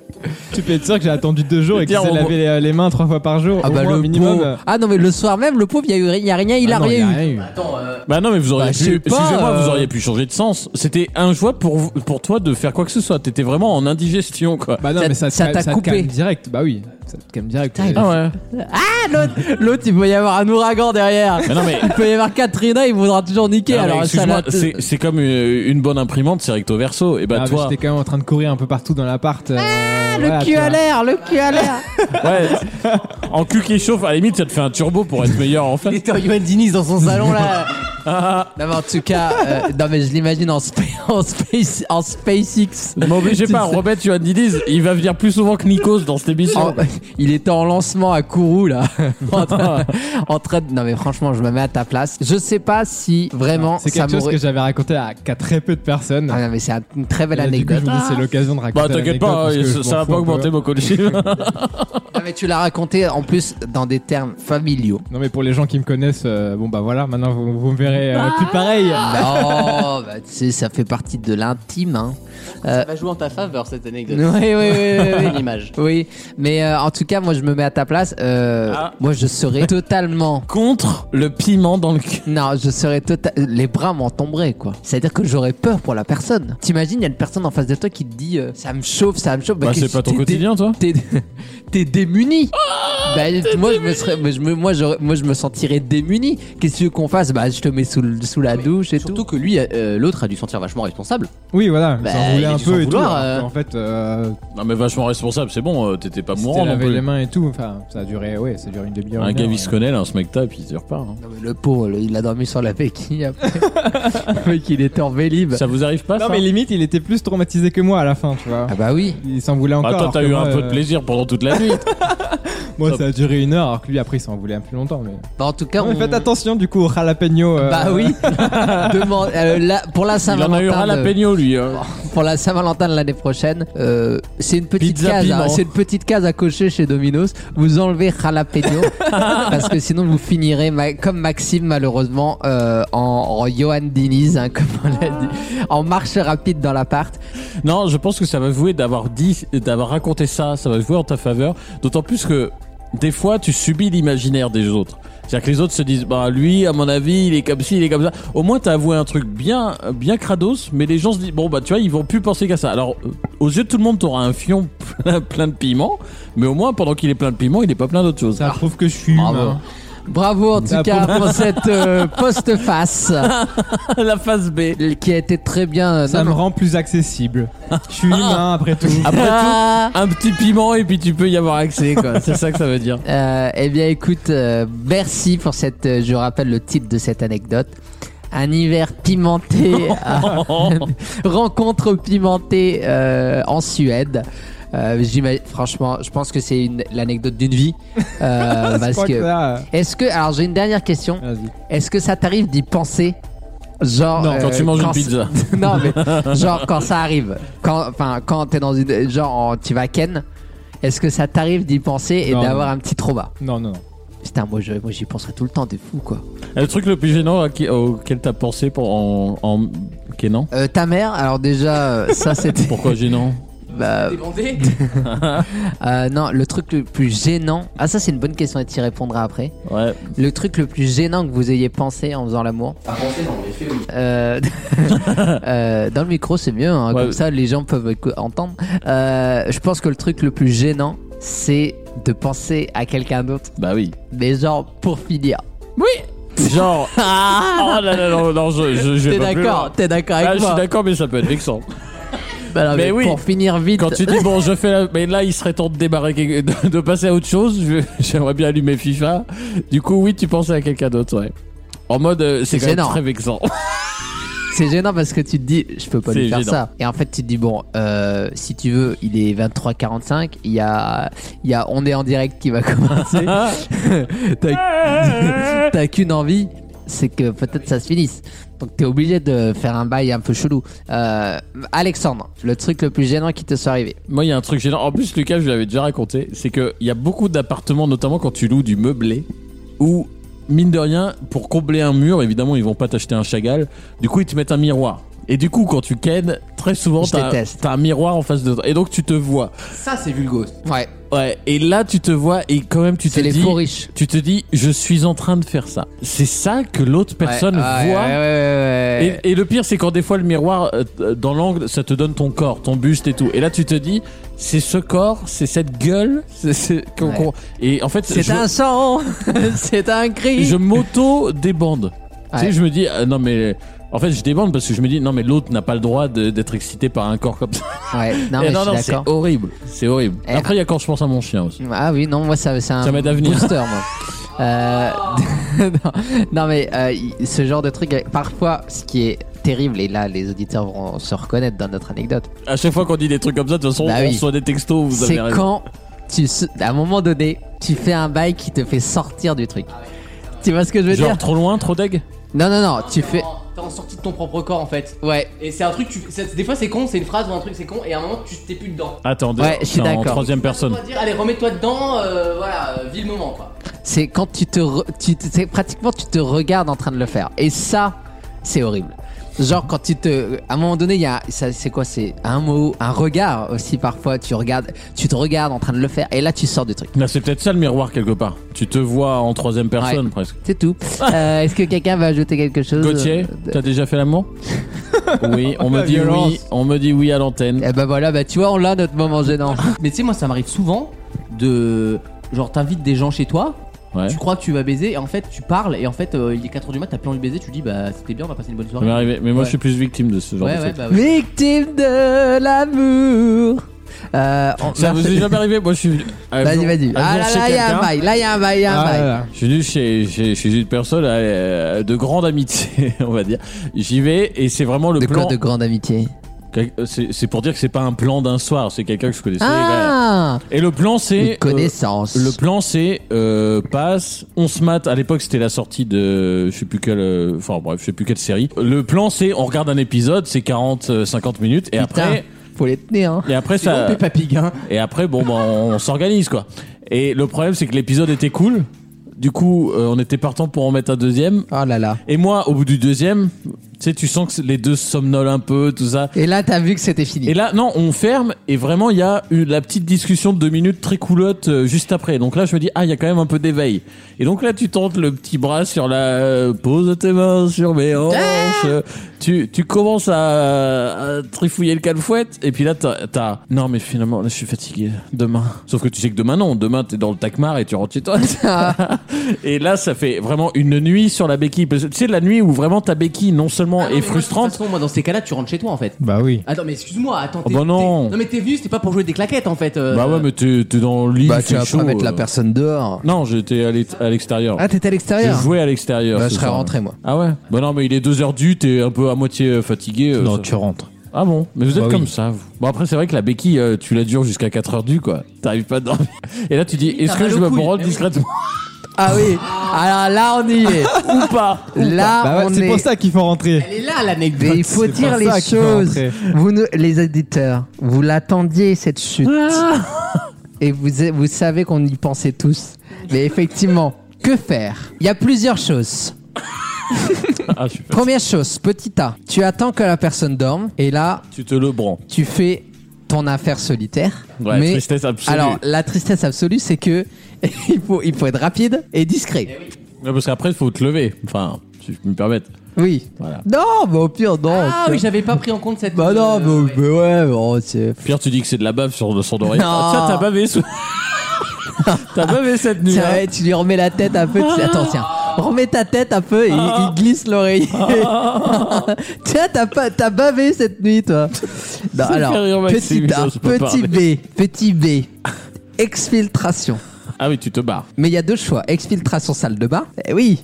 Speaker 4: tu peux être sûr que j'ai attendu deux jours et qu'il
Speaker 3: Dire,
Speaker 4: s'est
Speaker 3: on-
Speaker 4: lavé les, les mains trois fois par jour.
Speaker 1: Ah
Speaker 4: au
Speaker 1: bah
Speaker 4: moins,
Speaker 1: le
Speaker 4: minimum. euh,
Speaker 1: pauvre. Ah non mais le soir même, le pauvre, il y a eu ri- il y a rien, il
Speaker 4: Ah
Speaker 1: a
Speaker 4: non, il y
Speaker 1: rien eu.
Speaker 4: eu.
Speaker 3: Bah non, mais vous auriez
Speaker 1: Bah, je sais
Speaker 3: pu.
Speaker 1: pas,
Speaker 3: Excusez-moi,
Speaker 1: euh.
Speaker 3: vous auriez pu changer de sens. C'était injouable pour vous- pour toi de faire quoi que ce soit. T'étais vraiment en indigestion quoi.
Speaker 4: Bah non,
Speaker 1: Ça-
Speaker 4: mais ça, te
Speaker 1: ça
Speaker 4: calme-
Speaker 1: t'a
Speaker 4: te
Speaker 1: coupé.
Speaker 4: calme direct. Bah oui, ça te calme direct.
Speaker 1: Putain, il
Speaker 3: Ah ouais.
Speaker 1: Ah l'autre, l'autre, il peut y avoir un ouragan derrière.
Speaker 3: Mais non, mais-
Speaker 1: Il peut y avoir Katrina, il voudra toujours niquer.
Speaker 3: Non, mais
Speaker 1: alors ça
Speaker 3: excuse-moi,
Speaker 1: l'a-
Speaker 3: c'est c'est comme euh, une bonne imprimante, c'est recto verso. Et bah
Speaker 4: Ah, mais
Speaker 3: toi,
Speaker 4: J'étais quand même en train de courir un peu partout dans l'appart. euh, voilà,
Speaker 1: Ah, le
Speaker 4: tu
Speaker 1: cul à
Speaker 4: vois.
Speaker 1: l'air, le cul à l'air.
Speaker 3: ouais, en cul qui chauffe, à la limite, ça te fait un turbo pour être meilleur en
Speaker 22: Il
Speaker 3: fait.
Speaker 22: était en Yoann Diniz dans son salon là.
Speaker 1: Non mais en tout cas, euh, non mais je l'imagine en, spa- en space, en SpaceX.
Speaker 3: Ne m'obligez
Speaker 1: Tu
Speaker 3: pas,
Speaker 1: sais.
Speaker 3: Robert Johan Didiz, il va venir plus souvent que Nikos dans cette
Speaker 4: Ah
Speaker 3: émission.
Speaker 1: En- il était en lancement à Kourou là, en train, en train de- Non mais franchement, je me mets à ta place. Je sais pas si vraiment
Speaker 4: C'est
Speaker 1: ça
Speaker 4: quelque chose
Speaker 1: m'aurait.
Speaker 4: que j'avais raconté à, qu'à très peu de personnes.
Speaker 1: Ah non mais c'est un- une très belle
Speaker 4: Et là, du coup,
Speaker 1: anecdote.
Speaker 4: je me dis, c'est l'occasion de
Speaker 3: Bah
Speaker 4: raconter.
Speaker 3: t'inquiète
Speaker 4: l'anecdote
Speaker 3: pas,
Speaker 4: parce
Speaker 3: hein,
Speaker 4: que je
Speaker 3: ça,
Speaker 4: m'en
Speaker 3: ça va
Speaker 4: fous
Speaker 3: pas
Speaker 4: un peu.
Speaker 3: augmenter mon coaching.
Speaker 1: Ah, mais tu l'as raconté en plus dans des termes familiaux.
Speaker 4: Non, mais pour les gens qui me connaissent, euh, bon bah voilà, maintenant vous, vous me verrez
Speaker 1: Bah,
Speaker 4: euh, plus pareil.
Speaker 1: ah.
Speaker 4: Ah.
Speaker 1: Non, bah, tu sais, ça fait partie de l'intime. Hein.
Speaker 22: Ça va jouer en ta faveur cette anecdote.
Speaker 1: Oui, oui, oui, oui,
Speaker 22: Une
Speaker 1: oui.
Speaker 22: image.
Speaker 1: Oui, mais euh, en tout cas, moi je me mets à ta place. Euh,
Speaker 3: Ah.
Speaker 1: Moi je serais totalement.
Speaker 3: Contre le piment dans le cul.
Speaker 1: Non, je serais total. Les bras m'en tomberaient, quoi. C'est-à-dire que j'aurais peur pour la personne. T'imagines, il y a une personne en face de toi qui te dit euh, Ça me chauffe, ça me chauffe.
Speaker 3: Bah
Speaker 1: que
Speaker 3: c'est pas ton
Speaker 1: t'es dé-
Speaker 3: quotidien toi
Speaker 1: T'es t'es démuni.
Speaker 22: Oh,
Speaker 1: bah, moi, je me serais, mais je me- moi, j'aurais- moi, je me sentirais démuni. Qu'est-ce que tu veux qu'on fasse Bah, je te mets sous, le- sous la douche et
Speaker 22: Surtout
Speaker 1: tout.
Speaker 22: que lui, euh, l'autre a dû sentir vachement responsable.
Speaker 4: Oui, voilà,
Speaker 22: Bah,
Speaker 4: j'en
Speaker 22: il
Speaker 4: voulais
Speaker 22: a
Speaker 4: un
Speaker 22: dû s'en
Speaker 4: peu et tout.
Speaker 22: vouloir,
Speaker 4: alors
Speaker 22: euh.
Speaker 4: qu'en fait, euh,
Speaker 3: Non mais vachement responsable, c'est bon, euh, t'étais pas
Speaker 4: c'était
Speaker 3: mourant non
Speaker 4: lavé les
Speaker 3: plus.
Speaker 4: mains et tout. Enfin, ça a duré, ouais, ça a duré une demi-heure.
Speaker 3: Un
Speaker 4: une
Speaker 3: gars
Speaker 4: heure,
Speaker 3: visconnel, un smecta, puis tu repars. hein.
Speaker 1: Non, mais le pauvre, le- il a dormi sur la béquille après. Après qu'il était en vélib.
Speaker 3: Ça vous arrive pas
Speaker 4: ouais. Bah, Non,
Speaker 3: ça
Speaker 4: mais limite, il était plus traumatisé que moi à la fin, tu vois.
Speaker 1: Ah, bah oui.
Speaker 4: Il s'en voulait encore.
Speaker 3: Bah toi
Speaker 4: alors
Speaker 3: t'as
Speaker 4: que
Speaker 3: eu
Speaker 4: moi,
Speaker 3: un peu de
Speaker 4: euh,
Speaker 3: plaisir pendant toute la nuit.
Speaker 4: Moi, ça a duré une heure, alors que lui, après, il s'en voulait un peu plus longtemps. Mais...
Speaker 1: Bah, en tout cas,
Speaker 4: Non, mais
Speaker 1: on-
Speaker 4: faites attention, du coup, au jalapeno. euh,
Speaker 1: Bah oui. Demande- euh, la- pour la
Speaker 3: Il en
Speaker 1: Saint-Valentin.
Speaker 3: a eu ras la
Speaker 1: de-
Speaker 3: peigno, lui. hein.
Speaker 1: Pour la Saint-Valentin de l'année prochaine, euh, c'est une petite
Speaker 3: Pizza
Speaker 1: case,
Speaker 3: piment.
Speaker 1: hein, c'est une petite case à cocher chez Domino's. Vous enlevez jalapeno parce que sinon vous finirez ma- comme Maxime malheureusement euh, en, en Johan Diniz, hein, comme on l'a dit, en marche rapide dans l'appart.
Speaker 3: Non, je pense que ça va jouer d'avoir dit, d'avoir raconté ça, ça va jouer en ta faveur. D'autant plus que des fois, tu subis l'imaginaire des autres. C'est-à-dire que les autres se disent, bah lui, à mon avis, il est comme ci, il est comme ça. Au moins, t'as avoué un truc bien, bien crados, mais les gens se disent, bon bah tu vois, ils vont plus penser qu'à ça. Alors, euh, aux yeux de tout le monde, t'auras un fion plein, plein de piment, mais au moins pendant qu'il est plein de piment, il est pas plein d'autres choses. Ça
Speaker 4: prouve que je suis
Speaker 3: Bravo.
Speaker 1: Bravo en tout
Speaker 3: Ah,
Speaker 1: cas
Speaker 3: pour-
Speaker 1: pour cette euh, post-face
Speaker 3: La face B.
Speaker 1: qui a été très bien. euh,
Speaker 4: Ça
Speaker 1: non,
Speaker 4: me
Speaker 1: non. Ah.
Speaker 4: rend plus accessible. Je suis humain après tout.
Speaker 3: Après tout, un petit piment et puis tu peux y avoir accès, Ah. quoi. C'est ça que ça veut dire.
Speaker 1: Euh, eh bien, écoute, euh, merci pour cette. euh, je rappelle le titre de cette anecdote. Un hiver pimenté, euh, rencontre pimentée euh, en Suède. Euh, j'imagine- franchement, je pense que c'est une- l'anecdote d'une vie. Euh,
Speaker 4: Je
Speaker 1: parce
Speaker 4: crois que ça-
Speaker 1: que, est-ce que, alors j'ai une dernière question.
Speaker 4: Vas-y.
Speaker 1: Est-ce que ça t'arrive d'y penser, genre euh,
Speaker 3: Non, quand tu manges une pizza.
Speaker 1: non, mais genre quand ça arrive, quand, enfin, quand t'es dans une, genre en- tu vas à Ken, est-ce que ça t'arrive d'y penser et
Speaker 4: Non,
Speaker 1: d'avoir
Speaker 4: non.
Speaker 1: un petit trauma
Speaker 4: Non, non, non.
Speaker 1: Putain, moi, je- moi, j'y penserai tout le temps, t'es fou quoi.
Speaker 3: Le truc le plus gênant à qui- auquel t'as pensé pour en, en Kénan
Speaker 1: Euh, ta mère, alors déjà, euh, ça c'était.
Speaker 3: Pourquoi gênant
Speaker 1: Bah, euh, non, le truc le plus gênant. Ah, ça c'est une bonne question et tu y répondras après.
Speaker 3: Ouais.
Speaker 1: Le truc le plus gênant que vous ayez pensé en faisant l'amour.
Speaker 25: Pas pensé, non, mais fait, oui.
Speaker 1: Euh, euh, dans le micro, c'est mieux, hein, comme ça les gens peuvent écou- entendre. Euh, je pense que le truc le plus gênant, c'est de penser à quelqu'un d'autre.
Speaker 3: Bah oui.
Speaker 1: Mais genre pour finir.
Speaker 3: Oui Genre. oh là là, non, non, je, je, je
Speaker 1: T'es
Speaker 3: vais pas plus
Speaker 1: d'accord,
Speaker 3: loin.
Speaker 1: t'es d'accord avec
Speaker 3: Ah, Je
Speaker 1: moi.
Speaker 3: suis d'accord, mais ça peut être vexant.
Speaker 1: Bah non,
Speaker 3: mais
Speaker 1: mais
Speaker 3: oui.
Speaker 1: Pour finir vite.
Speaker 3: Quand tu dis bon, je fais la... Mais là, il serait temps de démarrer, quelque- de, de passer à autre chose. Je- J'aimerais bien allumer FIFA. Du coup, oui, tu pensais à quelqu'un d'autre, ouais. En mode, euh,
Speaker 1: C'est
Speaker 3: c'est quand même
Speaker 1: gênant.
Speaker 3: très vexant.
Speaker 1: C'est gênant parce que tu te dis, je peux pas
Speaker 3: C'est
Speaker 1: lui faire
Speaker 3: gênant.
Speaker 1: ça. Et en fait, tu te dis, bon, euh, si tu veux, il est 23h45, il y a, il y a On est en direct qui va commencer.
Speaker 3: Hein
Speaker 1: T'as t'as qu'une envie, c'est que peut-être ça se finisse. Donc t'es obligé de faire un bail un peu chelou. Euh, Alexandre, le truc le plus gênant qui te soit arrivé.
Speaker 3: Moi, il y a un truc gênant. En plus, Lucas, je l'avais déjà raconté. C'est qu'il y a beaucoup d'appartements, notamment quand tu loues du meublé, où, mine de rien, pour combler un mur, évidemment, ils vont pas t'acheter un Chagall. Du coup, ils te mettent un miroir. Et du coup, quand tu kennes, très souvent,
Speaker 1: Je
Speaker 3: t'as
Speaker 1: déteste.
Speaker 3: t'as un miroir en face de toi. Et donc, tu te vois.
Speaker 1: Ça, c'est vulgose. Ouais.
Speaker 3: Ouais, et là tu te vois et quand même tu te
Speaker 1: C'est les
Speaker 3: dis
Speaker 1: faux riches.
Speaker 3: tu te dis je suis en train de faire ça. C'est ça que l'autre personne
Speaker 1: Ouais, Ah ouais,
Speaker 3: voit.
Speaker 1: ouais, ouais, ouais, ouais.
Speaker 3: Et, et le pire c'est quand des fois le miroir euh, dans l'angle ça te donne ton corps, ton buste et tout. Et là tu te dis c'est ce corps, c'est cette gueule, c'est c'est- qu'on-
Speaker 1: Ouais.
Speaker 3: qu'on- et en fait
Speaker 1: C'est
Speaker 3: je,
Speaker 1: un sang, c'est un cri.
Speaker 3: je m'auto débande. Tu sais, je me dis euh, non mais en fait je débande parce que je me dis non mais l'autre n'a pas le droit de- d'être excité par un corps comme ça.
Speaker 1: Ouais, non,
Speaker 3: Et
Speaker 1: mais je suis
Speaker 3: c'est
Speaker 1: d'accord. Eh.
Speaker 3: horrible, c'est horrible. Après il y a quand je pense à mon chien aussi.
Speaker 1: Ah oui, non, moi ça, c'est un
Speaker 3: Ça m'aide à venir.
Speaker 1: booster, moi. Euh, non, non, mais euh, il- ce genre de truc, euh, parfois, ce qui est terrible, et là les auditeurs vont se reconnaître dans notre anecdote,
Speaker 3: À chaque fois qu'on dit des trucs comme ça, de toute façon,
Speaker 1: Bah
Speaker 3: on
Speaker 1: oui.
Speaker 3: reçoit des textos, vous
Speaker 1: c'est
Speaker 3: avez raison.
Speaker 1: quand, tu, se- à un moment donné, tu fais un bail qui te fait sortir du truc. Tu vois ce que je veux
Speaker 3: Genre
Speaker 1: dire
Speaker 3: trop loin, trop deg
Speaker 1: Non, non, non, tu fais.
Speaker 25: T'es en sortie de ton propre corps en fait.
Speaker 1: Ouais.
Speaker 25: Et c'est un truc, tu... c'est- des fois c'est con, c'est une phrase ou un truc c'est con, et à un moment tu t'es plus dedans.
Speaker 3: Attendez,
Speaker 1: Ouais, je suis
Speaker 3: en
Speaker 1: d'accord.
Speaker 3: troisième personne.
Speaker 25: Faut dire, allez, remets-toi dedans, euh, voilà, euh, vis le moment quoi.
Speaker 1: C'est quand tu te. re- tu te- c'est pratiquement, tu te regardes en train de le faire. Et ça, c'est horrible. Genre, quand tu te. À un moment donné, il y a. ça, C'est quoi C'est un mot, un regard aussi parfois. Tu regardes, tu te regardes en train de le faire. Et là, tu sors du truc.
Speaker 3: Là, c'est peut-être ça le miroir quelque part. Tu te vois en troisième personne
Speaker 1: Ouais.
Speaker 3: presque.
Speaker 1: C'est tout.
Speaker 25: Ah.
Speaker 1: Euh, Est-ce que quelqu'un va ajouter quelque chose
Speaker 3: Gauthier,
Speaker 1: Euh,
Speaker 3: t'as déjà fait l'amour Oui, on
Speaker 25: La
Speaker 3: me dit
Speaker 25: violence.
Speaker 3: oui, on me dit oui à l'antenne.
Speaker 1: Eh ben voilà, bah tu vois, on l'a notre moment gênant.
Speaker 25: Mais tu sais, moi, ça m'arrive souvent de. Genre, t'invites des gens chez toi.
Speaker 3: Ouais.
Speaker 25: Tu crois que tu vas baiser et en fait tu parles et en fait euh, il est 4h du mat, t'as plus envie de baiser, tu dis bah c'était bien, on va passer une bonne
Speaker 3: Ça
Speaker 25: soirée.
Speaker 3: m'est arrivé, mais moi
Speaker 25: Ouais.
Speaker 3: je suis plus victime de ce genre
Speaker 25: Ouais,
Speaker 3: de
Speaker 25: ouais,
Speaker 3: truc.
Speaker 25: bah ouais.
Speaker 1: Victime de l'amour. Euh, on-
Speaker 3: Ça vous est jamais arrivé Moi je suis.
Speaker 1: Vas-y, vas-y. Ah là là, il y a un bail. Là, il y a un bail, il y a un
Speaker 3: Ah,
Speaker 1: bail.
Speaker 3: Je suis venu chez, chez, chez une personne euh, de grande amitié, on va dire. J'y vais et c'est vraiment le
Speaker 1: De
Speaker 3: plan.
Speaker 1: quoi de grande amitié
Speaker 3: C'est c'est pour dire que c'est pas un plan d'un soir, c'est quelqu'un que je connaissais.
Speaker 1: Ah
Speaker 3: voilà. Et le plan, c'est.
Speaker 1: Une connaissance.
Speaker 3: euh, le plan, c'est euh, passe, on se mate. À l'époque, c'était la sortie de. Je sais plus quelle. euh, Enfin, bref, je sais plus quelle série. Le plan, c'est on regarde un épisode, c'est 40, euh, 50 minutes, et après.
Speaker 1: Faut les tenir, hein.
Speaker 3: Et après,
Speaker 1: C'est
Speaker 3: ça.
Speaker 1: bon, Peppa Pig, hein.
Speaker 3: Et après, bon, bah, on, on s'organise, quoi. Et le problème, c'est que l'épisode était cool. Du coup, euh, on était partant pour en mettre un deuxième.
Speaker 1: Ah là là.
Speaker 3: Et moi, au bout du deuxième, tu sais, tu sens que les deux somnolent un peu, tout ça.
Speaker 1: Et là, t'as vu que c'était fini.
Speaker 3: Et là, non, on ferme et vraiment, il y a eu la petite discussion de deux minutes très coulotte euh, juste après. Donc là, je me dis, ah, il y a quand même un peu d'éveil. Et donc là, tu tentes le petit bras sur la. euh, pose tes mains sur mes hanches. Euh, Tu, tu commences à, à trifouiller le calfouette et puis là, t'as. t'as, Non, mais finalement, là, je suis fatigué. Demain. Sauf que tu sais que demain, non. Demain, t'es dans le tacmar et tu rentres chez toi. et là, ça fait vraiment une nuit sur la béquille. Parce que Tu sais, la nuit où vraiment ta béquille, non seulement
Speaker 1: Ah
Speaker 3: est frustrante.
Speaker 25: façon, Ah, moi, dans ces cas-là, tu rentres chez toi, en fait.
Speaker 3: Bah oui.
Speaker 25: Attends, mais excuse-moi, attends.
Speaker 3: Oh
Speaker 25: t'es-
Speaker 3: bah
Speaker 25: t'es-
Speaker 3: non.
Speaker 25: Non, mais t'es venu, c'était pas pour jouer des claquettes, en fait. euh,
Speaker 3: Bah ouais, mais t'es t'es dans le lit.
Speaker 1: Bah,
Speaker 3: il
Speaker 1: tu
Speaker 3: fait
Speaker 1: vas pas
Speaker 3: chaud,
Speaker 1: mettre la
Speaker 3: euh.
Speaker 1: personne dehors.
Speaker 3: Non, j'étais à l'ex- à l'extérieur.
Speaker 1: Ah, t'étais à l'extérieur
Speaker 3: Je jouais à l'extérieur.
Speaker 1: Bah,
Speaker 3: ce
Speaker 1: je serais
Speaker 3: soir.
Speaker 1: rentré, moi.
Speaker 3: Ah ouais Bah non, mais il est 2h du, t'es un peu à moitié euh, fatigué. non, tu rentres. Ah bon Mais vous
Speaker 1: Bah
Speaker 3: êtes
Speaker 1: oui.
Speaker 3: comme ça. vous. Bon, après, c'est vrai que la béquille, euh, tu la dures jusqu'à 4h du, quoi. T'arrives pas à dormir. Et là, tu dis, est-ce
Speaker 1: t'as
Speaker 3: que
Speaker 1: mal
Speaker 3: je
Speaker 1: aux
Speaker 3: me
Speaker 1: couilles.
Speaker 3: branle discrètement
Speaker 1: Ah oui. Alors là, on y est.
Speaker 3: Ou pas.
Speaker 1: Là,
Speaker 4: Bah ouais,
Speaker 1: Ah, on
Speaker 4: c'est
Speaker 1: est.
Speaker 4: pour ça qu'il faut rentrer.
Speaker 25: Elle est là, l'anecdote.
Speaker 1: Mais il faut
Speaker 4: C'est
Speaker 1: dire
Speaker 4: pour
Speaker 1: les
Speaker 4: ça qu'il faut
Speaker 1: choses.
Speaker 4: rentrer.
Speaker 1: Vous, ne- les éditeurs, vous l'attendiez cette chute.
Speaker 25: Ah.
Speaker 1: Et vous, vous savez qu'on y pensait tous. Mais effectivement, que faire Il y a plusieurs choses.
Speaker 3: Ah, je suis fatigué.
Speaker 1: Première chose, petit A, tu attends que la personne dorme et là,
Speaker 3: Tu te le branles.
Speaker 1: tu fais ton affaire solitaire.
Speaker 3: Ouais, tristesse absolue.
Speaker 1: Alors, la tristesse absolue, c'est que il faut, il faut être rapide et discret.
Speaker 25: Eh
Speaker 3: Ouais, parce qu'après, il faut te lever. Enfin, si je peux me permettre.
Speaker 1: Oui.
Speaker 3: Voilà.
Speaker 1: Non, mais au pire, non.
Speaker 25: Ah oui, j'avais pas pris en compte cette. euh,
Speaker 1: Bah non, mais, mais ouais, bon, c'est.
Speaker 3: Pierre, tu dis que c'est de la bave sur son oreille.
Speaker 1: Non.
Speaker 3: Ah, Tiens, t'as bavé sous- T'as bavé cette nuit.
Speaker 1: Tiens,
Speaker 3: hein.
Speaker 1: ouais, tu lui remets la tête un peu. tu- Attends, tiens. Remets ta tête un peu et il- il glisse l'oreiller. tiens, t'as pas- t'as bavé cette nuit, toi. Non,
Speaker 3: Ça me
Speaker 1: alors,
Speaker 3: fait rire, Maxime,
Speaker 1: petit, A,
Speaker 3: je peux
Speaker 1: petit B,
Speaker 3: parler.
Speaker 1: petit B. Exfiltration.
Speaker 3: Ah oui, tu te barres.
Speaker 1: Mais il y a deux choix. Exfiltration salle de bain. Eh oui.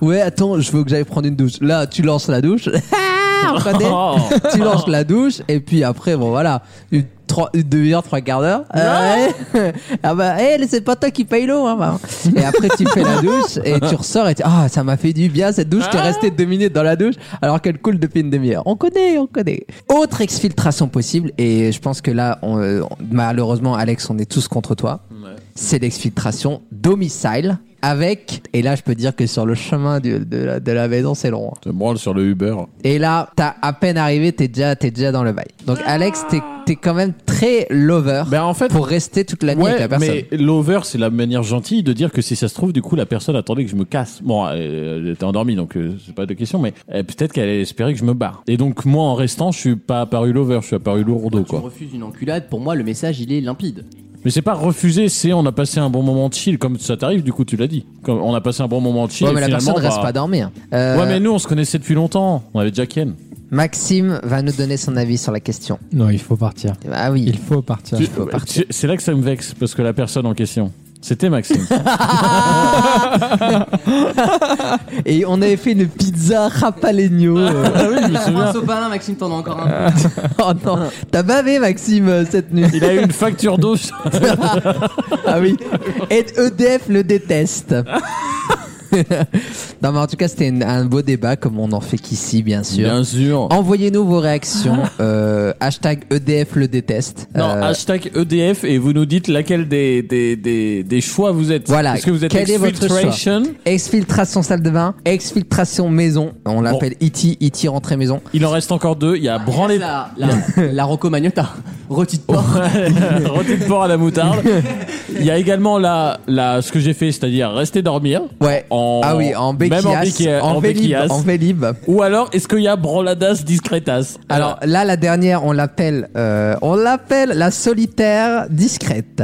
Speaker 1: Ouais, attends, je veux que j'aille prendre une douche. Là, tu lances la douche. Ah, on connaît.
Speaker 3: Oh.
Speaker 1: tu lances la douche et puis après, bon voilà, une, trois- une demi-heure, trois quarts d'heure. Euh, ouais. ah bah, hé, c'est pas toi qui paye l'eau. Hein, bah. Et après, tu fais la douche et tu ressors et tu ah, ça m'a fait du bien cette douche. T'es resté deux minutes dans la douche alors qu'elle coule depuis une demi-heure. On connaît, on connaît. Autre exfiltration possible et je pense que là, on- euh, malheureusement, Alex, on est tous contre toi c'est l'exfiltration domicile avec, et là je peux dire que sur le chemin du- de, la, de la maison c'est long. hein.
Speaker 3: Tu te branles sur le Uber.
Speaker 1: Et là, t'as à peine arrivé, t'es déjà, t'es déjà dans le bail. Donc Alex, t'es t'es quand même très lover
Speaker 3: Ben,
Speaker 1: pour rester toute la nuit avec la personne.
Speaker 3: mais l'over, c'est la manière gentille de dire que si ça se trouve, du coup, la personne attendait que je me casse. Bon, euh, elle était endormie, donc euh, c'est pas de question, mais euh, peut-être qu'elle espérait que je me barre. Et donc, moi, en restant, je suis pas apparu l'over, je suis apparu lourdeau,
Speaker 25: On
Speaker 3: quoi.
Speaker 25: refuse Bah, une enculade, pour moi, le message, il est limpide.
Speaker 3: Mais c'est pas refusé, c'est on a passé un bon moment de chill, comme ça t'arrive, du coup, tu l'as dit. Comme on a passé un bon moment de chill.
Speaker 1: Ouais,
Speaker 3: et
Speaker 1: mais la
Speaker 3: finalement,
Speaker 1: personne reste
Speaker 3: bah-
Speaker 1: pas dormir. Euh,
Speaker 3: Ouais, mais nous, on se connaissait depuis longtemps. On avait déjà Ken.
Speaker 1: Maxime va nous donner son avis sur la question.
Speaker 4: Non, il faut partir.
Speaker 1: Ah oui.
Speaker 4: Il faut partir.
Speaker 3: Tu- tu- C'est là que ça me vexe, parce que la personne en question, c'était Maxime.
Speaker 1: Et on avait fait une pizza rapalegno. euh.
Speaker 25: Prince au palin, Maxime, t'en as encore un peu.
Speaker 1: oh non, t'as bavé Maxime euh, cette nuit.
Speaker 3: Il a eu une facture d'eau. sur-
Speaker 1: ah oui. Et EDF le déteste. non mais en tout cas c'était une- un beau débat comme on en fait qu'ici bien sûr.
Speaker 3: Bien sûr.
Speaker 1: Envoyez-nous vos réactions. euh, hashtag EDF le déteste.
Speaker 3: Non,
Speaker 1: Euh,
Speaker 3: hashtag EDF et vous nous dites laquelle des, des, des, des choix vous êtes.
Speaker 1: voilà.
Speaker 3: Est-ce que vous êtes
Speaker 1: Quel est votre choix
Speaker 3: exfiltration
Speaker 1: Exfiltration salle de bain, exfiltration maison. On l'appelle E iti iti rentrée maison.
Speaker 3: Il en reste encore deux. Il y a branlé.
Speaker 25: La, la, la Rocco Magnota. Rôti de porc.
Speaker 3: Rôti de porc à la moutarde. Il y a également la, la, ce que j'ai fait, c'est-à-dire rester dormir.
Speaker 1: Ouais.
Speaker 3: En,
Speaker 1: ah oui, en
Speaker 3: Même en,
Speaker 1: béquillasse,
Speaker 3: béquilla- en
Speaker 1: Vélib,
Speaker 3: béquillasse.
Speaker 1: en Vélib.
Speaker 3: Ou alors, est-ce qu'il y a branladas discretas
Speaker 1: Alors là, la dernière, on l'appelle, euh, on l'appelle la solitaire discrète.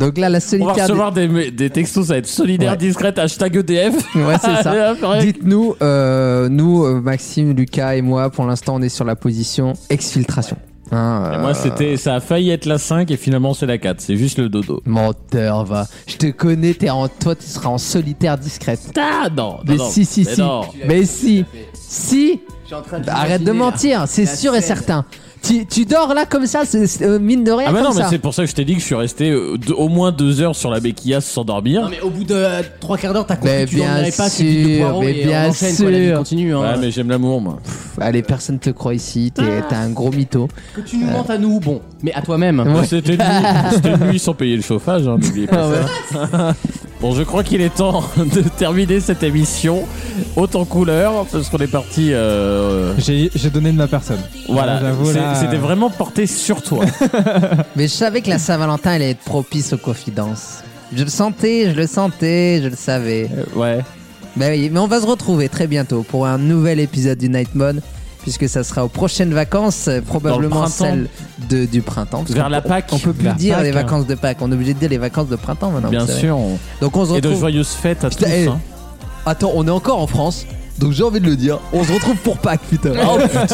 Speaker 1: Donc là, la
Speaker 3: Ah. on va
Speaker 1: solitaire.
Speaker 3: recevoir des, des textos, ça va être solidaire,
Speaker 1: Ouais.
Speaker 3: discrète, hashtag E EDF.
Speaker 1: Ouais, c'est ça.
Speaker 3: Hop, ouais.
Speaker 1: Dites-nous, euh, nous, euh, Maxime, Lucas et moi, pour l'instant, on est sur la position exfiltration. Hein,
Speaker 3: Et
Speaker 1: euh,
Speaker 3: Moi, c'était, ça a failli être la 5 et finalement, c'est la 4. C'est juste le dodo.
Speaker 1: Menteur, va. Je te connais, t'es en, toi, tu seras en solitaire discrète.
Speaker 3: Ah non, non,
Speaker 1: Mais
Speaker 3: non,
Speaker 1: si, si,
Speaker 3: mais
Speaker 1: si.
Speaker 3: non.
Speaker 1: Mais si, si.
Speaker 25: Je suis en train
Speaker 1: Arrête de
Speaker 25: Ah,
Speaker 1: hein.
Speaker 25: l'imaginer, là.
Speaker 1: mentir, c'est
Speaker 25: La
Speaker 1: sûr et
Speaker 25: scène.
Speaker 1: certain. tu, tu dors là comme ça, c'est- c'est, euh, mine de rien.
Speaker 3: Ah bah
Speaker 1: comme
Speaker 3: non, mais
Speaker 1: ça.
Speaker 3: c'est pour ça que je t'ai dit que je suis resté euh, deux- au moins deux heures sur la béquillasse sans dormir.
Speaker 25: Non, mais au bout de euh, trois quarts d'heure, t'as compris
Speaker 1: Mais
Speaker 25: que tu dormirais
Speaker 1: bien
Speaker 25: pas, c'est du de
Speaker 1: sûr,
Speaker 25: poireaux
Speaker 1: mais
Speaker 25: et
Speaker 1: bien
Speaker 25: on enchaîne, quoi, la vie
Speaker 1: sûr.
Speaker 25: continue.
Speaker 3: Ouais,
Speaker 25: Hein.
Speaker 3: mais j'aime l'amour, moi.
Speaker 1: Pff, Allez, personne te croit ici,
Speaker 3: Ah.
Speaker 1: t'es t'es un gros mytho.
Speaker 25: Que tu nous mentes à nous, bon, mais à toi-même.
Speaker 3: Ouais, C'était une, c'était une nuit sans payer le chauffage, hein, n'oubliez pas ça. Bon, je crois qu'il est temps de terminer cette émission haute en couleur parce qu'on est parti. euh,
Speaker 4: J'ai j'ai donné de ma personne.
Speaker 3: Voilà,
Speaker 4: J'avoue,
Speaker 3: C'est-
Speaker 4: là,
Speaker 3: c'était
Speaker 4: euh,
Speaker 3: vraiment porté sur toi.
Speaker 1: Mais je savais que la Saint-Valentin allait être propice aux confidences. Je le sentais, je le sentais, je le savais.
Speaker 3: ouais.
Speaker 1: Mais oui, mais on va se retrouver très bientôt pour un nouvel épisode du Night Mode, puisque ça sera aux prochaines vacances, euh, probablement
Speaker 3: printemps.
Speaker 1: celles de- du printemps. parce
Speaker 3: Vers
Speaker 1: qu'on-
Speaker 3: la Pâques.
Speaker 1: On peut plus
Speaker 3: Vers
Speaker 1: dire
Speaker 3: Pâques,
Speaker 1: les
Speaker 3: hein.
Speaker 1: vacances de Pâques, on est obligé de dire les vacances de printemps maintenant.
Speaker 3: Bien
Speaker 1: vous savez.
Speaker 3: sûr. on-
Speaker 1: Donc on se
Speaker 3: Et de
Speaker 1: retrouve.
Speaker 3: joyeuses fêtes à
Speaker 1: Putain,
Speaker 3: tous.
Speaker 1: eh,
Speaker 3: hein.
Speaker 1: Attends, on est encore en France, donc j'ai envie de le dire. On se retrouve pour Pâques, putain.
Speaker 3: Oh, putain.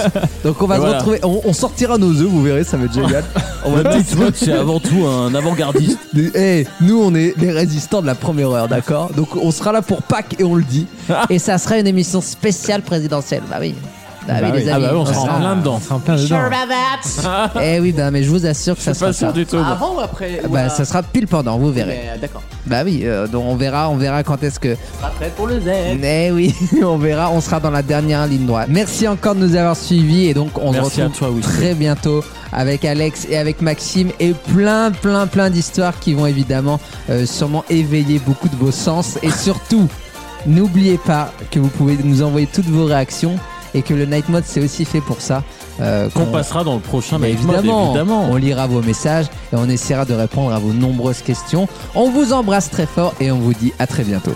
Speaker 1: Donc on va
Speaker 3: Et
Speaker 1: se
Speaker 3: voilà.
Speaker 1: retrouver, on, on sortira nos œufs, vous verrez, ça va être génial. On va
Speaker 3: Le
Speaker 1: tout-
Speaker 3: Night Mode, c'est avant tout un avant-gardiste.
Speaker 1: Eh, nous on est les résistants de la première heure, d'accord Donc on sera là pour Pâques et on le dit.
Speaker 4: Ah.
Speaker 1: et ça sera une émission spéciale présidentielle, bah oui. Bah,
Speaker 4: Bah
Speaker 1: oui,
Speaker 4: oui.
Speaker 1: les
Speaker 4: Ah
Speaker 1: amis.
Speaker 4: bah oui, on sera en plein dedans.
Speaker 1: On sera en
Speaker 4: plein
Speaker 1: dedans. Eh oui, bah, mais je vous assure que ça
Speaker 3: suis pas
Speaker 1: sera
Speaker 3: sûr
Speaker 1: ça.
Speaker 3: du tout, moi.
Speaker 25: Avant ou après
Speaker 1: Ah
Speaker 25: ou
Speaker 1: Bah
Speaker 25: à-
Speaker 1: ça sera pile pendant, vous verrez.
Speaker 25: Mais, euh, D'accord.
Speaker 1: Bah oui, euh, donc on verra, on verra quand est-ce que.
Speaker 25: Pas prêt pour le Z.
Speaker 1: Eh oui, on verra, on sera dans la dernière ligne droite. Merci encore de nous avoir suivis et donc on
Speaker 3: Merci
Speaker 1: se retrouve
Speaker 3: à toi, Wilfried.
Speaker 1: très bientôt avec Alex et avec Maxime et plein plein plein d'histoires qui vont évidemment euh, sûrement éveiller beaucoup de vos sens et surtout n'oubliez pas que vous pouvez nous envoyer toutes vos réactions et que le night mode c'est aussi fait pour ça. euh,
Speaker 3: Qu'on passera dans le prochain
Speaker 1: mais
Speaker 3: Night Mode,
Speaker 1: évidemment,
Speaker 3: évidemment.
Speaker 1: on lira vos messages et on essaiera de répondre à vos nombreuses questions. On vous embrasse très fort et on vous dit à très bientôt.